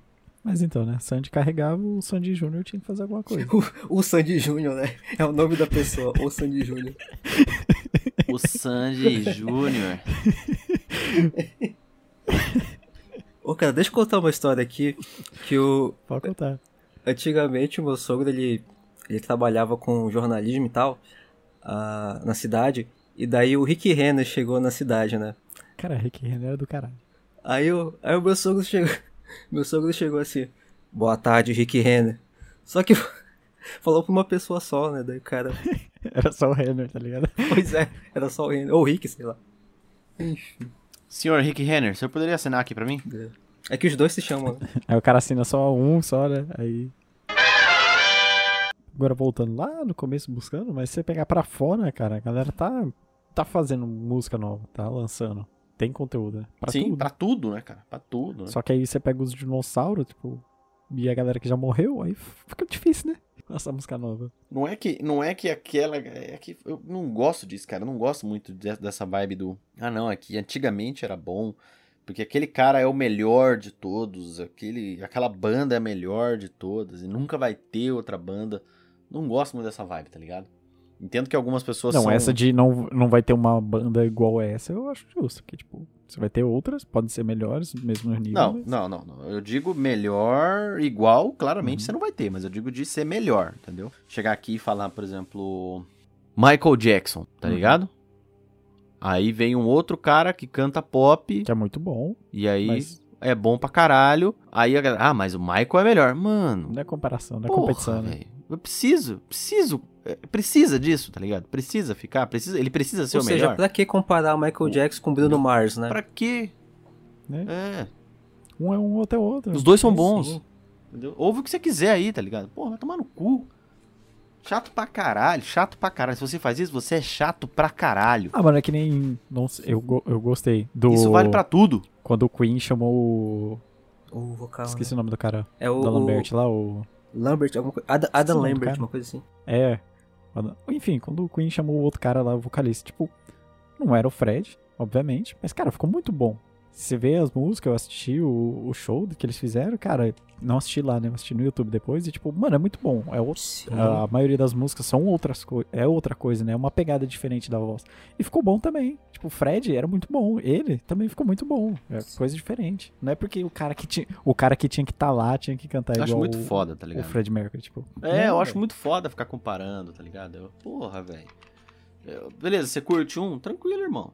Speaker 2: Mas então, né? Sandy carregava, o Sandy Júnior tinha que fazer alguma coisa.
Speaker 3: O Sandy Júnior, né? É o nome da pessoa, o Sandy Júnior.
Speaker 1: O Sandy Júnior.
Speaker 3: Ô, cara, deixa eu contar uma história aqui que o.
Speaker 2: Pode contar.
Speaker 3: Antigamente, o meu sogro, ele, ele trabalhava com jornalismo e tal, ah, na cidade. E daí o Rick Renner chegou na cidade, né?
Speaker 2: Cara, Rick Renner era do caralho.
Speaker 3: Aí, eu, aí o meu sogro chegou. Meu sogro chegou assim. Boa tarde, Rick Renner. Só que falou pra uma pessoa só, né? Daí o cara.
Speaker 2: Era só o Renner, tá ligado?
Speaker 3: Pois é, era só o Renner. Ou o Rick, sei lá.
Speaker 1: Senhor Rick Renner, o senhor poderia assinar aqui pra mim?
Speaker 3: É que os dois se chamam, né?
Speaker 2: Aí o cara assina só um, só, né? Aí. Agora voltando lá no começo né, buscando, mas se você pegar pra fora, cara, a galera tá, tá fazendo música nova, tá lançando. Tem conteúdo, né? Pra
Speaker 1: Sim,
Speaker 2: tudo.
Speaker 1: pra tudo, né, cara? Pra tudo, né?
Speaker 2: Só que aí você pega os dinossauros, tipo, e a galera que já morreu, aí fica difícil, né? Nossa, a música nova.
Speaker 1: Não é que não é que aquela é que eu não gosto disso, cara. Eu não gosto muito de- dessa vibe do Ah, não, é que antigamente era bom, porque aquele cara é o melhor de todos, aquele aquela banda é a melhor de todas e nunca vai ter outra banda. Não gosto muito dessa vibe, tá ligado? Entendo que algumas pessoas
Speaker 2: Não,
Speaker 1: são
Speaker 2: essa de não, não vai ter uma banda igual essa, eu acho justo, porque, tipo, você vai ter outras, podem ser melhores, mesmo nível.
Speaker 1: Não,
Speaker 2: mas-
Speaker 1: não, não, não. Eu digo melhor, igual, claramente
Speaker 2: Uhum.
Speaker 1: você não vai ter, mas eu digo de ser melhor, entendeu? Chegar aqui e falar, por exemplo, Michael Jackson, tá
Speaker 2: Uhum.
Speaker 1: ligado? Aí vem um outro cara que canta pop
Speaker 2: Que é muito bom,
Speaker 1: e aí
Speaker 2: mas
Speaker 1: é bom pra caralho. Aí a galera, ah, mas o Michael é melhor. Mano,
Speaker 2: não é comparação, não é
Speaker 1: Porra,
Speaker 2: competição, né?
Speaker 1: velho. Eu preciso, preciso, é, precisa disso, tá ligado? Precisa ficar, precisa, ele precisa ser
Speaker 2: é
Speaker 3: Ou
Speaker 1: o
Speaker 3: seja,
Speaker 1: melhor.
Speaker 3: pra que comparar o Michael Jackson com o Bruno Mars, né?
Speaker 1: Pra quê?
Speaker 2: Né?
Speaker 1: É.
Speaker 2: Um é um, outro é outro.
Speaker 1: Os dois são
Speaker 2: É isso.
Speaker 1: bons. Entendeu? Ouve o que você quiser aí, tá ligado? Porra, vai tomar no cu. Chato pra caralho, chato pra caralho. Se você faz isso, você é chato pra caralho.
Speaker 2: Ah, mano, é que nem. Não sei, eu, go- eu gostei do.
Speaker 1: Isso vale pra tudo.
Speaker 2: Quando o Queen chamou o.
Speaker 3: O vocal. né?
Speaker 2: Esqueci o nome do cara.
Speaker 3: É o
Speaker 2: da Lambert lá, o.
Speaker 3: Lambert, alguma coisa. Ad- Adam
Speaker 2: o nome do
Speaker 3: Lambert,
Speaker 2: cara.
Speaker 3: uma coisa assim.
Speaker 2: É. quando- Enfim, quando o Queen chamou o outro cara lá, o vocalista, tipo, não era o Fred, obviamente, mas, cara, ficou muito bom. Você vê as músicas, eu assisti o, o show que eles fizeram, cara, não assisti lá, né? Eu assisti no YouTube depois e, tipo, mano, é muito bom. É outro,
Speaker 3: Sim.
Speaker 2: a, a maioria das músicas são outras coisas, é outra coisa, né? É uma pegada diferente da voz. E ficou bom também. Tipo, o Fred era muito bom, ele também ficou muito bom. É coisa diferente. Não é porque o cara que tinha, o cara que tinha que estar lá tinha que cantar
Speaker 1: Eu acho
Speaker 2: É igual
Speaker 1: muito
Speaker 2: o-
Speaker 1: foda, tá
Speaker 2: o
Speaker 1: ligado?
Speaker 2: Fred Mercury, tipo.
Speaker 1: É, eu
Speaker 2: não,
Speaker 1: acho muito foda ficar comparando, tá ligado? Eu- porra, velho. Eu- Beleza, você curte um? Tranquilo, irmão.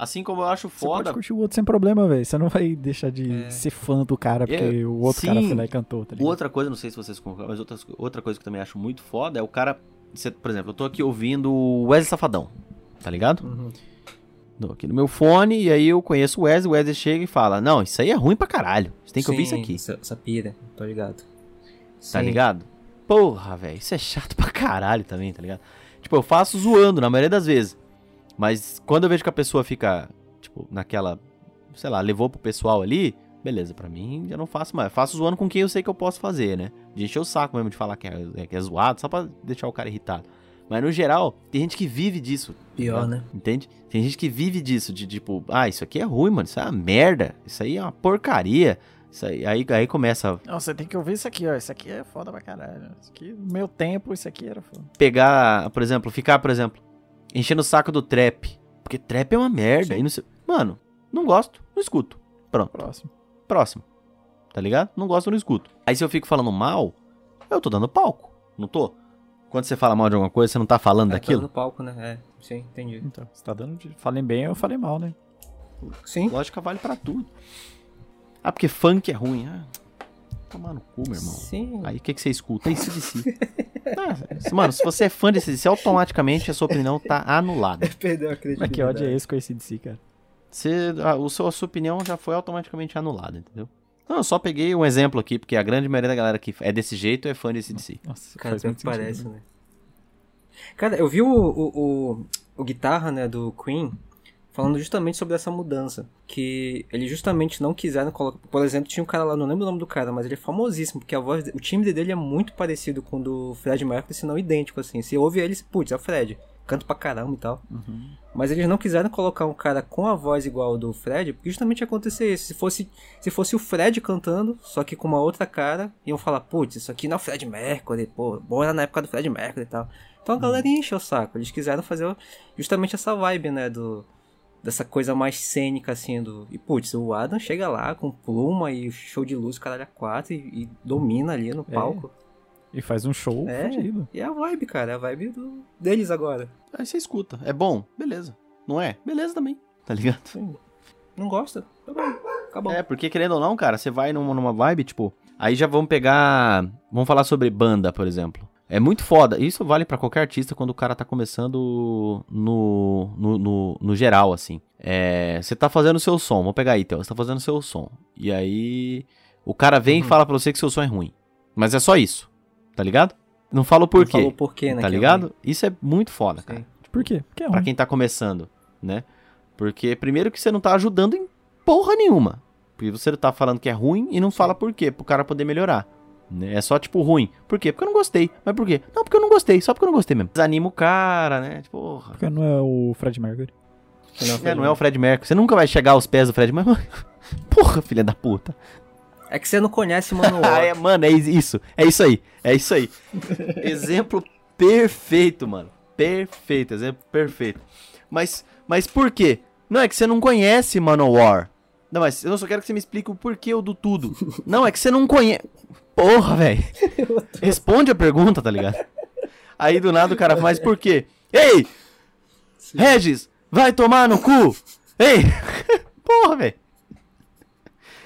Speaker 1: Assim como eu acho
Speaker 2: Você pode
Speaker 1: foda.
Speaker 2: curtir o outro sem problema, velho. Você não vai deixar de ser fã do cara porque
Speaker 1: É,
Speaker 2: o outro cara
Speaker 1: sim.
Speaker 2: foi lá e cantou, tá ligado?
Speaker 1: Outra coisa, não sei se vocês concordam, mas outra, outra coisa que eu também acho muito foda é o cara. você- por exemplo, eu tô aqui ouvindo o Wesley Safadão, tá ligado?
Speaker 3: Uhum.
Speaker 1: Dou aqui no meu fone e aí eu conheço o Wesley, o Wesley chega e fala: Não, isso aí é ruim pra caralho. Você tem que ouvir isso
Speaker 3: Sim,
Speaker 1: aqui.
Speaker 3: Essa, essa pira, tô ligado.
Speaker 1: Tá
Speaker 3: Sim.
Speaker 1: ligado? Porra, velho, isso é chato pra caralho também, tá ligado? Tipo, eu faço zoando na maioria das vezes. Mas quando eu vejo que a pessoa fica, tipo, naquela. Sei lá, levou pro pessoal ali, beleza, pra mim já não faço mais. Eu faço zoando com quem eu sei que eu posso fazer, né? De encher o saco mesmo de falar que é, que é zoado, só pra deixar o cara irritado. Mas no geral, tem gente que vive disso.
Speaker 3: Pior, né?
Speaker 1: Entende? Tem gente que vive disso, de tipo, ah, isso aqui é ruim, mano, isso é uma merda, isso aí é uma porcaria. Isso aí, aí, aí começa
Speaker 2: Não, você tem que ouvir isso aqui, ó. Isso aqui é foda pra caralho. Isso aqui, no meu tempo, isso aqui era foda.
Speaker 1: a pegar, por exemplo, ficar, por exemplo, enchendo o saco do trap. Porque trap é uma merda. E não sei... Mano, não gosto, não escuto. Pronto,
Speaker 2: Próximo.
Speaker 1: próximo. Tá ligado? Não gosto, não escuto. Aí se eu fico falando mal, eu tô dando palco, não tô? Quando você fala mal de alguma coisa, você não tá falando
Speaker 3: É, tá
Speaker 1: daquilo?
Speaker 3: no palco, né? É, sim, entendi.
Speaker 2: Então, você tá dando de. Falem bem ou falem mal, né?
Speaker 3: Sim.
Speaker 1: Lógica vale pra tudo. Ah, porque funk é ruim. Ah, tomar no cu, meu irmão.
Speaker 3: Sim.
Speaker 1: Aí o que, que você escuta? É Isso de si. Mano, se você é fã desse DC, automaticamente a sua opinião tá anulada.
Speaker 3: Perdeu a
Speaker 2: Mas
Speaker 3: credibilidade.
Speaker 2: que ódio é esse com esse DC, cara?
Speaker 1: Você, a, o seu- a sua opinião já foi automaticamente anulada, entendeu? Não, eu só peguei um exemplo aqui, porque a grande maioria da galera que é desse jeito é fã desse DC.
Speaker 2: Nossa,
Speaker 3: Cara,
Speaker 2: faz
Speaker 3: pior
Speaker 2: muito
Speaker 3: que
Speaker 2: sentido,
Speaker 3: parece,
Speaker 2: né?
Speaker 3: né? Cara, eu vi o, o, o, o guitarra, né, do Queen falando justamente sobre essa mudança. Que eles justamente não quiseram colocar. Por exemplo, tinha um cara lá, não lembro o nome do cara, mas ele é famosíssimo, porque a voz, de- o timbre dele é muito parecido com o do Fred Mercury, se não idêntico, assim. Você ouve ele, putz, é o Fred. Canto pra caramba e tal.
Speaker 2: Uhum.
Speaker 3: Mas eles não quiseram colocar um cara com a voz igual ao do Fred, porque justamente ia acontecer isso. Se fosse, se fosse o Fred cantando, só que com uma outra cara, iam falar, putz, isso aqui não é o Fred Mercury, pô, bom era na época do Fred Mercury e tal. Então a galera encheu o saco. Eles quiseram fazer justamente essa vibe, né, do... Dessa coisa mais cênica, assim, do... E, putz, o Adam chega lá com pluma e show de luz, caralho, a quatro, e, e domina ali no
Speaker 2: É.
Speaker 3: palco.
Speaker 2: E faz um show
Speaker 3: É.
Speaker 2: fudido.
Speaker 3: E é a vibe, cara, é a vibe do... deles agora.
Speaker 1: Aí você escuta. É bom? Beleza. Não é? Beleza também. Tá ligado?
Speaker 3: Não gosta? Tá bom, acabou.
Speaker 1: É, porque querendo ou não, cara, você vai numa, numa vibe, tipo. Aí já vamos pegar. Vamos falar sobre banda, por exemplo. É muito foda. Isso vale pra qualquer artista quando o cara tá começando no, no, no, no geral, assim. É, você tá fazendo o seu som. Vamos pegar aí, Theo. Você tá fazendo o seu som. E aí. O cara vem e
Speaker 3: Uhum.
Speaker 1: fala pra você que seu som é ruim. Mas é só isso. Tá ligado? Não fala o porquê.
Speaker 3: Falou por quê,
Speaker 1: tá
Speaker 3: né? que é
Speaker 1: ligado? Isso é muito foda, cara.
Speaker 2: Por quê? Porque é
Speaker 1: Pra
Speaker 2: um.
Speaker 1: quem tá começando, né? Porque primeiro que você não tá ajudando em porra nenhuma. Porque você tá falando que é ruim e não fala por quê, pro cara poder melhorar. né? É só tipo ruim. Por quê? Porque eu não gostei. Mas por quê? Não, porque eu não gostei, só porque eu não gostei mesmo. Desanima o cara, né? Tipo, Porra.
Speaker 2: Porque não é o Fred Mercury.
Speaker 1: É, não é o Fred Mercury. Você nunca vai chegar aos pés do Fred Mercury. Porra, filha da puta.
Speaker 3: É que você não conhece Mano
Speaker 1: Ah, é, mano, é isso. É isso aí. É isso aí. exemplo perfeito, mano. Perfeito, exemplo perfeito. Mas, mas por quê? Não é que você não conhece Manowar. Não, mas eu só quero que você me explique o porquê eu do tudo. Não, é que você não conhece. Porra, velho. Responde a pergunta, tá ligado? Aí do nada o cara faz por quê? Ei! Regis, vai tomar no cu! Ei! Porra, velho.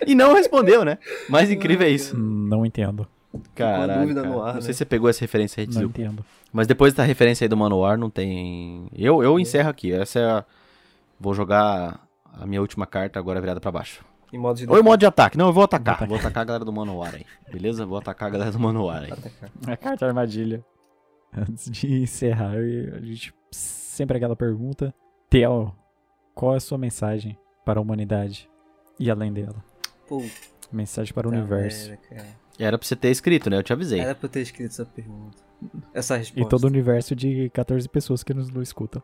Speaker 1: E não respondeu, né? Mais incrível é isso.
Speaker 2: Hum, Não entendo.
Speaker 1: Caralho,
Speaker 3: dúvida
Speaker 1: cara.
Speaker 3: no ar,
Speaker 1: não
Speaker 3: né?
Speaker 1: sei se você pegou essa referência aí,
Speaker 2: Não
Speaker 1: Tzu.
Speaker 2: entendo.
Speaker 1: Mas depois da referência aí do Manoar, não tem... Eu, eu encerro aqui. Essa é a... Vou jogar a minha última carta agora virada pra baixo.
Speaker 3: Em modo de
Speaker 1: Ou em modo de ataque. Não, eu vou atacar.
Speaker 2: Vou atacar.
Speaker 1: Vou atacar a galera do Manoar aí. Beleza? Vou atacar a galera do Manoar aí.
Speaker 2: É carta armadilha. Antes de encerrar, eu- a gente sempre aquela pergunta. Theo, qual é a sua mensagem para a humanidade e além dela?
Speaker 3: Puta
Speaker 2: Mensagem
Speaker 3: Tá,
Speaker 2: para o universo.
Speaker 3: merda, cara.
Speaker 1: Era pra você ter escrito, né? Eu te avisei.
Speaker 3: Era pra eu ter escrito essa pergunta. Essa resposta.
Speaker 2: E todo o universo de 14 pessoas que nos não escutam.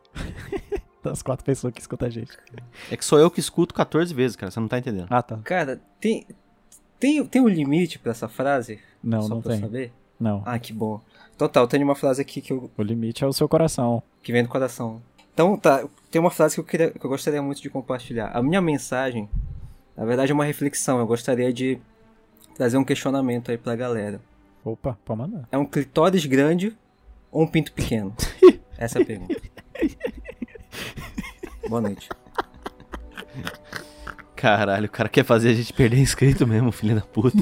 Speaker 2: das quatro pessoas que escutam a gente.
Speaker 1: É que sou eu que escuto 14 vezes, cara. Você não tá entendendo.
Speaker 2: Ah, tá.
Speaker 3: Cara, tem, tem, tem um limite pra essa frase?
Speaker 2: Não,
Speaker 3: Só
Speaker 2: não
Speaker 3: pra eu
Speaker 2: tem.
Speaker 3: saber?
Speaker 2: Não.
Speaker 3: Ah, que bom. Total, tem uma frase aqui que, eu,
Speaker 2: O limite é o seu coração.
Speaker 3: que vem do coração. Então tá, tem uma frase que eu, queria, que eu gostaria muito de compartilhar. A minha mensagem, na verdade, é uma reflexão. Eu gostaria de trazer um questionamento aí pra galera.
Speaker 2: Opa, pode mandar.
Speaker 3: É um clitóris grande ou um pinto pequeno? Essa é a pergunta. Boa noite.
Speaker 1: Caralho, o cara quer fazer a gente perder inscrito mesmo, filho da puta.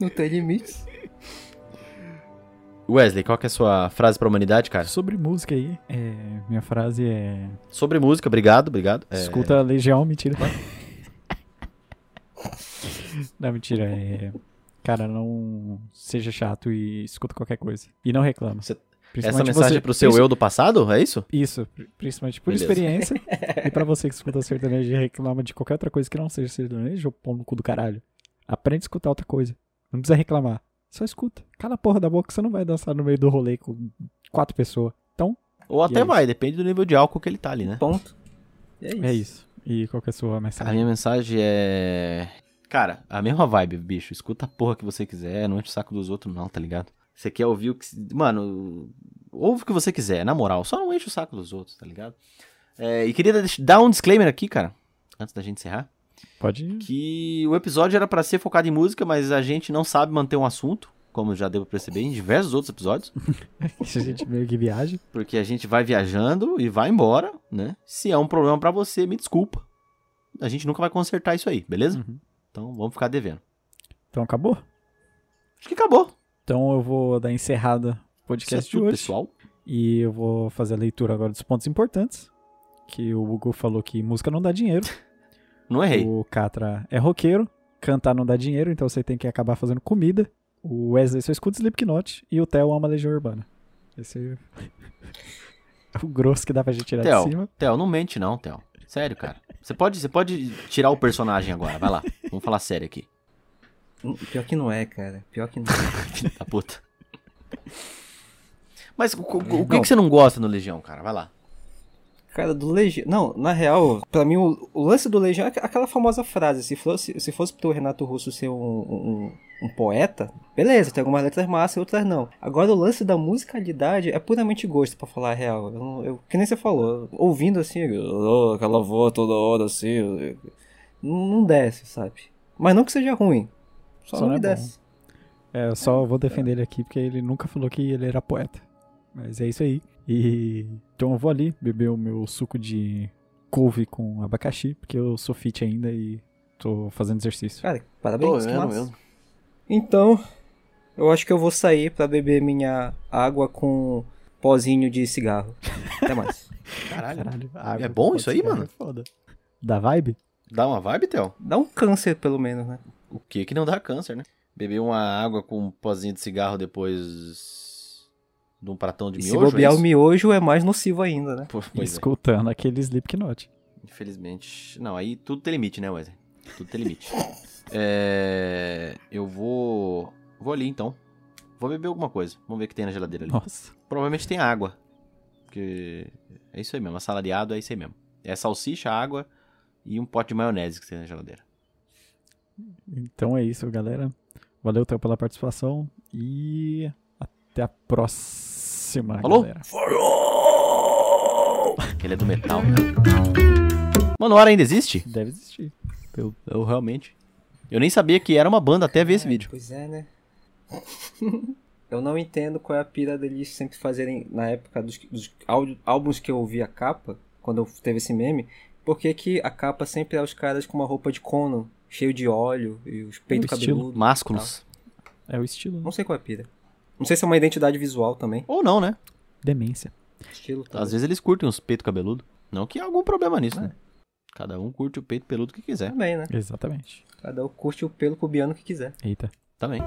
Speaker 3: Não tem limites.
Speaker 1: Wesley, qual que é a sua frase pra humanidade, cara?
Speaker 2: Sobre música aí, é, minha frase é,
Speaker 1: Sobre música, obrigado, obrigado. É,
Speaker 2: Escuta a Legião, mentira. não, mentira. É... Cara, não seja chato e escuta qualquer coisa. E não reclama.
Speaker 1: Cê- Essa
Speaker 2: Principalmente
Speaker 1: mensagem
Speaker 2: você-
Speaker 1: é pro seu
Speaker 2: princi-
Speaker 1: eu do passado? É isso?
Speaker 2: Isso, pri- principalmente por
Speaker 1: Beleza.
Speaker 2: experiência. e pra você que escuta sertanejo e reclama de qualquer outra coisa que não seja sertanejo, ou pão no cu do caralho. Aprende a escutar outra coisa. Não precisa reclamar. Só escuta. Cala a porra da boca, você não vai dançar no meio do rolê com quatro pessoas. Então,
Speaker 1: Ou
Speaker 2: E
Speaker 1: até
Speaker 2: aí?
Speaker 1: vai, depende do nível de álcool que ele tá ali, né?
Speaker 3: Ponto. E
Speaker 2: é isso. E qual que é a sua mensagem?
Speaker 1: A minha mensagem é. Cara, a mesma vibe, bicho. Escuta a porra que você quiser, não enche o saco dos outros, não, tá ligado? Você quer ouvir o que. Mano, ouve o que você quiser, na moral. Só não enche o saco dos outros, tá ligado? É, e queria deix- dar um disclaimer aqui, cara, antes da gente encerrar.
Speaker 2: Pode ir.
Speaker 1: que o episódio era pra ser focado em música, mas a gente não sabe manter um assunto, como já devo perceber em diversos outros episódios,
Speaker 2: A gente meio que viaja.
Speaker 1: porque a gente vai viajando e vai embora, né? Se é um problema pra você, me desculpa. A gente nunca vai consertar isso aí,
Speaker 3: Hum.
Speaker 1: beleza?
Speaker 2: Uhum.
Speaker 1: Então vamos ficar devendo.
Speaker 2: Então acabou?
Speaker 1: Acho que acabou.
Speaker 2: Então eu vou dar encerrada o podcast de
Speaker 1: Assistiu,
Speaker 2: hoje.
Speaker 1: pessoal.
Speaker 2: E eu vou fazer a leitura agora dos pontos importantes. Que o Hugo falou que música não dá dinheiro.
Speaker 1: Não errei.
Speaker 2: O Catra é roqueiro. Cantar não dá dinheiro, então você tem que acabar fazendo comida. O Wesley só escuta Slipknot. E o Theo ama Legião Urbana. Esse é o grosso que dá pra gente tirar
Speaker 1: Theo.
Speaker 2: de cima.
Speaker 1: Theo, não mente não, Theo. Sério, cara. Você pode, você pode tirar o personagem agora, vai lá. Vamos falar sério aqui.
Speaker 3: Pior que não é, cara. Pior que não é.
Speaker 1: Filho da puta. Tá Mas o, o- o que,
Speaker 3: Não.
Speaker 1: que você não gosta no Legião, cara? Vai lá.
Speaker 3: Cara, do Legião. Não, na real, pra mim o, o lance do Legião é aqu- aquela famosa frase. Se fosse, se fosse pro Renato Russo ser um, um- um poeta, beleza, tem algumas letras massas e outras não. Agora o lance da musicalidade é puramente gosto, pra falar a real. Eu, não- eu- que nem você falou, ouvindo assim, eu- "Ah, aquela voz toda hora assim, eu- eu- não, não desce, sabe? Mas não que seja ruim. Só,
Speaker 2: Só
Speaker 3: não
Speaker 2: não
Speaker 3: me
Speaker 2: é bom.
Speaker 3: desce.
Speaker 2: É, eu só vou defender ele aqui porque ele nunca falou que ele era poeta. Mas é isso aí. E então eu vou ali beber o meu suco de couve com abacaxi, porque eu sou fit ainda e tô fazendo exercício.
Speaker 3: Cara, parabéns. que massa. Então, eu acho que eu vou sair pra beber minha água com pozinho de cigarro. Até mais.
Speaker 1: Caralho.
Speaker 2: água
Speaker 1: é bom
Speaker 2: com
Speaker 1: isso aí,
Speaker 2: cigarro
Speaker 1: mano?
Speaker 2: é Foda. Da vibe?
Speaker 1: Dá uma vibe, Theo?
Speaker 3: Dá um câncer, pelo menos, né?
Speaker 1: O que que não dá câncer, né? Beber uma água com um pozinho de cigarro depois de um pratão de
Speaker 3: E
Speaker 1: miojo.
Speaker 3: se
Speaker 1: é
Speaker 3: bobear o
Speaker 1: isso?
Speaker 3: miojo é mais nocivo ainda, né?
Speaker 1: Pô, Pois é.
Speaker 2: escutando aquele Slipknot.
Speaker 1: Infelizmente. Não, aí tudo tem limite, né, Wesley? Tudo tem limite. é... Eu vou. Vou ali então. Vou beber alguma coisa. Vamos ver o que tem na geladeira ali.
Speaker 2: Nossa.
Speaker 1: Provavelmente tem água. Porque é isso aí mesmo. Assalariado é isso aí mesmo. É salsicha, água e um pote de maionese que tem na geladeira.
Speaker 2: Então é isso, galera. Valeu, Theo, pela participação. E até a próxima,
Speaker 1: Falou?
Speaker 2: galera.
Speaker 1: Ele é do metal. Mano, hora ainda existe?
Speaker 2: Deve existir.
Speaker 1: Eu realmente. Eu nem sabia que era uma banda até ver esse
Speaker 3: É,
Speaker 1: vídeo.
Speaker 3: Pois é, né? eu não entendo qual é a pira deles sempre fazerem, na época dos, dos áudio- álbuns que eu ouvi a capa, quando eu teve esse meme, por que que a capa sempre é os caras com uma roupa de Conan, cheio de óleo e os peitos
Speaker 2: Um estilo.
Speaker 3: cabeludos.
Speaker 1: Másculos.
Speaker 2: É o estilo. né?
Speaker 3: Não sei qual é a pira. Não sei se é uma identidade visual também.
Speaker 1: Ou não, né?
Speaker 2: Demência.
Speaker 3: Estilo.
Speaker 1: Às
Speaker 3: talvez.
Speaker 1: vezes eles curtem os peitos cabeludo. Não que há algum problema nisso, né? Cada um curte o peito peludo que quiser.
Speaker 3: Também, né?
Speaker 2: Exatamente.
Speaker 1: Tá
Speaker 3: Cada um curte o pelo cubiano que quiser.
Speaker 2: Eita.
Speaker 1: Também.